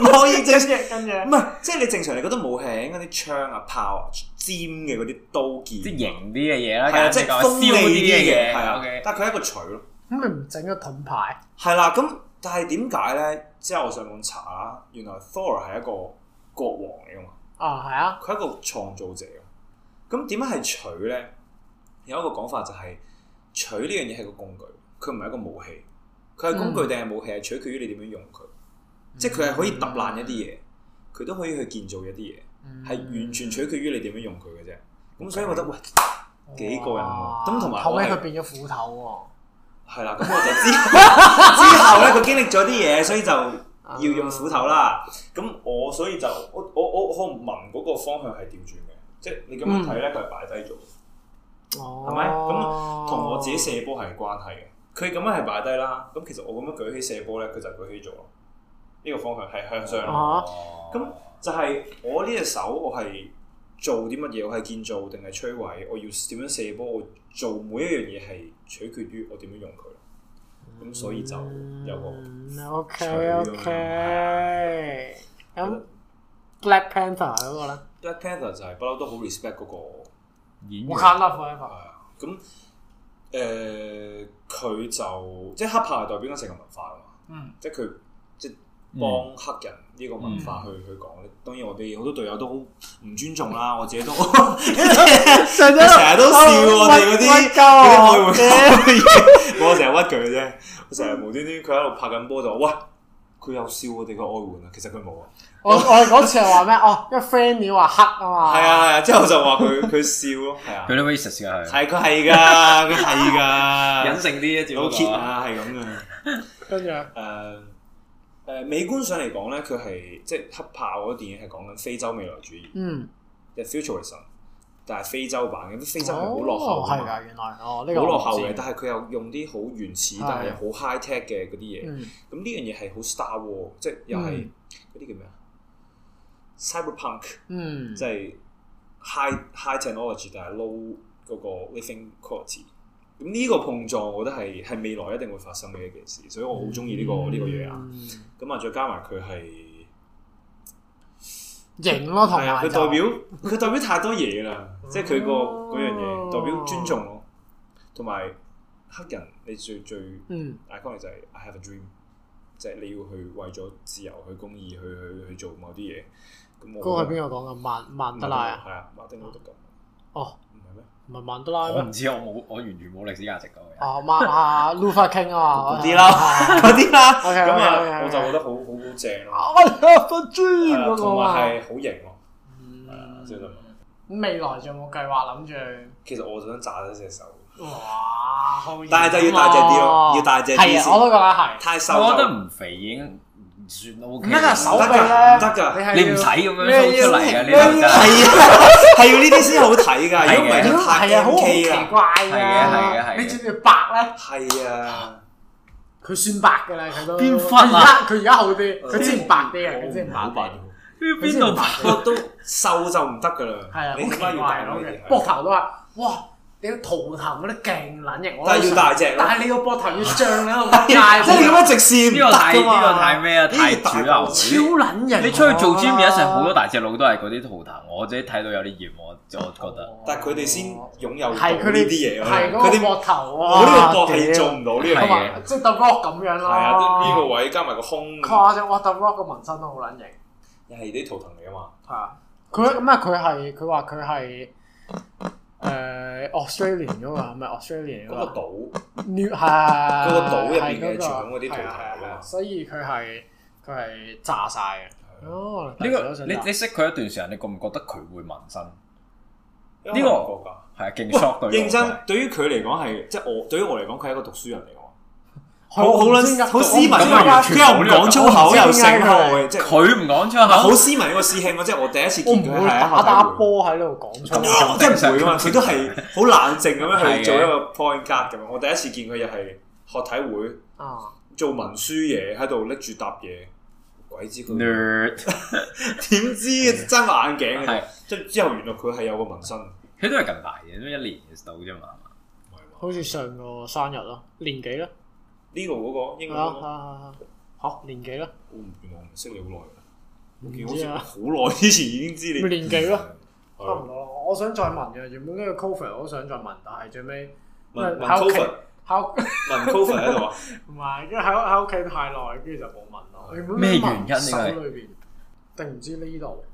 Speaker 3: 唔可以正常，
Speaker 2: 跟住
Speaker 3: 唔係即係你正常你覺得武器應該啲槍啊、炮啊、尖嘅嗰啲刀劍，
Speaker 1: 即係型啲嘅嘢啦，
Speaker 3: 係啊，即係
Speaker 1: 講
Speaker 3: 鋒利
Speaker 1: 燒
Speaker 3: 啲嘅，
Speaker 1: 嘢，
Speaker 3: 係啊
Speaker 1: OK，
Speaker 3: 但係佢係一個錘咯，
Speaker 2: 咁你唔整個盾牌？
Speaker 3: 係啦。咁但係點解咧？之後我上網查啦，原來 Thor 係一個國王嚟噶嘛，
Speaker 2: 啊，係啊，
Speaker 3: 佢係一個創造者咯。咁點解係錘咧？有一個講法就係、錘呢樣嘢係個工具，佢唔係一個武器。佢係工具定係武器係取決於你點樣用佢。即係佢係可以揼爛一啲嘢，佢都可以去建造一啲嘢，
Speaker 2: 嗯
Speaker 3: 係完全取決於你點樣用佢嘅啫。咁所以我覺得喂，幾過癮喎咁同埋
Speaker 2: 後
Speaker 3: 我
Speaker 2: 尾
Speaker 3: 係
Speaker 2: 佢變咗斧頭
Speaker 3: 係啦，咁我就知 之後咧，佢經歷咗啲嘢，所以就
Speaker 2: 喎，
Speaker 3: 要用斧頭啦。咁我所以就我我我我聞嗰個方向係調轉嘅，即係你咁樣睇咧，佢係擺低咗，
Speaker 2: 哦，
Speaker 3: 係咪咁同我自己射波係關係嘅。佢咁樣係擺低啦，咁其實我咁樣舉起射波咧，佢就舉起咗。呢個方向係向上。
Speaker 1: 哦
Speaker 2: 啊
Speaker 3: 咁就係我呢隻手，我係做啲乜嘢？我係建造定係摧毀？我要點樣射波？我做每一樣嘢係取決於我點樣用佢。咁所以就
Speaker 2: 嗯
Speaker 3: 有個
Speaker 2: O
Speaker 3: 取
Speaker 2: K
Speaker 3: 咯
Speaker 2: O K，咁 Black Panther 嗰個咧
Speaker 3: Black Panther 就係不嬲都好 respect 嗰個嗯啊
Speaker 1: 演
Speaker 2: 我
Speaker 1: 員
Speaker 2: can't love forever。
Speaker 3: 咁誒，佢就即係黑豹係代表緊成個文化啊嘛，
Speaker 2: 嗯，
Speaker 3: 即係佢即係幫黑人呢個文化去去講咧。當然我哋好多隊友都好唔尊重 啦，我自己都
Speaker 2: 成日
Speaker 3: 成日都笑我哋嗰啲嗰啲外援我成日屈佢嘅啫，我成日無端端佢喺度拍緊波就話喂，佢又笑我哋個外援啊，其實佢冇啊。
Speaker 2: 我我嗰次係話咩？哦，因為 friend 料話黑啊嘛。
Speaker 3: 係啊係啊，之後就話佢 佢笑咯，係啊
Speaker 1: 佢，都 racist 㗎係，
Speaker 3: 係佢係 㗎，佢係㗎，
Speaker 1: 性啲一
Speaker 3: 有 k 啊，係咁嘅。
Speaker 2: 跟住
Speaker 3: 誒、誒美觀上嚟講咧，佢係即係黑豹嗰個電影係講緊非洲未來主義
Speaker 2: 嗯，
Speaker 3: 即係 futurism，但係非洲版嘅，非洲係好落後
Speaker 2: 哦，
Speaker 3: 㗎
Speaker 2: 係
Speaker 3: 嘛
Speaker 2: 㗎，原來哦，呢個我
Speaker 3: 好
Speaker 2: 唔
Speaker 3: 落後嘅，
Speaker 2: 知
Speaker 3: 但係佢又用啲好原始
Speaker 2: 係
Speaker 3: 但係又好 high tech 嘅嗰啲嘢，咁呢
Speaker 2: 嗯
Speaker 3: 樣嘢係好 Star War，即係又係
Speaker 2: 嗯
Speaker 3: 嗰啲叫咩啊？Cyberpunk，
Speaker 2: 嗯，
Speaker 3: 即係 high high technology，但係 low 嗰個 living quality。咁呢個碰撞，我覺得係係未來一定會發生嘅一件事，所以我好中意呢個呢個嘢啊！
Speaker 2: 嗯，
Speaker 3: 咁啊，再加埋佢係
Speaker 2: 型咯，同
Speaker 3: 係啊，
Speaker 2: 埋
Speaker 3: 佢
Speaker 2: 就
Speaker 3: 代表佢代表太多嘢啦，即係佢個嗰樣嘢代表尊重咯，同埋黑人你最最
Speaker 2: 嗯
Speaker 3: iconic 就係 I have a dream，即係你要去為咗自由、去公義、去去去做某啲嘢。咁
Speaker 2: 嗰個
Speaker 3: 我覺
Speaker 2: 係
Speaker 3: 得
Speaker 2: 邊個講嘅？曼曼德拉啊？
Speaker 3: 係啊，馬丁哦路德金
Speaker 2: 哦，
Speaker 3: 唔係咩？
Speaker 2: 唔係曼德拉
Speaker 1: 我
Speaker 2: 咩
Speaker 1: 唔？知，我冇，我完全冇歷史價值嗰個人。
Speaker 2: 哦，馬啊 Luther King 啊嘛，
Speaker 3: 嗰啲啦，嗰啲啦。
Speaker 2: OK，OK，OK，OK。
Speaker 3: 咁啊，我就覺得好好好正
Speaker 2: 啊
Speaker 3: 咯，
Speaker 2: 我有分專
Speaker 3: 係
Speaker 2: 嗰
Speaker 3: 啊
Speaker 2: 個
Speaker 3: 同
Speaker 2: 嘛。
Speaker 3: 埋係好型咯。係啊，即係咁
Speaker 2: 咁未來仲有冇計劃諗住？
Speaker 3: 其實我想炸咗隻手，
Speaker 2: 哇！好啊
Speaker 3: 但係就要大隻啲咯要大隻啲
Speaker 2: 係啊，
Speaker 3: 先
Speaker 2: 我都覺得係。
Speaker 3: 太瘦
Speaker 1: 我覺
Speaker 3: 就
Speaker 1: 得唔肥已經唔算 O K。
Speaker 2: 而家手
Speaker 3: 唔
Speaker 2: 臂
Speaker 3: 得
Speaker 2: 咧，
Speaker 3: 啊㗎唔得㗎
Speaker 2: 係要
Speaker 1: 你唔使咁樣 show 出嚟嘅呢
Speaker 2: 你要
Speaker 1: 度真係。
Speaker 3: 係啊，係要呢啲先好睇㗎，如果唔係
Speaker 1: 係
Speaker 3: 都太
Speaker 2: 係啊，好
Speaker 3: M
Speaker 2: 奇
Speaker 3: K 啊啦。
Speaker 2: 怪
Speaker 1: 係嘅係嘅
Speaker 2: 㗎
Speaker 1: 係。嘅
Speaker 2: 你知唔知白咧？
Speaker 3: 係啊，
Speaker 2: 佢算白㗎啦，佢都。
Speaker 1: 邊忽啊
Speaker 2: 佢而家佢而家好啲，佢之前白啲啊嘅，佢之前白
Speaker 3: 好
Speaker 2: 啲
Speaker 3: 哦白。，
Speaker 1: 邊度白？
Speaker 3: 我都瘦就唔得㗎啦。
Speaker 2: 係啊，好
Speaker 3: 你
Speaker 2: 奇
Speaker 3: 點解要
Speaker 2: 怪
Speaker 3: 大
Speaker 2: 咯
Speaker 3: 呢
Speaker 2: 嘅
Speaker 3: 啲
Speaker 2: 膊頭都係，哇！你個圖騰嗰啲勁撚型，我都
Speaker 3: 但係要大隻
Speaker 2: 想
Speaker 3: 咯
Speaker 2: 但係你個膊頭要脹你個
Speaker 3: 係啊 即係你咁樣直線
Speaker 1: 呢個太
Speaker 3: 唔得㗎嘛
Speaker 1: 呢個太咩啊？
Speaker 3: 呢個
Speaker 1: 太主
Speaker 3: 大
Speaker 1: 流
Speaker 3: 部。
Speaker 2: 超撚型。
Speaker 1: 你出去做 gym 有一成好多大隻佬都係嗰啲圖騰，我自己睇到有啲厭，我我覺得。
Speaker 3: 但係佢哋先擁有到
Speaker 2: 係
Speaker 3: 呢
Speaker 2: 佢
Speaker 3: 啲
Speaker 2: 哋
Speaker 3: 嘢啊
Speaker 2: 係嗰個
Speaker 3: 佢哋
Speaker 2: 膊頭啊，
Speaker 3: 我呢個膊係做唔到呢樣
Speaker 1: 係
Speaker 2: 同
Speaker 3: 嘢。
Speaker 2: 埋即係 The Rock 咁樣
Speaker 3: 係啊，呢個
Speaker 2: 咯。
Speaker 3: 位加埋個胸，
Speaker 2: 誇張，哇！The Rock 個紋身都好撚型。
Speaker 3: 又係啲圖騰嚟啊嘛。
Speaker 2: 係啊，佢咁啊，佢係佢話佢係誒 Australian 噶嘛，唔係 Australian
Speaker 3: 嗰
Speaker 2: 噶
Speaker 3: 個
Speaker 2: 嘛
Speaker 3: 島
Speaker 2: ，New 係係
Speaker 3: 嗰個島入邊
Speaker 2: 係嗰
Speaker 3: 嘅
Speaker 2: 個
Speaker 3: 傳統嗰啲圖騰
Speaker 2: 係啊係啊
Speaker 3: 嚟㗎
Speaker 2: 所以佢係佢係炸晒嘅。哦，
Speaker 1: 呢
Speaker 2: 大家都
Speaker 1: 個
Speaker 2: 想
Speaker 1: 你
Speaker 2: 炸
Speaker 1: 你識佢一段時間，你覺唔覺得佢會紋身？
Speaker 3: 呢
Speaker 1: 呢個
Speaker 3: 國家。
Speaker 1: 係啊，勁 shock 對
Speaker 3: 喂，
Speaker 1: 我
Speaker 3: 認真，對於佢嚟講係，即係我對於我嚟講，佢係一個讀書人嚟嘅喎，
Speaker 2: 係我
Speaker 3: 好好
Speaker 2: 唔知點
Speaker 3: 撚
Speaker 2: 解
Speaker 3: 好斯文
Speaker 1: 我唔知點解
Speaker 3: 啊，佢又唔講粗口又醒喎，即係
Speaker 1: 佢唔講出
Speaker 3: 啊好
Speaker 1: 口，
Speaker 3: 斯文嗰個師兄，我即係我第一次
Speaker 2: 我唔
Speaker 3: 見佢
Speaker 2: 會
Speaker 3: 係一
Speaker 2: 打
Speaker 3: 個
Speaker 2: 打
Speaker 3: 大會。
Speaker 2: 波喺度講粗口。
Speaker 3: 我真係唔會啊啊嘛，佢都係好冷靜咁樣去做一個 point guard 咁樣。我第一次見佢又係學體會
Speaker 2: 啊！
Speaker 3: 做文書嘢，喺度拎住沓嘢，鬼知佢
Speaker 1: nerd，
Speaker 3: 點知嘅爭埋眼鏡嘅
Speaker 1: 係
Speaker 3: 啫。即係之後原來佢係有個紋身，唔
Speaker 1: 佢都係近排嘅，都一年到啫嘛。
Speaker 3: 係喎
Speaker 2: 好似上個生日咯，年幾咧？
Speaker 3: 呢個嗰個應
Speaker 2: 係
Speaker 3: 該
Speaker 2: 啊
Speaker 3: 嗰個
Speaker 2: 係啊係啊！嚇年幾咧？
Speaker 3: 我唔原來我唔識你好耐啦，我
Speaker 2: 唔
Speaker 3: 見好
Speaker 2: 知
Speaker 3: 似
Speaker 2: 啊，
Speaker 3: 好耐之前已經知你
Speaker 2: 咪年紀咯。
Speaker 3: 係
Speaker 2: 差唔
Speaker 3: 咯
Speaker 2: 多咯。我想再問嘅，原本呢個 cover 我都想再問，但係最尾因為
Speaker 3: 問問
Speaker 2: 喺屋企
Speaker 3: cover，
Speaker 2: 喺屋
Speaker 3: 問 cover 喺 度啊！
Speaker 2: 唔係，因為喺喺屋企太耐，跟住就冇問咯。原本
Speaker 1: 咩
Speaker 2: 想問
Speaker 1: 原因呢
Speaker 2: 手
Speaker 1: 個係
Speaker 2: 裏邊定唔知呢度？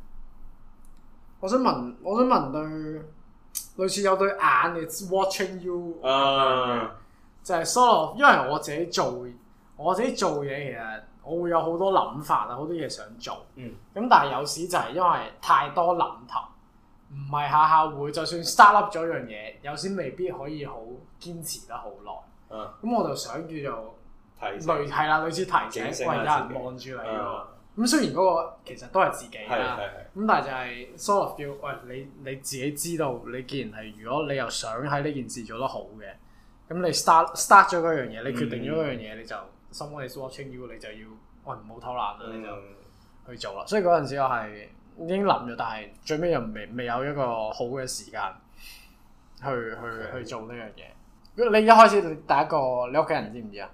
Speaker 2: 我想問，我想問對類似有對眼，it's watching you，
Speaker 3: 啊，
Speaker 2: 就係 sort of，因為我自己做我自己做嘢，其實我會有好多諗法啊，好多嘢想做。
Speaker 3: 嗯，
Speaker 2: 咁但係有時就係因為太多諗頭，唔係下下會，就算 start up 咗樣嘢，有時未必可以好堅持得好耐。
Speaker 3: 啊，
Speaker 2: 咁我就想叫做
Speaker 3: 提醒
Speaker 2: 類係啦，類似提
Speaker 3: 警
Speaker 2: 醒，
Speaker 3: 醒啊
Speaker 2: 喂，有人
Speaker 3: 下自己
Speaker 2: 望住你喎。
Speaker 3: 啊，
Speaker 2: 咁雖然嗰個其實都係自己
Speaker 3: 係係
Speaker 2: 啦，
Speaker 3: 係，
Speaker 2: 咁但係就係 sort of 叫喂你你自己知道，你既然係如果你又想喺呢件事做得好嘅，咁你 start start 咗嗰樣嘢，你決定咗嗰樣嘢，你就 someone is watching you，你就要喂唔好偷懶啦，你就
Speaker 3: 嗯
Speaker 2: 去做啦。所以嗰陣時我係已經諗咗，但係最尾又未未有一個好嘅時間去去去做呢樣嘢。你一開始你第一個你屋企人知唔知啊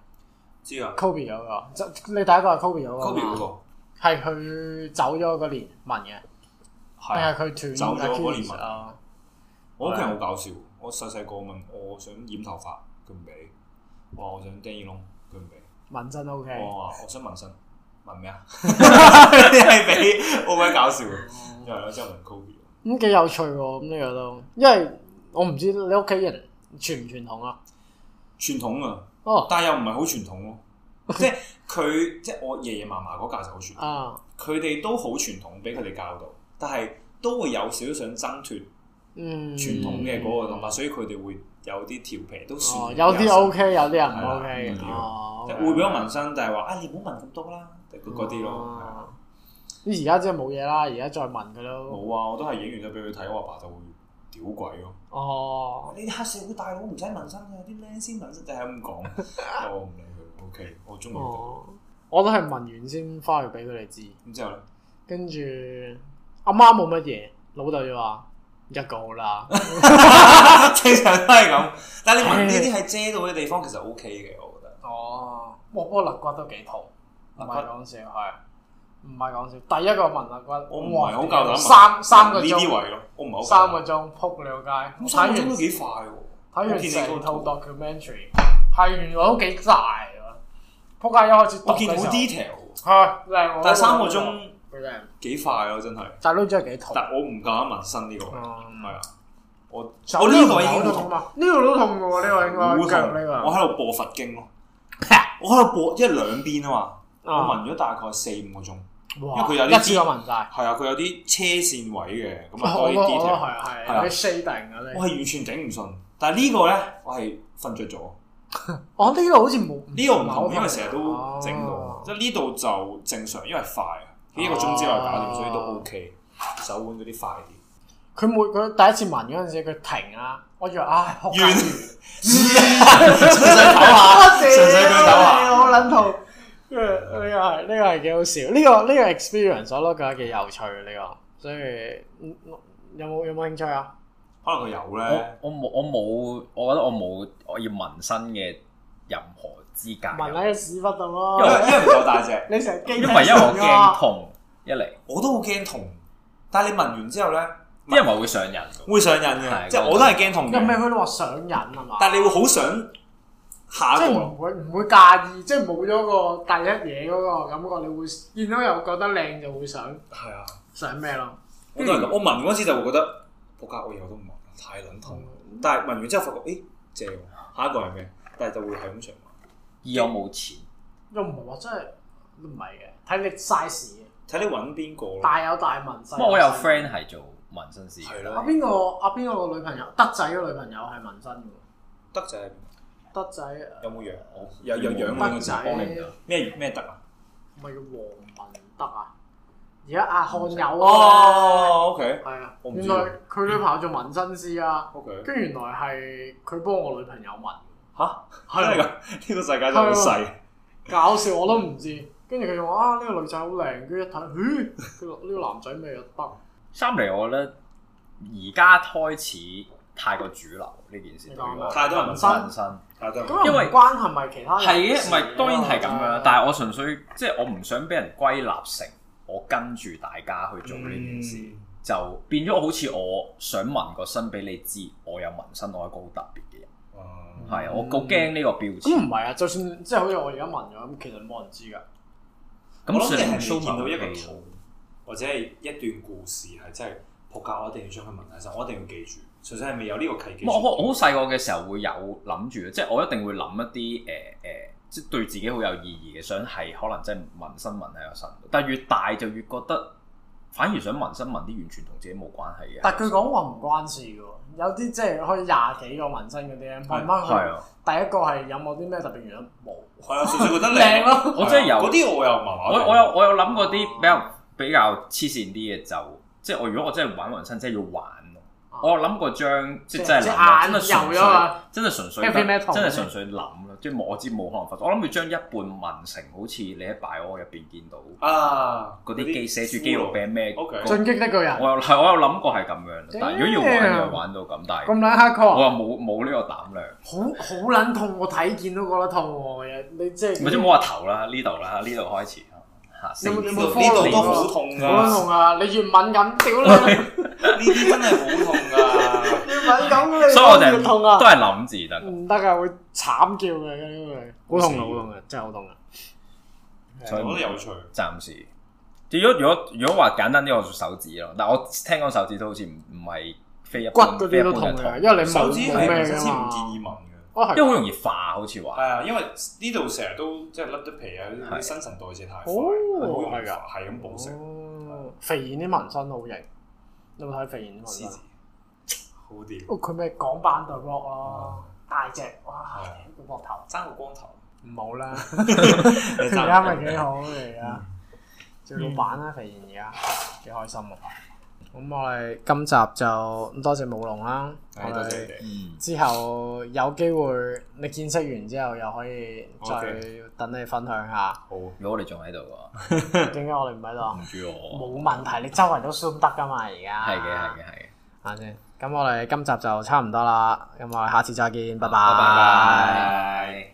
Speaker 3: 知啊
Speaker 2: ？Kobe 嗰、個，即你第一個係 Kobe 嗰、個
Speaker 3: ，Kobe
Speaker 2: 嘛，
Speaker 3: 嗰個
Speaker 2: 係佢走咗嗰年紋嘅，定係
Speaker 3: 係
Speaker 2: 佢
Speaker 3: 啊
Speaker 2: 斷
Speaker 3: 走咗嗰年
Speaker 2: Achilles
Speaker 3: 紋
Speaker 2: 啊？
Speaker 3: 我屋企人好搞笑，我細細個問我想染頭髮，佢唔俾；我話我想釘耳窿，佢唔俾。
Speaker 2: 紋真 OK，
Speaker 3: 我話我想紋身，紋咩啊？ 你係俾好鬼搞笑，因為我真係紋 Kobe。
Speaker 2: 咁幾有趣喎！咁呢個都，因為我唔知你屋企人傳唔傳統啊？
Speaker 3: 傳統啊，
Speaker 2: 哦
Speaker 3: 但係又唔係好傳統咯。即係佢，即係我爺爺嫲嫲嗰屆就好傳統，
Speaker 2: 啊，
Speaker 3: 佢哋都好傳統，俾佢哋教導，但係都會有少少想掙脱
Speaker 2: 嗯，
Speaker 3: 傳統嘅嗰個諗法，所以佢哋會有啲調皮，都算
Speaker 2: 哦，有啲 OK，有啲人唔
Speaker 3: 係啦
Speaker 2: OK，
Speaker 3: 嗯
Speaker 2: 哦，
Speaker 3: 但會俾我紋身，但係話啊，你唔好紋咁多啦，嗰嗰啲咯。係啊
Speaker 2: 哦。咁而家真係冇嘢啦，而家再問佢咯。
Speaker 3: 冇啊，我都係影完咗俾佢睇，我阿爸就會屌鬼咯。
Speaker 2: 哦，
Speaker 3: 你啲黑社會大佬唔使紋身嘅，啲靚先紋身就係咁講。 我唔理佢，OK，我中意佢。
Speaker 2: 哦，我都係問完先翻去俾佢哋知，
Speaker 3: 咁之後咧，
Speaker 2: 跟住阿媽冇乜嘢，老豆就話一個好啦。
Speaker 3: 正常都係咁。但係你紋呢啲係遮到嘅地方，其實 OK 嘅，我覺得。
Speaker 2: 哦，哇！不過肋骨都幾痛，唔
Speaker 3: 肋骨
Speaker 2: 係講笑，係唔係講笑？第一個問肋骨，
Speaker 3: 我唔係好夠膽紋
Speaker 2: 三三個
Speaker 3: 呢啲位
Speaker 2: 鐘，
Speaker 3: 咯，我唔係好夠膽。
Speaker 2: 三個鐘撲你個街。
Speaker 3: 咁
Speaker 2: 我
Speaker 3: 三
Speaker 2: 睇
Speaker 3: 個鐘都
Speaker 2: 完
Speaker 3: 幾快喎。
Speaker 2: 睇
Speaker 3: 我
Speaker 2: 完
Speaker 3: 見你
Speaker 2: 成
Speaker 3: 個
Speaker 2: 套
Speaker 3: 圖
Speaker 2: documentary，係原來都幾大喎。撲街一開始讀
Speaker 3: 我
Speaker 2: 嘅時
Speaker 3: 見
Speaker 2: 候
Speaker 3: 好 detail 喎。
Speaker 2: 係靚，
Speaker 3: 但係三個鐘
Speaker 2: 幾靚，
Speaker 3: 幾快咯，真係。
Speaker 2: 但係都真係幾痛。
Speaker 3: 但我唔夠膽紋身呢個位，
Speaker 2: 嗯
Speaker 3: 係啊，我
Speaker 2: 手
Speaker 3: 我呢個位已經
Speaker 2: 都
Speaker 3: 好
Speaker 2: 痛
Speaker 3: 痛，
Speaker 2: 嘛？呢度都痛嘅喎，呢個應該
Speaker 3: 好痛
Speaker 2: 腳呢
Speaker 3: 我
Speaker 2: 個。
Speaker 3: 喺度播佛經咯，我喺度播，因為兩邊啊嘛，我紋咗大概四五個鐘。
Speaker 2: 因
Speaker 3: 因為佢有啲
Speaker 2: 一次過紋晒。
Speaker 3: 係啊，佢有啲車線位嘅，咁啊
Speaker 2: 我
Speaker 3: 多
Speaker 2: 我
Speaker 3: 啲
Speaker 2: 我
Speaker 3: detail。
Speaker 2: 哦係係
Speaker 3: 係啊
Speaker 2: 有啲 shading 嗰啲
Speaker 3: 我。係完全頂唔順，但係呢個咧，我係瞓
Speaker 2: 哦
Speaker 3: 着咗。
Speaker 2: 我呢度好似冇
Speaker 3: 呢個唔
Speaker 2: 好
Speaker 3: 同，因為成日都整
Speaker 2: 哦
Speaker 3: 到，即係呢度就正常，因為快啊，一個鐘之內搞掂，所以都 OK。手腕嗰啲快啲，
Speaker 2: 佢每佢第一次紋嗰陣時，佢停啊！我以為唉， 學
Speaker 3: 完
Speaker 2: 緊
Speaker 3: 純粹唞下， 純粹佢唞下。
Speaker 2: 哎我撚痛。跟住呢個係呢個係幾好笑，呢個呢個 experience 我都覺得幾有趣呢個，所以嗯有冇有冇興趣啊？
Speaker 3: 可能佢有咧
Speaker 1: 我，我冇我冇，我覺得我冇我要紋身嘅任何資格。
Speaker 2: 紋喺個屎忽度
Speaker 3: 啊因為
Speaker 2: 咯，
Speaker 3: 因為唔夠大隻。
Speaker 2: 你成日
Speaker 1: 因
Speaker 2: 驚
Speaker 1: 為因為我
Speaker 2: 啊
Speaker 1: 驚痛，一嚟
Speaker 3: 我都好驚痛，但係你聞完之後咧，
Speaker 1: 啲人話會上癮，
Speaker 3: 會上癮
Speaker 1: 係
Speaker 3: 嘅，即係我都係驚痛
Speaker 2: 又咪
Speaker 3: 嘅，
Speaker 2: 去到話上癮啊嘛？
Speaker 3: 但係你會好想下
Speaker 2: 即
Speaker 3: 一
Speaker 2: 係
Speaker 3: 個
Speaker 2: 唔
Speaker 3: 咯，
Speaker 2: 會唔會介意，即係冇咗個第一嘢嗰個感覺，你會見到又覺得靚就會想
Speaker 3: 係啊，
Speaker 2: 想咩咯？
Speaker 3: 我都係咁。我聞嗰時就會覺得，仆街，我以後都唔聞，太撚痛啦。但係聞完之後發覺，誒正喎，下一個係咩？但係就會係咁上聞，
Speaker 1: 二有冇錢？
Speaker 2: 又唔係話真係都唔係嘅，睇你 size 嘅，
Speaker 3: 睇你揾邊個咯。
Speaker 2: 大有大紋細
Speaker 1: 不過我有
Speaker 2: 細
Speaker 1: friend 係做紋身師，
Speaker 3: 係
Speaker 2: 阿
Speaker 3: 咯，
Speaker 2: 邊個阿邊個個女朋友德仔嘅女朋友係紋身嘅喎，
Speaker 3: 得就係
Speaker 2: 德仔
Speaker 3: 有冇養？有有養兩
Speaker 2: 德
Speaker 3: 個字
Speaker 2: 仔，
Speaker 1: 幫你唔到
Speaker 3: 咩咩得啊？
Speaker 2: 唔係叫黃文德啊，而家阿漢友啊，
Speaker 3: 哦，OK
Speaker 2: 係啊，
Speaker 3: 我唔
Speaker 2: 原
Speaker 3: 知
Speaker 2: 來佢女朋友做紋身師啊，跟
Speaker 3: OK，
Speaker 2: 住原來係佢幫我女朋友紋，
Speaker 3: 吓真係㗎？
Speaker 2: 係啊
Speaker 3: 呢個世界真係好細。
Speaker 2: 搞笑我都唔知，跟住佢就話啊呢個女仔好靚，跟住一睇，咦，佢話呢個男仔咩又得？
Speaker 1: 三嚟，我覺得而家開始太過主流呢件事
Speaker 2: 你
Speaker 1: 對
Speaker 2: 講
Speaker 1: 我
Speaker 2: 咩
Speaker 3: 太多人
Speaker 1: 紋
Speaker 3: 紋
Speaker 1: 身
Speaker 2: 身
Speaker 1: 紋身
Speaker 3: 係得
Speaker 2: 咁又
Speaker 1: 因
Speaker 2: 唔
Speaker 1: 為
Speaker 2: 關係咪其他人
Speaker 1: 係嘅，唔
Speaker 2: 事啊
Speaker 1: 係當然係咁樣啦。
Speaker 2: 真係
Speaker 1: 但係我純粹即係我唔想俾人歸納成我跟住大家去做呢件事，
Speaker 3: 嗯
Speaker 1: 就變咗好似我想紋個身俾你知，我有紋身，我係一個好特別嘅人。
Speaker 3: 哦
Speaker 1: 係啊，我好驚呢個標
Speaker 2: 咁
Speaker 1: 籤。
Speaker 2: 唔係啊，就算即係好似我而家問咗咁，其實冇人知㗎。
Speaker 1: 咁
Speaker 3: 我諗
Speaker 1: 算
Speaker 3: 你
Speaker 1: 唔
Speaker 3: 係未
Speaker 1: show
Speaker 3: 見到一
Speaker 1: 文
Speaker 3: 個
Speaker 1: 氣
Speaker 3: 圖，或者係一段故事係真係仆街，我一定要將佢紋晒身，我一定要記住。純粹係未有呢個契機。
Speaker 1: 我我我好細個嘅時候會有諗住，即係我一定會諗一啲誒誒，即係對自己好有意義嘅，想係可能真係紋身紋喺個身度。但係越大就越覺得，反而想紋身紋啲完全同自己冇關係嘅。
Speaker 3: 啊
Speaker 2: 但係佢講話唔關事嘅喎，有啲即係可以廿幾個紋身嗰啲咧，問翻
Speaker 1: 係
Speaker 2: 佢
Speaker 1: 啊，
Speaker 2: 第一個係有冇啲咩特別原因冇？
Speaker 3: 係啊，純粹覺得
Speaker 2: 靚
Speaker 3: 靚咯。
Speaker 2: 咯，
Speaker 1: 我真係有
Speaker 3: 嗰啲我又麻麻
Speaker 1: 我
Speaker 3: 地。
Speaker 1: 我有我有諗過啲比較比較黐線啲嘅就，即係我如果我真係玩紋身，真係要玩咯，
Speaker 2: 啊
Speaker 1: 我哦諗過將即
Speaker 2: 即
Speaker 1: 係真係
Speaker 2: 即
Speaker 1: 諗啊真
Speaker 2: 眼
Speaker 1: 係純
Speaker 2: 油咗啊
Speaker 1: 粹，真係純粹
Speaker 2: 跟住咩啊
Speaker 1: 得
Speaker 2: 糖
Speaker 1: 真係純粹諗咯，即係我知冇可能發生。我諗要將一半紋成好似你喺擺我入邊見到
Speaker 3: 啊！
Speaker 1: 嗰啲記寫住肌肉餅咩
Speaker 3: OK
Speaker 1: 嗰
Speaker 2: 進擊的巨人
Speaker 1: 我有係我有諗過係咁樣，但係如果要玩
Speaker 2: Damn
Speaker 1: 就玩到咁，但係
Speaker 2: 咁撚黑
Speaker 1: 我
Speaker 2: 確，
Speaker 1: 又冇冇呢個膽量，
Speaker 2: 好好撚痛，我睇見都覺得痛喎。你即係
Speaker 1: 咪即係冇話頭啦，呢度啦，呢度開始嚇四
Speaker 2: 有冇
Speaker 1: 呢
Speaker 2: 有
Speaker 3: 呢
Speaker 2: 冇
Speaker 1: 度
Speaker 3: 度
Speaker 2: follow
Speaker 3: 呢度都好痛㗎，
Speaker 2: 好撚
Speaker 3: 呢
Speaker 2: 痛啊！你越敏感，屌你！
Speaker 3: 啲真係好痛㗎。
Speaker 2: 越敏感你
Speaker 1: 所以我就
Speaker 2: 越痛啊
Speaker 1: 都！係諗字得㗎，
Speaker 2: 唔得啊，會慘叫嘅，因為好痛啊，好痛啊，真係好痛啊！
Speaker 1: 所以
Speaker 3: 我覺得有趣。
Speaker 1: 暫時。如果如果如果話簡單啲，我做手指咯。但我聽講手指都好似唔唔係非一
Speaker 2: 骨
Speaker 1: 般
Speaker 2: 嗰啲都
Speaker 1: 非一
Speaker 2: 痛啊
Speaker 1: 般嘅
Speaker 2: 嘅，因為你冇
Speaker 3: 手指
Speaker 2: 冇
Speaker 3: 係
Speaker 2: 咩
Speaker 3: 手指
Speaker 2: 㗎
Speaker 3: 唔
Speaker 2: 嘛。
Speaker 3: 建議紋嘅。
Speaker 2: 哦，
Speaker 1: 因為
Speaker 2: 係
Speaker 1: 好容易化，好似話。
Speaker 3: 係啊，因為呢度成日都即係甩得皮啊，啲新陳代謝太快，
Speaker 2: 哦
Speaker 3: 好容易化係咁保食
Speaker 2: 哦肥燕啲紋身好型，你有冇睇肥燕啲紋
Speaker 3: 獅子
Speaker 2: 身？，啊
Speaker 3: 好掂，
Speaker 2: 哦，佢咪港版 The Rock 咯，大隻，哇，
Speaker 3: 係
Speaker 2: 個膊頭
Speaker 3: 爭個光頭，
Speaker 2: 唔好 啦，
Speaker 3: 而
Speaker 2: 而家咪幾好嚟啊！做老闆啦，肥燕而家幾開心啊！咁我哋今集就多謝舞龍啦，我
Speaker 3: 係多謝你
Speaker 2: 哋
Speaker 3: 哋，
Speaker 1: 嗯，
Speaker 2: 之後有機會你見識完之後，又可以再
Speaker 3: OK
Speaker 2: 等你分享 下。
Speaker 3: 好
Speaker 1: 如果我哋仲喺度嘅話，
Speaker 2: 點解我哋唔喺度啊
Speaker 1: 唔？知我。
Speaker 2: 冇問題，你周圍都 zoom 得噶嘛，而家
Speaker 1: 係嘅，係嘅，係嘅。
Speaker 2: 係咪啊先？咁我哋今集就差唔多啦，咁我哋下次再見，拜拜。
Speaker 1: 拜拜。